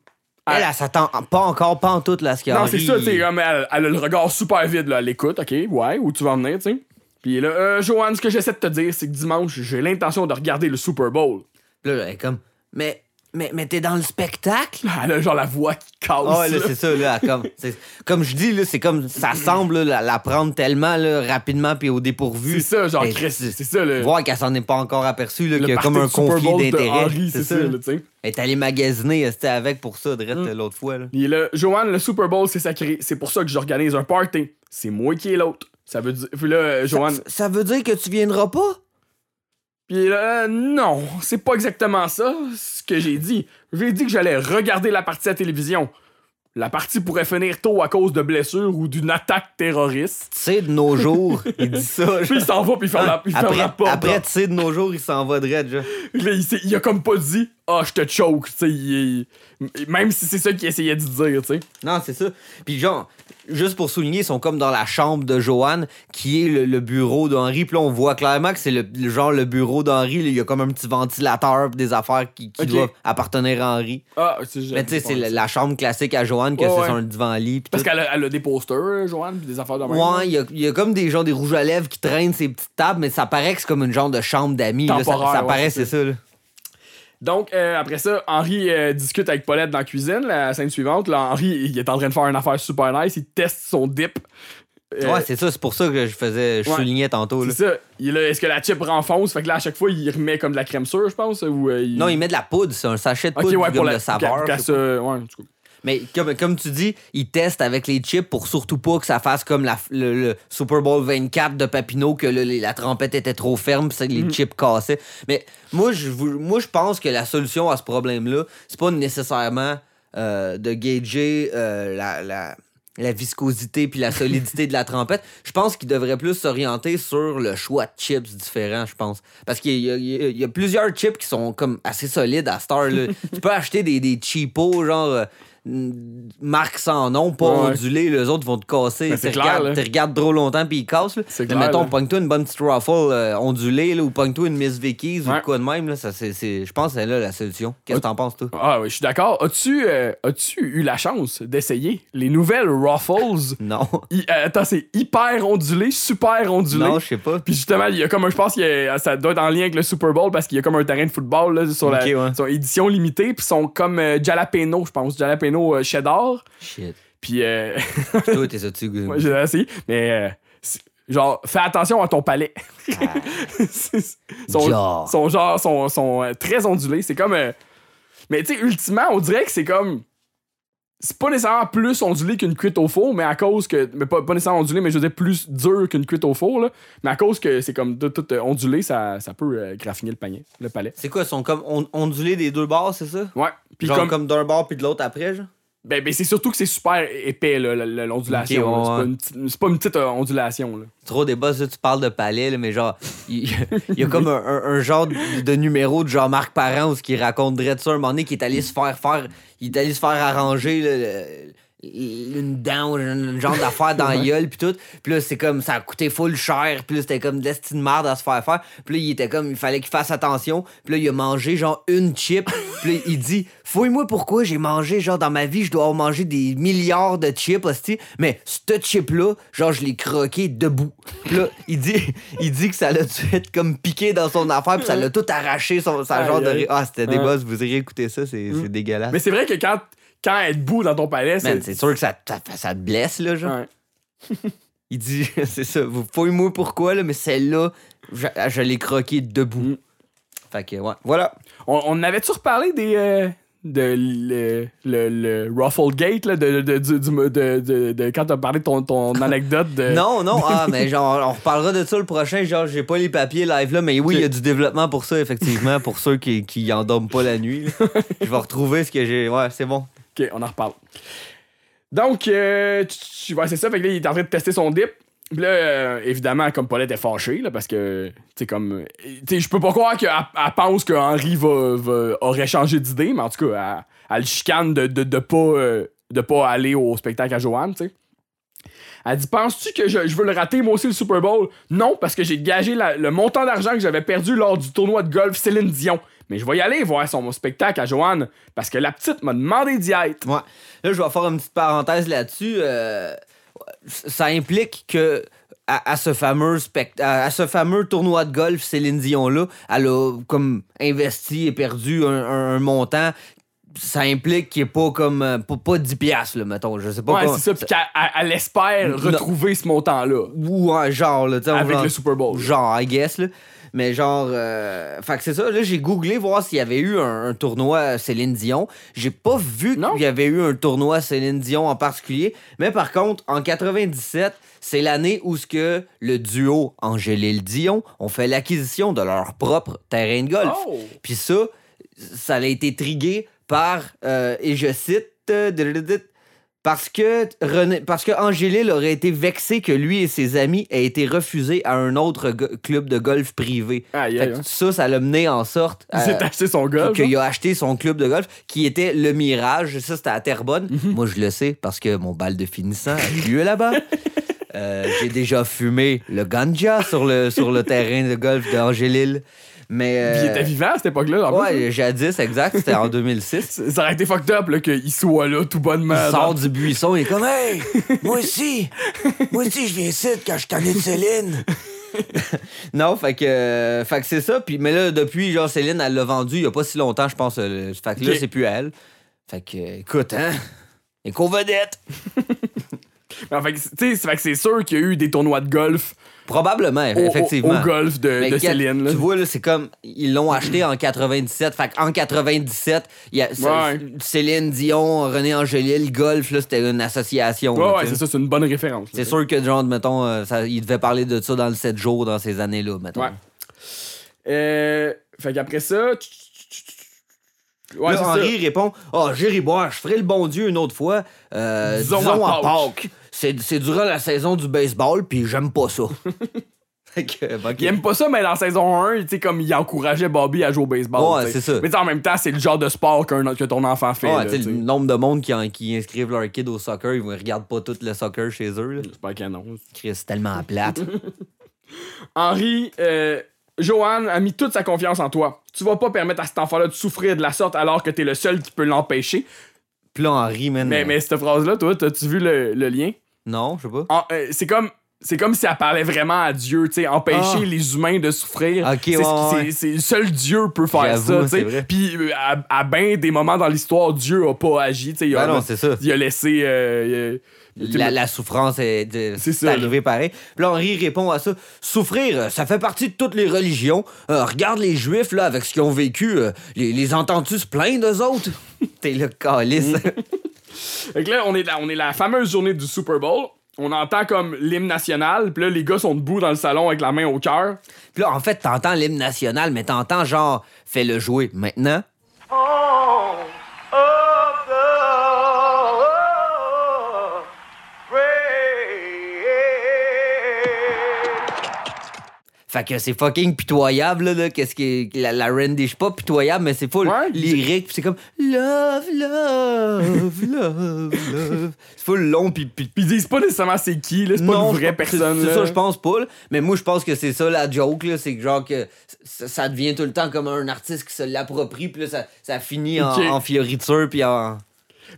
Elle, elle, s'attend pas encore, pas en tout, là, ce qu'il y a
Non, c'est
Henri,
ça, tu sais,
il-
comme elle, elle a le regard super vide, là. Elle écoute, ok, ouais, où tu vas en venir, tu sais. Puis là, Euh, Joanne, ce que j'essaie de te dire, c'est que dimanche, j'ai l'intention de regarder le Super Bowl.
Puis Là, elle est comme, mais, mais, mais t'es dans le spectacle?
Là, Elle a genre la voix qui casse.
Ah, ouais, là,
là.
c'est ça, là, comme, c'est- comme je dis, là, c'est comme, ça semble, là, la, la prendre tellement, là, rapidement, puis au dépourvu.
C'est ça, genre,
Mais
Chris,
c'est-
c'est ça, le.
Voir qu'elle s'en est pas encore aperçue, là,
Euh, le
qu'il y a
party
comme un
du Super
conflit
Bowl de
d'intérêts.
Henry, C'est ça, là, Ah. tu sais.
Elle est allée magasiner, elle était avec pour ça, direct, l'autre fois, là.
Il est là, Joanne, le Super Bowl, c'est sacré. C'est pour ça que j'organise un party. C'est moi qui est l'autre. Ça veut dire. Puis là, euh, Joanne.
Ça, ça veut dire que tu viendras pas?
Puis là, euh, non, c'est pas exactement ça, ce que j'ai dit. J'ai dit que j'allais regarder la partie à la télévision. La partie pourrait finir tôt à cause de blessures ou d'une attaque terroriste.
Tu sais, de nos
[LAUGHS]
jours, il dit ça,
Puis il s'en va, puis il ferme la, il ferme
Ah, Après,
la porte.
après, tu sais, de nos jours, il s'en va direct, genre.
Là, il, s'est- il a comme pas dit « Ah, je te choke », tu sais, il- il- même si c'est ça qu'il essayait de dire, tu sais.
Non, c'est ça. Puis genre, juste pour souligner, ils sont comme dans la chambre de Joanne, qui est le, le bureau d'Henri. Puis là, on voit clairement que c'est le, le genre le bureau d'Henri. là, Il y a comme un petit ventilateur, puis des affaires qui, qui
Ok.
doivent appartenir à Henri.
Ah, tu sais,
Mais tu sais, c'est
j'avais
la,
pas
la chambre classique à Joanne, que
Ouais,
c'est
ouais.
un divan-lit. puis
Parce
tout.
qu'elle a, elle a des posters, hein, Joanne, puis des affaires de même.
Ouais, il y a, il y a comme des gens, des rouges à lèvres qui traînent ces petites tables, mais ça paraît que c'est comme une genre de chambre d'amis. là. Ça,
Temporaire,
ça
ouais,
paraît,
c'est
c'est ça. là.
Donc, euh, après ça, Henri euh, discute avec Paulette dans la cuisine, la scène suivante. Là, Henri, il est en train de faire une affaire super nice, il teste son dip. Euh,
Ouais, c'est ça. C'est pour ça que je faisais, je
ouais.
soulignais tantôt.
c'est
là.
ça. Il est là, est-ce que la chip renfonce? Fait que là, à chaque fois, il remet comme de la crème sûre, je pense. Ou, euh, il...
Non, il met de la poudre, c'est un sachet de
Ok,
poudre
ouais,
comme
pour la
de saveur.
pour qu'elle
je sais
se- ouais, en tout cas.
Mais comme, comme tu dis, ils testent avec les chips pour surtout pas que ça fasse comme la, le, le Super Bowl 24 de Papineau, que le- les- la trompette était trop ferme, pis ça, les chips cassaient. Mais moi, je vou- moi, je pense que la solution à ce problème-là, c'est pas nécessairement euh, de gager euh, la, la, la viscosité puis la solidité de la trompette. Je pense qu'il devrait plus s'orienter sur le choix de chips différents, je pense. Parce qu'il y, a- il y a- il y a plusieurs chips qui sont comme assez solides à Star. Là.
[LAUGHS]
tu peux acheter des, des cheapos, genre euh, n- marque sans nom, pas
Ouais.
ondulé, les autres vont te casser.
Ben,
Tu
c'est clair, là.
regardes, tu regardes trop longtemps puis ils cassent. là.
C'est
Mais
clair,
mettons,
là.
pogne-toi une bonne petite raffle euh, ondulée là, ou pogne-toi une Miss Vicky's ou
Ouais.
de quoi de même. Là, ça, c'est, c'est- je pense que c'est là la solution. Qu'est-ce que t'en penses, toi?
Ah oui, je suis d'accord. As-tu euh, as-tu eu la chance d'essayer les nouvelles Ruffles?
Non.
Hi- euh, attends, c'est hyper ondulé, super ondulé.
non, je sais pas.
Puis justement, il y a comme un, je pense que ça doit être en lien avec le Super Bowl parce qu'il y a comme un terrain de football là, sur la
Ok, ouais.
sur édition limitée. Puis ils sont comme euh, Jalapeno, je pense, Jalapeno euh, cheddar.
Shit.
Puis euh,
toi, t'es ça,
[LAUGHS]
tu
moi, j'ai essayé, mais euh, c'est- genre, fais attention à ton palais. [LAUGHS] C'est- son,
Genre.
son genre, sont sont, euh, très ondulés. C'est comme. euh, mais tu sais, ultimement, on dirait que c'est comme. C'est pas nécessairement plus ondulé qu'une cuite au four, mais à cause que. Mais pas, pas nécessairement ondulé, mais je veux dire plus dur qu'une cuite au four, là. Mais à cause que c'est comme de- tout euh, ondulé, ça, ça peut euh, graffiner le panier, le palais.
C'est quoi, ils sont comme on- ondulés des deux bords, c'est ça?
Ouais. Puis
genre
comme,
comme, d'un bord puis de l'autre après, genre?
Ben, ben, c'est surtout que c'est super épais, là, le- le-
Ok,
l'ondulation. là. C'est
ouais.
pas une petite- C'est pas, une petite euh, ondulation. Là.
Trop débat, ça, tu parles de palais, là, mais genre, il il y a comme un, un- un genre de de numéro de Jean-Marc Parent où ce qu'il raconte Dredd ça un moment donné qui est allé se faire faire. Il est allé se faire arranger là, le- une dent ou un un genre d'affaire dans la gueule puis tout. Puis là, c'est comme ça a coûté full cher, puis là, c'était comme de l'esti de merde à se faire faire. Puis là, il était comme il fallait qu'il fasse attention. Puis là, il a mangé genre une chip. Puis là, il dit Fouille-moi pourquoi j'ai mangé, genre dans ma vie, je dois avoir mangé des milliards de chips, hostie. mais ce chip-là, genre je l'ai croqué debout. Puis là, il dit, il dit que ça l'a dû être comme piqué dans son affaire, puis ça l'a tout arraché, son, sa
Aïe,
genre de.
aïe.
Ah, c'était des
Ouais. Mm.
boss, vous irez écouter ça, c'est c'est dégueulasse.
Mais c'est vrai que quand, quand être bout dans ton palais,
Man,
c'est.
c'est sûr que ça, ça, ça te blesse, là, genre.
Ouais.
Il dit, [LAUGHS] c'est ça, vous fouillez-moi pourquoi, là, mais celle-là, je, je l'ai croqué debout.
Mm.
Fait que, ouais, voilà.
On, on avait-tu reparlé des. euh, de le, le, le Ruffle Gate, là, de, de, du- du- de- de- de- quand t'as parlé de
[LAUGHS]
ton, ton anecdote de.
Non, non,
[LAUGHS]
ah, mais genre, on reparlera de ça le prochain. Genre, j'ai pas les papiers live là, mais oui, il y a du développement pour ça, effectivement, pour ceux qui, qui en dorment pas la nuit.
[LAUGHS]
là. Je vais retrouver ce que j'ai. Ouais, c'est bon.
Ok, on en reparle. Donc, euh, tu- tu- ouais, c'est ça. Fait que là, il est en train de tester son dip. Puis là, euh, évidemment, comme Paulette est fâchée, là, parce que, tu sais, comme. euh, Tu sais, je peux pas croire qu'elle elle pense que Henry va, va- aurait changé d'idée, mais en tout cas, elle, elle le chicane de, de, de pas, euh, de pas aller au spectacle à Joanne, tu sais. Elle dit Penses-tu que je, je veux le rater moi aussi le Super Bowl Non, parce que j'ai gagé la- le montant d'argent que j'avais perdu lors du tournoi de golf Céline Dion. Mais je vais y aller voir son spectacle à Joanne, parce que la petite m'a demandé d'y être.
Ouais. Là, je vais faire une petite parenthèse là-dessus. Euh, ça implique que à, à ce fameux spect- à, à ce fameux tournoi de golf Céline Dion là, elle a comme investi et perdu un, un- un montant. Ça implique qu'il n'est pas comme euh, pas, pas 10 piastres, là, mettons. Je sais pas
Ouais,
comment-
c'est ça. Puis qu'elle elle- elle espère
Non.
retrouver ce montant-là.
ou un genre là, tu sais, on
Avec
va-
le Super Bowl.
Genre, I guess là. Mais genre, euh, fait que c'est ça. Là, j'ai googlé voir s'il y avait eu un, un tournoi Céline Dion. J'ai pas vu
Non.
qu'il y avait eu un tournoi Céline Dion en particulier. Mais par contre, en 97, c'est l'année où ce que le duo Angélil Dion ont fait l'acquisition de leur propre terrain de golf.
Oh!
Puis ça, ça a été trigué par, euh, et je cite, euh, dududut, parce que, René, parce que Angélil aurait été vexé que lui et ses amis aient été refusés à un autre go- club de golf privé.
Aïe,
Fait
aïe,
que
hein.
ça, ça l'a mené en sorte
Il s'est
euh,
acheté son golf. hein.
qu'il a acheté son club de golf qui était le Mirage. Ça, c'était à Terrebonne.
Mhm.
Moi, je le sais parce que mon bal de finissant a lieu
[LAUGHS]
là-bas. Euh, J'ai déjà fumé le ganja sur le, sur le terrain de golf d'Angélil. Mais.
Puis il
euh,
était vivant à cette époque-là. en plus. hein.
Ouais, jadis, exact, c'était en
[LAUGHS]
2006.
Ça ça aurait été fucked up là, qu'il soit là tout
Il
bonnement.
sort
dans-
du buisson, il est comme Hey, moi aussi, moi aussi, je viens ici quand je t'en de
[LAUGHS]
Céline. non, fait que, euh, fait que c'est ça. Puis, mais là, depuis, genre, Céline, elle l'a vendu il y a pas si longtemps, je pense. euh, le- fait que là,
Ok.
c'est plus elle. Fait que, euh, écoute, hein, éco-vedette.
Ah, fait que, tu sais, c'est fait que c'est sûr qu'il y a eu des tournois de golf
Probablement,
au, au-
effectivement.
au golf de,
Mais
Euh, de
quatre-
Céline. là.
Tu vois, là, c'est comme, ils l'ont acheté en 97. Fait qu'en 97, il y a, ça-
Ouais.
Céline Dion, René Angélil, golf, là, c'était une association. là,
Ouais, ouais,
tu sais.
c'est ça, c'est une bonne référence.
C'est sûr que, genre, mettons, euh, ça, il devait parler de ça dans le 7 jours dans ces années-là, mettons.
Ouais. Euh, fait qu'après ça. tu- tu- tu- tu- tu- Ouais,
Là,
c'est
Henri répond Ah, j'irai boire, je ferai le bon Dieu une autre fois. Euh,
Disons
disons,
à
à
Pâques.
Pâques. C'est, c'est durant la saison du baseball, puis j'aime pas
[LAUGHS]
ça. Fait que, euh, ok.
Il aime pas ça, mais dans saison 1, tu sais, comme il encourageait Bobby à jouer au baseball.
Ouais,
tu sais.
c'est ça.
Mais tu sais, en même temps, c'est le genre de sport qu'un autre- que ton enfant fait.
Ouais,
là,
Ah, tu sais,
tu sais.
le nombre de monde qui, en- qui inscrivent leur kid au soccer, ils regardent pas tout le soccer chez eux. là.
C'est pas canon.
Chris, c'est tellement plate.
Henri, euh, Johan a mis toute sa confiance en toi. Tu vas pas permettre à cet enfant-là de souffrir de la sorte alors que t'es le seul qui peut l'empêcher.
puis là, Henri, man.
Mais,
euh,
mais cette phrase-là, toi, t'as-tu vu le, le lien?
Non, je sais pas.
En- euh, c'est comme. C'est comme si elle parlait vraiment à Dieu, tu sais, empêcher
Ah.
les humains de souffrir.
Ok, ouais,
c'est, ce qui-
ouais.
c'est- c'est- seul Dieu peut faire
J'avoue,
ça, tu
c'est
sais.
vrai.
Puis euh, à, à bien des moments dans l'histoire, Dieu a pas agi, tu sais. il
Ben
a-
non, c'est ça.
il a laissé. euh, euh, tu sais,
La,
le-
la souffrance est, de-
C'est
c'est
ça,
arrivé pareil. Puis là, Henri répond à ça. Souffrir, euh, ça fait partie de toutes les religions. Euh, regarde les Juifs là avec ce qu'ils ont vécu. euh, les les entends-tu se plaindre d'eux autres? [LAUGHS] T'es le calice.
Fait que là, on est, la, on est la fameuse journée du Super Bowl. On entend comme l'hymne national, puis là, les gars sont debout dans le salon avec la main au cœur.
Puis là, en fait, t'entends l'hymne national, mais t'entends genre, fais-le jouer maintenant.
Oh, oh,
Fait que c'est fucking pitoyable, là, là, qu'est-ce qui la, la rendition. Pas pitoyable, mais c'est full
Ouais,
lyrique, puis c'est comme love, love, love, love. C'est full long, puis puis-
Puis ils disent pas nécessairement c'est qui, là, c'est pas
Non,
une vraie
je pense-
personne.
C'est c'est
là.
ça, je pense pas. là. Mais moi, je pense que c'est ça la joke, là. C'est que genre que ça, ça devient tout le temps comme un artiste qui se l'approprie, puis là, ça, ça finit en,
Ok.
en fioriture, puis en.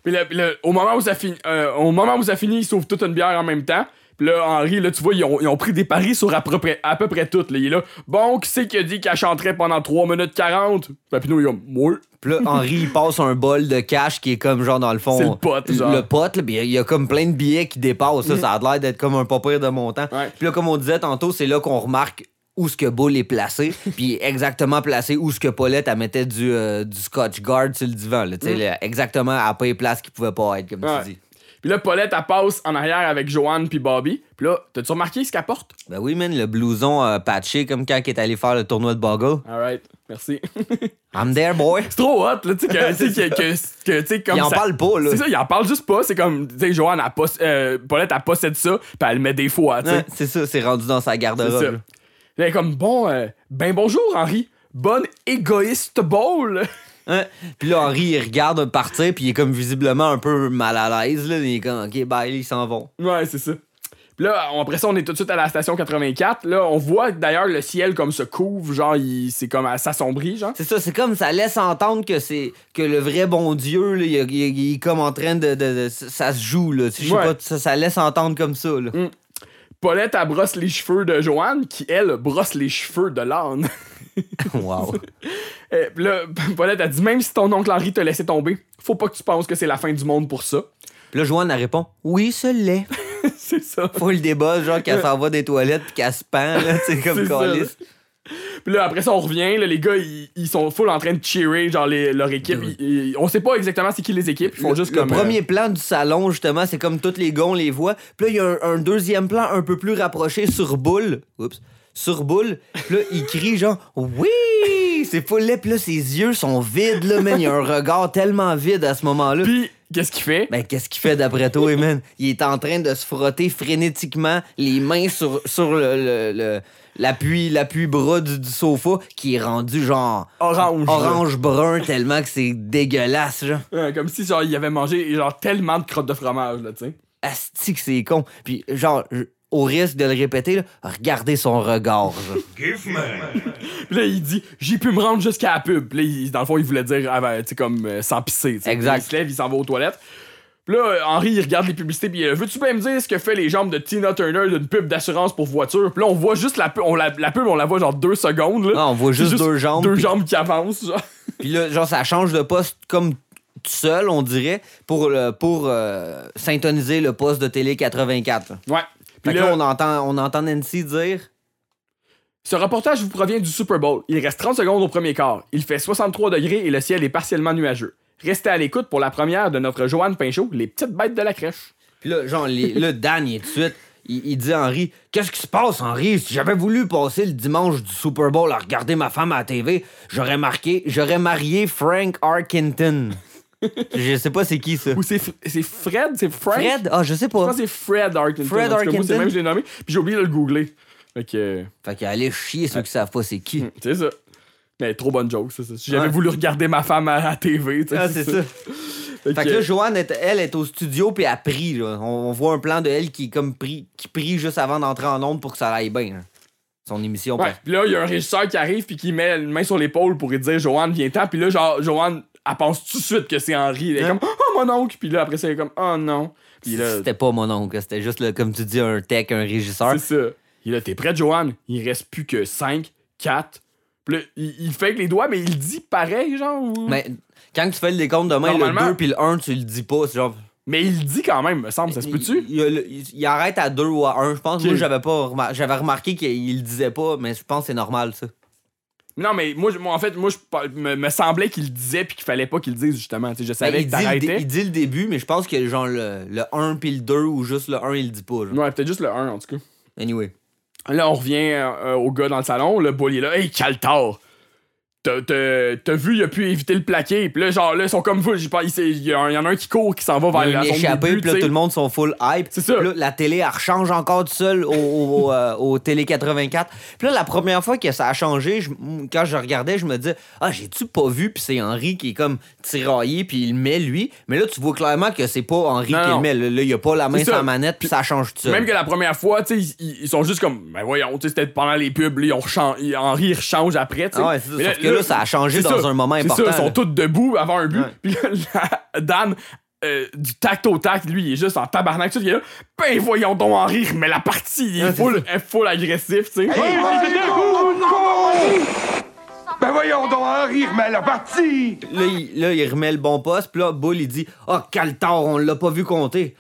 Puis le- le- au, moment où ça finit, euh, au moment où ça finit, ils sauvent toute une bière en même temps. Puis là, Henri, là, tu vois, ils ont, ils ont pris des paris sur à peu près, à peu près toutes. Là. Il est là, bon, qui c'est qui a dit qu'elle chanterait pendant 3 minutes Ben, 40? Papineau, il a, moi.
Puis là, Henri, il passe un bol de cash qui est comme, genre, dans le fond.
C'est le pote, genre. Mm.
Le pote, là, puis il y a comme plein de billets qui dépassent. Ça, ça a l'air d'être comme un pas pire de montant.
Ouais.
Puis là, comme on disait tantôt, c'est là qu'on remarque où ce que Bull est
[LAUGHS]
placé, puis exactement placé où ce que Paulette, elle mettait du, euh, du Scotch Guard sur le divan. Là, Tu sais, là, exactement à pas les places qui pouvaient pas être, comme
Mm. Ouais.
tu dis.
Puis là, Paulette, elle passe en arrière avec Joanne puis Bobby. Puis là, t'as-tu remarqué ce qu'elle porte?
Ben oui, man, le blouson euh, patché comme quand il est allé faire le tournoi de Bogo.
Alright, merci. [LAUGHS]
I'm there, boy.
c'est trop hot, là, tu sais, que, tu sais, que, que, que, tu sais, comme
Il en
ça-
parle pas, là.
C'est ça, il en parle juste pas. C'est comme, tu sais, Joanne, elle poss- euh, Paulette, elle possède ça, puis elle le met des fois, tu sais.
Ouais, C'est ça, c'est rendu dans sa
C'est ça.
garde-robe. là.
Elle est comme bon, euh, ben bonjour Henri, bonne égoïste bowl. [LAUGHS]
Hein? Puis là, Henri, il regarde partir, puis il est comme visiblement un peu mal à l'aise. Là. Il est comme, OK, bye, ils s'en vont.
ouais, c'est ça. Puis là, on- après ça, on est tout de suite à la station 84. Là, on voit d'ailleurs le ciel comme se couvre, genre, il, c'est comme, à s'assombrit, genre.
C'est ça, c'est comme ça laisse entendre que c'est que le vrai bon Dieu, là, il, il- il est comme en train de. de- de- ça se joue, là. Je sais
Ouais. Mm.
pas, ça, ça laisse entendre comme ça, là.
Paulette, elle brosse les cheveux de Joanne, qui, elle, brosse les cheveux de l'âne.
[LAUGHS]
[LAUGHS]
wow.
Et puis là, [LAUGHS] Paulette, elle dit, même si ton oncle Henri te laissait tomber, faut pas que tu penses que c'est la fin du monde pour ça. [LAUGHS]
Puis là, Joanne, elle répond, Oui, ça l'est.
c'est ça.
Faut le débat, genre, qu'elle s'en va des toilettes, puis qu'elle se pend, là. C'est comme
C'est ça, là.
calice.
Puis là, après ça, on revient. Là, les gars, ils, ils sont full en train de cheerer, genre, les- leur équipe. Ils- ils- on sait pas exactement c'est qui les équipes. Ils font
le,
juste
le
comme. euh,
premier plan du salon, justement, c'est comme tous les gars, on les voit. Puis là, il y a un, un deuxième plan un peu plus rapproché sur boule. Oups. Sur boule. Puis là, il crie genre Oui! C'est full laid. Puis là, ses yeux sont vides, là, man. Il y a un regard tellement vide à ce moment-là.
Puis, qu'est-ce qu'il fait?
Ben, qu'est-ce qu'il fait d'après
[LAUGHS]
toi, man? Il est en train de se frotter frénétiquement, les mains sur, sur le, le- le- l'appui, l'appui bras du, du sofa, qui est rendu genre
Orange.
orange-brun tellement que c'est dégueulasse, genre.
Euh, comme si, genre, il avait mangé, genre, tellement de crottes de fromage, là, tu sais.
Asti que c'est con. Puis genre, je- au risque de le répéter, là, regardez son regard.
[LAUGHS]
genre.
Puis là, il dit, j'ai pu me rendre jusqu'à la pub. Puis là, il- dans le fond, il voulait dire, ah, ben, tu sais, comme, euh, sans pisser, tu sais.
Exact.
Il se lève, il s'en va aux toilettes. Puis là, euh, Henri, il regarde les publicités, puis euh, veux-tu bien me dire ce que fait les jambes de Tina Turner d'une pub d'assurance pour voiture? Puis là, on voit juste la pub, on la, la pub, on la voit genre deux secondes, là.
Ah, on voit
C'est
juste deux jambes,
Deux
puis-
jambes qui avancent, genre.
Puis là, genre, ça change de poste comme tout seul, on dirait, pour, le- pour euh, syntoniser le poste de télé 84. là.
Ouais.
Fait
Puis
que
là,
là, on entend, on entend Nancy dire.
ce reportage vous provient du Super Bowl. Il reste 30 secondes au premier quart. Il fait 63 degrés et le ciel est partiellement nuageux. Restez à l'écoute pour la première de notre Joanne Pinchot, les petites bêtes de la crèche.
Puis là, genre, les- là, Dan, il est tout de suite. Il, il dit à Henri, qu'est-ce qui se passe, Henri? Si j'avais voulu passer le dimanche du Super Bowl à regarder ma femme à la TV, j'aurais marqué, j'aurais marié Frank Arkinton. je sais pas c'est qui ça.
Ou c'est F- c'est Fred, c'est Frank?
Fred? Ah, je sais
Je
pas.
pense que c'est Fred Arkinton.
Fred
En tout cas, Moi, c'est
Arkinton?
le même que j'ai nommé. Puis j'ai oublié de le googler. Fait que,
Fait qu'aller chier ceux qui savent pas c'est qui.
c'est ça. Mais trop bonne joke, c'est ça. Si j'avais
Ouais.
voulu regarder ma femme à la TV, tu sais,
Ah, c'est ça. Fait
Fait
que
que-
là, Joanne, est- elle est au studio puis elle prie. là. On, on voit un plan de elle qui est comme prie, qui prie juste avant d'entrer en onde pour que ça aille bien. hein. Son émission.
Ouais.
pis-
Puis là, il y a un régisseur qui arrive puis qui met une main sur l'épaule pour lui dire Joanne, viens-t'en. Puis là, genre, Joanne, elle pense tout de suite que c'est Henri. Elle est
Hein?
comme Oh mon oncle. Puis là, après ça, elle est comme Oh non. Puis là,
C'était pas mon oncle, c'était juste, là, comme tu dis, un tech, un régisseur.
c'est ça. Il est là, t'es prête, Joanne Il reste plus que 5, 4. Puis là, il, il fait avec les doigts, mais il dit pareil, genre. ou- Mais,
Mais quand tu fais le décompte demain,
Normalement-
le 2 puis le 1, tu le dis pas. C'est genre.
il dit quand même, me semble, ça se peut-tu?
il, il y a le- il- il arrête à 2 ou à 1. Je pense
Ok.
moi, j'avais pas remar- j'avais remarqué qu'il le disait pas, mais je pense que c'est normal, ça.
Non, mais moi, je- moi, en fait, moi, je par- me, me semblait qu'il le disait puis qu'il fallait pas qu'il le dise, justement. Tu sais, je
Ben,
savais
il,
que
dit le dé-
t'arrêtais.
il dit le début, mais je pense que genre le, le 1 puis le 2 ou juste le 1, il le dit pas. genre.
Ouais, peut-être juste le 1 en tout cas.
Anyway.
Là, on revient euh, euh, au gars dans le salon. Le boule il est là. Hey, Caltar! T'as- T'as t'as vu, il a pu éviter le plaqué. Puis là, genre, là, ils sont comme vous. j'ai pas- Il s'est- il y, a un- il y en a un qui court, qui s'en va vers
Il y a
la
une
zone du
échappée,
but,
puis là,
tu sais.
tout le monde sont full hype.
C'est ça.
Puis là, la télé, elle rechange encore tout seul au, au- au, euh, au Télé 84. Puis là, la première fois que ça a changé, je- m- quand je regardais, je me disais, ah, j'ai-tu pas vu? Puis c'est Henri qui est comme tiraillé, puis il le met lui. Mais là, tu vois clairement que c'est pas Henri
Non,
qui
non.
le met. Là, là, il a pas la main
C'est
sur
ça.
la manette, puis ça change tout seul.
Même que la première fois, tu sais, ils, ils sont juste comme, ben voyons, tu sais, c'était pendant les pubs, là, ils ont rechan- ils- Henri, il rechange après, tu sais.
Ah ouais, c'est ça.
Mais
Sauf que là, ça a changé
c'est
dans un moment
c'est
important,
ça, ils sont
là.
tous debout avant un but.
Ouais.
Puis là, [LAUGHS] la- Dan, euh, du tact au tact, lui, il est juste en tabarnak, tout ça, il est là, ben voyons donc Henri, mais la partie, il est
Ouais, c'est
full, full agressif, tu sais.
Hey, voyons donc! Ben voyons donc, Henri remet la partie!
Là il, là, il remet le bon poste, puis là, Bull, il dit Ah, quel tort, on l'a pas vu compter.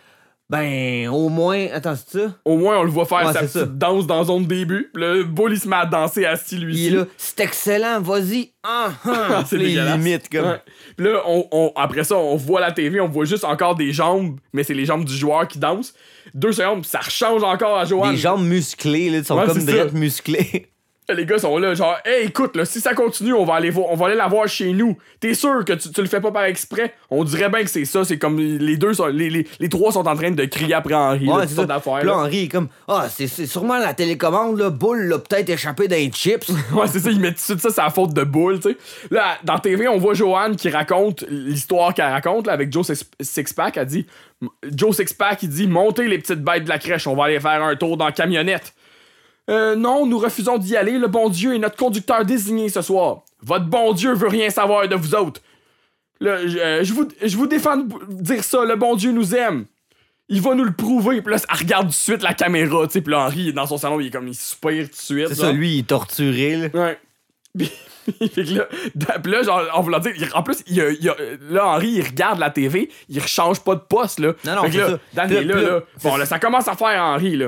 Ben, au moins, attends, c'est ça?
Au moins, on le voit faire
Ouais,
sa
c'est
petite
ça.
danse dans zone début. Puis le Bull, il se met à danser assis, lui.
Il est
ici.
là, c'est excellent, vas-y. Ah, ah.
Ah, [LAUGHS] c'est
Puis là, il
dégueulasse.
imite, comme.
Ouais. Puis là, on, on- après ça, on voit la TV, on voit juste encore des jambes, mais c'est les jambes du joueur qui danse. Deux secondes, puis ça rechange encore à Joanne.
Des jambes musclées, là, ils sont
Ouais,
comme
c'est
drettes
ça.
musclées.
[LAUGHS] Les gars sont là, genre, hey, écoute, là, si ça continue, on va aller, voir, on va aller la voir chez nous. T'es sûr que tu, tu le fais pas par exprès? On dirait bien que c'est ça, c'est comme les deux, sont- les, les- les trois sont en train de crier après Henri.
Ouais,
là,
c'est ça.
toutes sortes d'affaires,
Puis là,
là.
Henri est comme Ah, c'est- c'est sûrement la télécommande, là. Bull l'a peut-être échappé d'un chips.
Ouais, [LAUGHS] c'est ça, ils mettent tout de suite ça, c'est la faute de boule, tu sais. Là, dans TV, on voit Joanne qui raconte l'histoire qu'elle raconte, là, avec Joe Six- Sixpack. Elle dit Joe Sixpack, il dit Montez les petites bêtes de la crèche, on va aller faire un tour dans la camionnette. Euh, non, nous refusons d'y aller, le bon Dieu est notre conducteur désigné ce soir. Votre bon Dieu veut rien savoir de vous autres. Là, je, euh, je vous, je vous défends de dire ça, le bon Dieu nous aime. Il va nous le prouver. Puis là, elle regarde tout de suite la caméra, tu sais. Puis là, Henri, il est dans son salon, il est comme, il soupire tout de suite.
C'est
là.
ça, lui, il est torturé, là.
Ouais. [LAUGHS] Puis fait que là, da- puis là, genre, en voulant dire, il- en plus, il, y a- il y a- là, Henri, il regarde la TV, il rechange pas de poste, là.
Non, non,
Fait que
c'est
là,
ça.
Dan
Puis là,
est là,
puis là,
là. Bon,
c'est-
là, ça commence à faire Henri, là.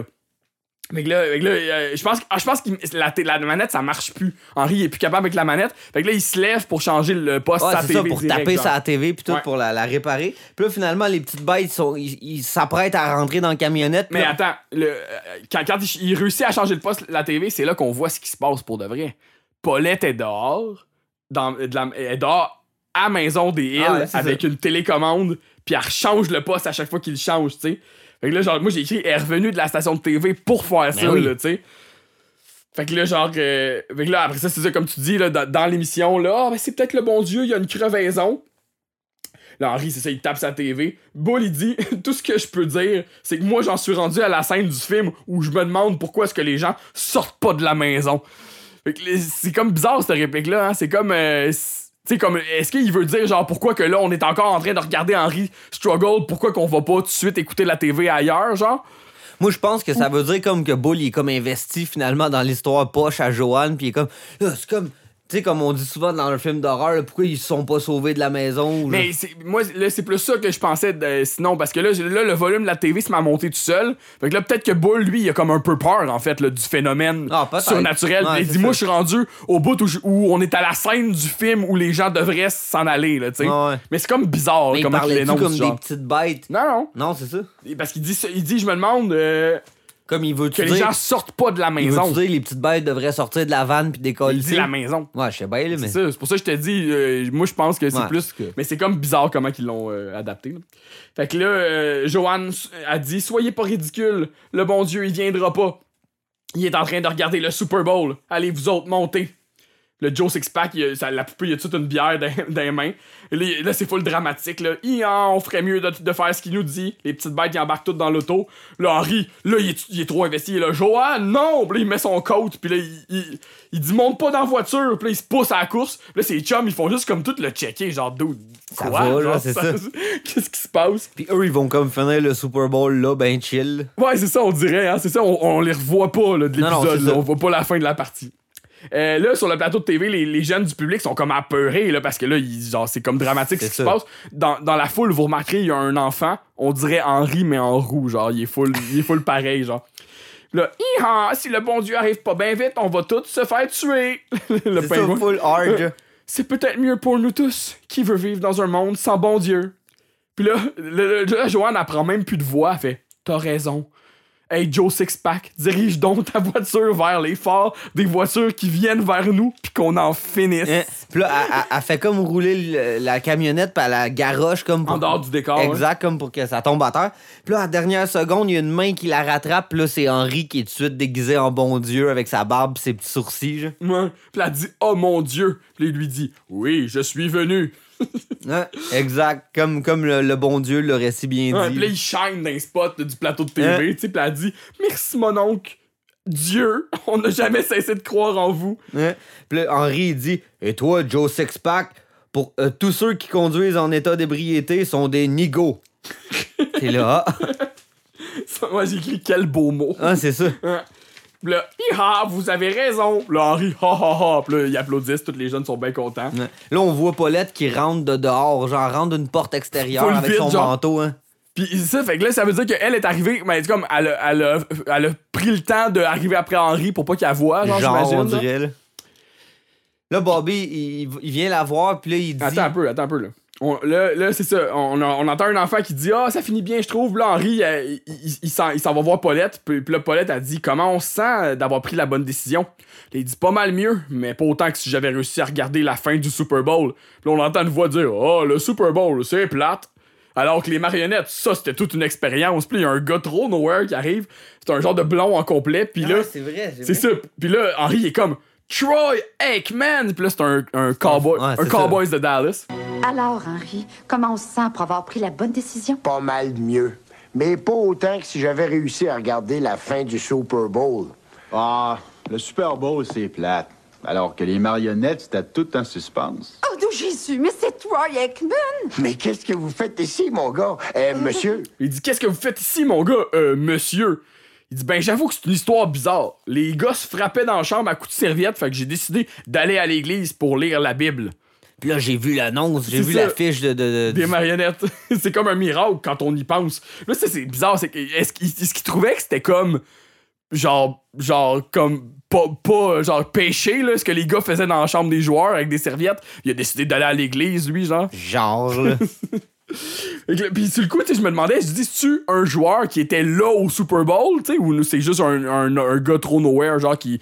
Fait que là, fait que là, euh, je pense, que- ah, je pense que la, té- la manette, ça marche plus. Henri, il est plus capable avec la manette. Fait que là, il se lève pour changer le poste
Ouais,
sa
c'est
TV.
ça, pour
direct,
taper
genre.
sa TV puis tout
Ouais.
pour la, la réparer. Puis là, finalement, les petites bêtes, sont, ils ils s'apprêtent à rentrer dans la camionnette. puis
Mais
là-
attends, le, euh, quand, quand il, il réussit à changer de poste la TV, c'est là qu'on voit ce qui se passe pour de vrai. Paulette est dehors, dans, de la, elle est dehors à maison des Hills
Ah ouais, c'est
avec une télécommande, puis elle change le poste à chaque fois qu'il change, tu sais. Fait que là, genre, moi j'ai écrit, elle est revenue de la station de TV pour faire ça,
Ben oui.
là, tu sais. Fait que là, genre, euh, fait que là, après ça, c'est ça, comme tu dis, là, dans, dans l'émission, là, Ah, ben, c'est peut-être le bon Dieu, il y a une crevaison. Là, Henri, c'est ça, il tape sa TV. Bull, il dit [LAUGHS] Tout ce que je peux dire, c'est que moi, j'en suis rendu à la scène du film où je me demande pourquoi est-ce que les gens sortent pas de la maison. Fait que les- c'est comme bizarre, cette réplique-là. hein. C'est comme. euh, c'est- tu sais, comme, est-ce qu'il veut dire, genre, pourquoi que là, on est encore en train de regarder Henri struggle, pourquoi qu'on va pas tout de suite écouter la TV ailleurs, genre?
Moi, je pense que ça veut dire comme que Bull, il est comme investi finalement dans l'histoire poche à Joanne, puis il est comme. Là, c'est comme. Tu sais, comme on dit souvent dans le film d'horreur, là, pourquoi ils se sont pas sauvés de la maison. ou
Mais c'est- moi, là, c'est plus ça que je pensais de- sinon, parce que là, j'ai- là, le volume de la TV se m'a monté tout seul. Fait que là, peut-être que Bull, lui, il a comme un peu peur, en fait, là, du phénomène
Ah, peut-être.
surnaturel.
Ouais,
il
c'est
dit,
ça.
moi, je suis rendu au bout où, je- où on est à la scène du film où les gens devraient s'en aller, là, tu sais.
Ouais, ouais.
Mais c'est comme bizarre,
Mais ils
comment il
parlaient-tu
l'énonce,
comme
genre.
des petites bêtes.
Non, non.
Non, c'est ça.
Et Parce qu'il dit, ça- il dit, je me demande euh,
Comme il veut
que
tu
les
dire.
gens sortent pas de la
il veut-tu
maison.
dire les petites bêtes devraient sortir de la vanne puis décoller.
Il dit la maison.
Ouais, je sais bien, là, mais.
C'est ça, c'est pour ça que je te dis, euh, moi je pense que c'est
Ouais,
plus.
en tout cas.
Mais c'est comme bizarre comment ils l'ont euh, adapté. là. Fait que là, euh, Joanne s- a dit Soyez pas ridicule, le bon Dieu il viendra pas. Il est en train de regarder le Super Bowl. Allez, vous autres, montez. Le Joe Sixpack, il a- ça- la poupée, il a toute une bière dans, [LAUGHS] dans les mains. Et Là, il- là, c'est full dramatique. Là. Hi, hein, on ferait mieux de, de faire ce qu'il nous dit. Les petites bêtes, ils embarquent toutes dans l'auto. Là, Henri, là, il est, il est trop investi. Là, Johan, non! Puis là, il met son coat. Puis là, il, il, il dit, monte pas dans la voiture. Puis là, il se pousse à la course. Puis là, ses chums, ils font juste comme tout le checker. Genre, d'où.
Ça va, là, c'est ça.
[LAUGHS] Qu'est-ce qui se passe?
Puis eux, ils vont comme finir le Super Bowl là, ben chill.
Ouais, c'est ça, on dirait, hein. C'est ça, on, on les revoit pas là, de
Non, non,
l'épisode.
c'est
là.
ça.
On voit pas la fin de la partie. Euh, là, sur le plateau de TV, les, les jeunes du public sont comme apeurés là, parce que là, ils- genre, c'est comme dramatique ce
C'est
qui se
ça.
passe. Dans, dans la foule, vous remarquerez, il y a un enfant, on dirait Henri, mais en roux. Genre, il est full, [LAUGHS] il est full pareil, genre. Là, Hi-ha, si le bon Dieu arrive pas bien vite, on va tous se faire tuer. [LAUGHS] le
C'est ça,
pingouin.
full
[LAUGHS]
hard.
C'est peut-être mieux pour nous tous qui veut vivre dans un monde sans bon Dieu. Puis là, le, le- là, Joanne apprend même plus de voix, elle fait T'as raison. Hey Joe Sixpack, dirige donc ta voiture vers les phares des voitures qui viennent vers nous puis qu'on en finisse.
Hein? Puis là, elle, elle- elle fait comme rouler le- la camionnette, puis elle la garoche comme pour.
En dehors du décor. Ah ouais.
Exact, comme pour que ça tombe à terre. Puis là, à la dernière seconde, il y a une main qui la rattrape. Puis là, c'est Henri qui est tout de suite déguisé en bon Dieu avec sa barbe pis ses petits sourcils. genre.
Ouais. Puis elle dit Oh mon Dieu. Puis il lui dit Oui, je suis venu.
Hein? Exact, comme, comme le, le bon Dieu l'aurait si bien
[LAUGHS] Ouais,
dit. Eh.
puis là, il shine dans les spots du plateau de TV. tu sais, Puis elle dit Merci, mon oncle. Dieu, on n'a jamais cessé de croire en vous.
Hein? Puis là, Henri, il dit Et toi, Joe Sixpack, pour euh, tous ceux qui conduisent en état d'ébriété sont des nigauds. T'es là, ah,
Ça, Moi, j'écris quel beau mot.
ah, c'est ça.
Hein. Puis là, Hi-ha, vous avez raison. Puis là, Henri, ha ha ha. Puis là, ils applaudissent, tous les jeunes sont bien contents.
Ouais. Là, on voit Paulette qui rentre de dehors, genre rentre d'une porte extérieure
Faut le
avec
vide,
son
genre.
manteau. Hein.
Puis ça, fait que là, ça veut dire qu'elle est arrivée, mais c'est comme, elle a, elle, a, elle a pris le temps d'arriver après Henri pour pas qu'elle voie, genre,
Genre, on
Ah j'imagine. là.
dirait. Là, Là, Bobby, il, il vient la voir, puis là, il dit
Attends un peu, attends un peu, là. On- là, là, c'est ça. On, on entend un enfant qui dit Ah, ça finit bien, je trouve. Là, Henri, euh, il, il- il s'en il s'en va voir Paulette. Puis, puis là, Paulette, a dit Comment on se sent euh, d'avoir pris la bonne décision Là, Il dit Pas mal mieux, mais pas autant que si j'avais réussi à regarder la fin du Super Bowl. Puis là, on entend une voix dire Oh, le Super Bowl, c'est plate. Alors que les marionnettes, ça, c'était toute une expérience. Puis là, il y a un gars trop nowhere qui arrive. C'est un genre de blond en complet. Puis là,
Ah, c'est vrai,
c'est ça. Puis là, Henri il est comme Troy Aikman. Puis là, c'est un, un cowboy,
Ouais,
un
c'est ça.
Cowboys de Dallas.
Alors, Henri, comment on se sent pour avoir pris la bonne décision?
Pas mal mieux. Mais pas autant que si j'avais réussi à regarder la fin du Super Bowl.
Ah, le Super Bowl, c'est plate. Alors que les marionnettes, c'était tout en suspense.
Oh, d'où Jésus, mais c'est toi, Ekman!
Mais qu'est-ce que vous faites ici, mon gars? Eh, monsieur,
Il dit Qu'est-ce que vous faites ici, mon gars, Euh, monsieur Il dit Ben, j'avoue que c'est une histoire bizarre. Les gars se frappaient dans la chambre à coups de serviette, fait que j'ai décidé d'aller à l'église pour lire la Bible.
Puis là, j'ai vu l'annonce, j'ai
C'est
vu
ça.
l'affiche de. de, de-
Des
du-
marionnettes. [LAUGHS] c'est comme un miracle quand on y pense. Là, ça, c'est bizarre. C'est que, est-ce qu'il est-ce qu'il trouvait que c'était comme. Genre. Genre, comme. Pas, pas, genre, péché, là, ce que les gars faisaient dans la chambre des joueurs avec des serviettes. Il a décidé d'aller à l'église, lui, genre.
Genre,
[LAUGHS]
là.
Fait que là, Puis sur le coup, tu sais, je me demandais, je dis, tu un joueur qui était là au Super Bowl, tu sais, ou c'est juste un, un, un gars trop nowhere, genre qui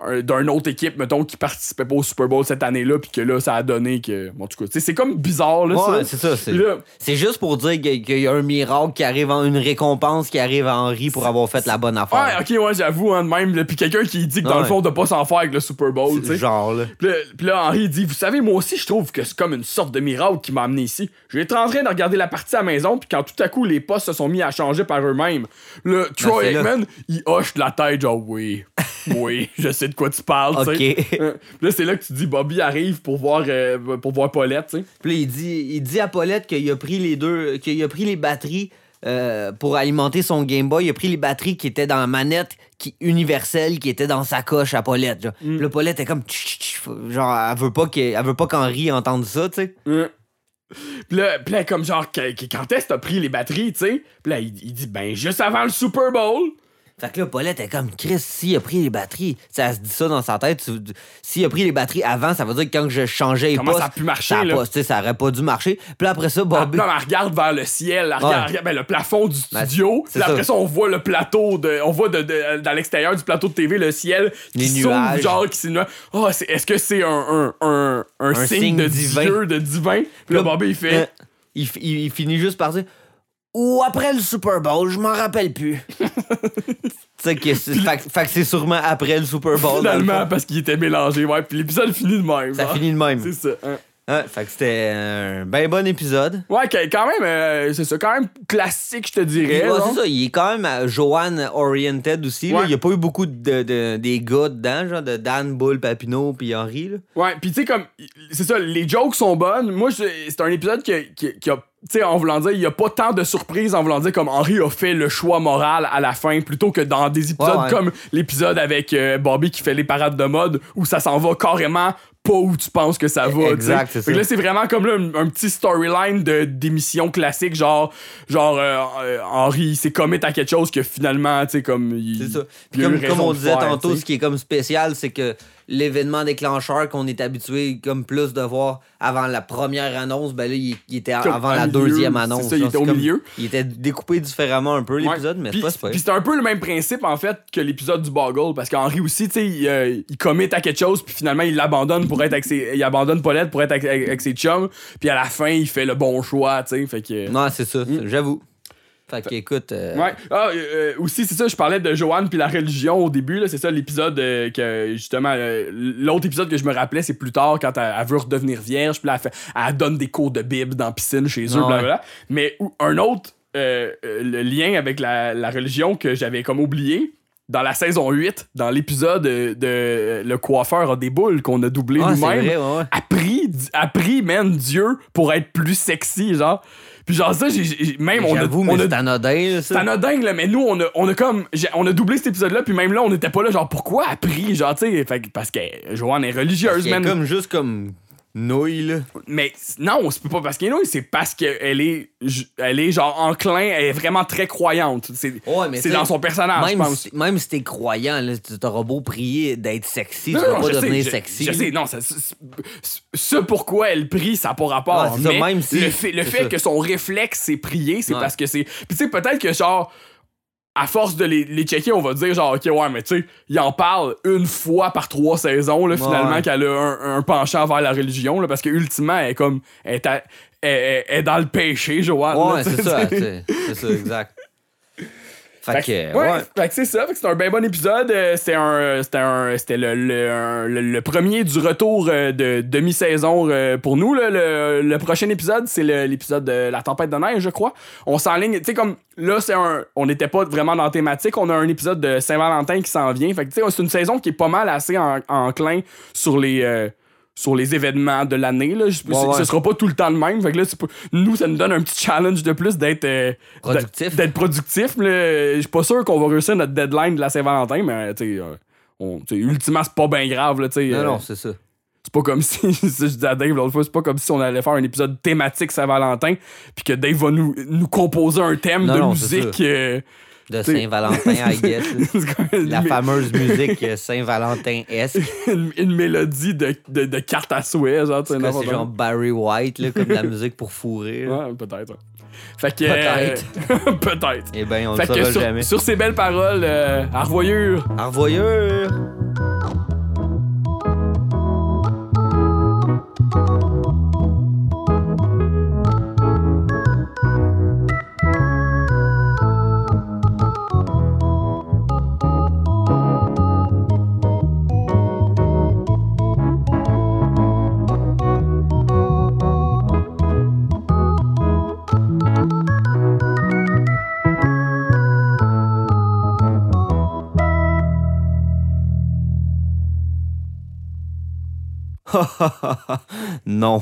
un- d'une autre équipe, mettons, qui participait pas au Super Bowl cette année-là, puis que là, ça a donné que. Bon, en tout cas, tu sais, c'est comme bizarre, là,
Ouais,
ça.
c'est ça. C'est
Puis là,
c'est juste pour dire que- qu'il y a un miracle qui arrive, en, une récompense qui arrive à Henri pour avoir fait la bonne
ouais,
affaire.
ok, ouais, j'avoue, hein, de même, là, puis quelqu'un qui dit que dans
Ouais.
le fond, de pas s'en faire avec le Super Bowl, tu sais.
Genre, là.
Puis là, puis là, Henri dit Vous savez, moi aussi, je trouve que c'est comme une sorte de miracle qui m'a amené ici. J'étais en train de regarder la partie à la maison, puis quand tout à coup, les postes se sont mis à changer par eux-mêmes, le Troy
Ben, c'est là.
Aikman, il hoche la tête, genre Oui,
[LAUGHS]
oui, je sais de quoi tu parles, tu sais.
Ok.
Hein. Puis là, c'est là que tu dis Bobby arrive pour voir, euh, pour voir Paulette, tu sais.
Puis là, il dit, il dit à Paulette qu'il a pris les deux, qu'il a pris les batteries euh, pour alimenter son Game Boy. Il a pris les batteries qui étaient dans la manette qui, universelle qui était dans sa coche à Paulette. Genre.
Mm.
Puis là, Paulette est comme, tch, tch, tch, faut- genre, elle veut pas qu'elle- elle veut pas qu'Henri entende ça, tu sais.
Hein. Puis là, puis là, comme genre, Qu- qu- quand est-ce que t'as pris les batteries, tu sais? Puis là, il, il dit, ben, juste avant le Super Bowl.
Fait que là, Paulette est comme, Chris, s'il a pris les batteries, ça se dit ça dans sa tête. tu- S'il a pris les batteries avant, ça veut dire que quand je changeais les
Comment ça a
postes,
pu marcher,
ça, a
là?
pas- tu sais, ça aurait pas dû marcher. Puis là, après ça,
Ah,
Bobby.
non, mais elle regarde vers le ciel, elle regarde,
Ouais.
regarde, ben, le plafond du
Ben,
studio.
c'est
Puis après
ça.
ça, on voit le plateau, de, on voit de, de- dans l'extérieur du plateau de TV le ciel qui
Les
s'ouvre,
nuages.
genre qui s'inue. Oh, c'est- est-ce que c'est un, un, un, un
Un
signe,
signe
de
divin.
Dieu, de divin? Puis là,
Là,
Bobby, il
Euh,
fait.
il, fi- il- il finit juste par dire Ou après le Super Bowl, je m'en rappelle
[LAUGHS]
plus. tu sais, que c'est- fait, que- fait que c'est sûrement après le Super Bowl. dans le
Finalement,
fond.
parce qu'il était mélangé, ouais. Puis l'épisode finit de même.
ça
hein.
finit de même.
C'est ça. hein.
Hein, fait que c'était un ben bon épisode.
Ouais, qu- quand même, euh, c'est ça, quand même classique, je te dirais.
Ouais,
genre.
c'est ça, il est quand même euh, Joanne oriented aussi. là.
Ouais.
Il n'y a pas eu beaucoup de, de- des gars dedans, genre de Dan, Bull, Papineau puis Henri. là.
Ouais, pis tu sais, comme, c'est ça, les jokes sont bonnes. Moi, je- c'est un épisode qui, qui, qui a, tu sais, en voulant dire, il y a pas tant de surprises en voulant dire comme Henri a fait le choix moral à la fin, plutôt que dans des épisodes
Ouais, ouais.
comme l'épisode avec euh, Bobby qui fait les parades de mode, où ça s'en va carrément pas où tu penses que ça va.
E- Exact,
tu
c'est
sais. Fait que
ça.
Là, c'est vraiment comme là, un, un petit storyline de d'émission classique, genre, genre euh, euh, Henri il s'est commis à quelque chose que finalement, tu sais, comme. il-
C'est ça. Puis
il a
comme,
eu
comme
raison
on
de
disait
faire,
tantôt,
tu sais.
ce qui est comme spécial, c'est que l'événement déclencheur qu'on est habitué comme plus de voir avant la première annonce, ben là, il, il était
Comme
avant
au
la
milieu,
deuxième
c'est
annonce.
ça, il
Genre,
était au
c'est comme-
milieu.
Il était découpé différemment un peu l'épisode,
Ouais.
mais
Puis-
c'est pas super.
Puis c'est un peu le même principe, en fait, que l'épisode du Boggle, parce qu'Henri aussi, tu sais, il, euh, il commit à quelque chose, puis finalement, il l'abandonne pour pour être avec ses. Il abandonne Paulette pour être avec, avec ses chums. Puis à la fin, il fait le bon choix, tu sais. Fait que.
Non, c'est ça, j'avoue. Fait que, écoute. euh,
Mm. Ouais. Ah, euh, euh, aussi, c'est ça, je parlais de Joanne puis la religion au début. là. C'est ça l'épisode euh, que, justement, euh, l'autre épisode que je me rappelais, c'est plus tard quand elle, elle veut redevenir vierge, puis là, elle, fait- elle donne des cours de Bible dans la piscine chez eux,
Ah ouais.
blablabla. Mais ou- un autre euh, euh, le lien avec la, la religion que j'avais comme oublié. Dans la saison 8, dans l'épisode euh, de euh, Le coiffeur a des boules qu'on a doublé
ah, c'est
nous-mêmes,
vrai, ouais, ouais.
a pris, a pris, man, Dieu pour être plus sexy, genre. Puis genre ça, j'ai- j'ai- même on a,
J'avoue, mais
on a
c'est anodin, là, ça.
c'est anodin, là, mais nous, on a, on a comme. j'ai- On a doublé cet épisode-là, puis même là, on n'était pas là, genre, pourquoi elle prie, genre, tu sais, fait que- parce que Joanne est
Parce
religieuse,
qu'il y a
man.
comme juste comme nouille, là.
Mais non, c'est pas parce qu'elle est nouille, c'est parce qu'elle est, ju- elle est, genre, enclin, elle est vraiment très croyante. C'est
Ouais, mais
c'est
tu sais,
dans son personnage, Ah, je
Même
pense.
si, même si t'es croyant, là, tu t'auras beau prier d'être sexy,
Non,
tu vas
non,
pas
je sais,
devenir
je-
sexy.
Je sais, non, ça- c- c- ce pourquoi elle prie, ça n'a pas rapport.
Ouais, c'est ça,
mais
même si-
le fait, le
c'est
fait
ça.
que son réflexe, c'est prier, c'est
Ouais.
parce que c'est. Puis tu sais, peut-être que genre. À force de les, les checker, on va dire genre, ok, ouais, mais tu sais, il en parle une fois par trois saisons, là, finalement,
Ouais.
qu'elle a un, un penchant vers la religion, là, parce que ultimement, elle est comme. Elle est, à- elle- elle- elle est dans le péché, Joanne. là,
Ouais,
tu sais,
c'est ça,
tu sais.
c'est c'est ça, exact. Fait que,
Fait
euh,
que- ouais,
ouais.
fait que c'est ça, fait que c'est un bien bon épisode. euh, C'était un, c'était un- c'était le, le, un- le- le premier du retour euh, de demi-saison euh, pour nous. là. le, le prochain épisode, c'est le- l'épisode de la tempête de neige, je crois. On s'enligne, tu sais comme là, c'est un, on n'était pas vraiment dans la thématique. On a un épisode de Saint-Valentin qui s'en vient. Fait que tu sais, c'est une saison qui est pas mal assez en, enclin sur les. euh, sur les événements de l'année. là. Je-
Ouais,
c'est-
ouais.
Ce sera pas tout le temps le même. Fait que là, c'est pas- nous, ça nous donne un petit challenge de plus d'être euh,
Productif.
d'être productif. là. Je suis pas sûr qu'on va réussir notre deadline de la Saint-Valentin, mais tu sais, euh, on- tu sais, ultimement, c'est pas bien grave. là, tu sais,
Non,
euh,
non, c'est ça.
c'est pas comme [LAUGHS] si, je dis à Dave l'autre fois, c'est pas comme si on allait faire un épisode thématique Saint-Valentin, puis que Dave va nous, nous composer un thème
Non,
de
non, c'est
musique. euh, [LAUGHS]
De
t'sais-
Saint-Valentin, I guess. là.
[LAUGHS] c'est comme une,
La
mé-
fameuse musique euh, Saint-Valentin-esque.
une- une mélodie de, de, de carte à souhait, genre, tu sais,
C'est
n'importe quoi.
genre Barry White, là, comme de la musique pour fourrer. là.
Ouais, peut-être. ouais. Fait que.
Peut-être.
euh, [LAUGHS] peut-être.
Eh ben, on ne
Fait que
saura
sur,
jamais.
sur ces belles paroles, euh, à revoyure.
Au revoyeur! [LAUGHS] non.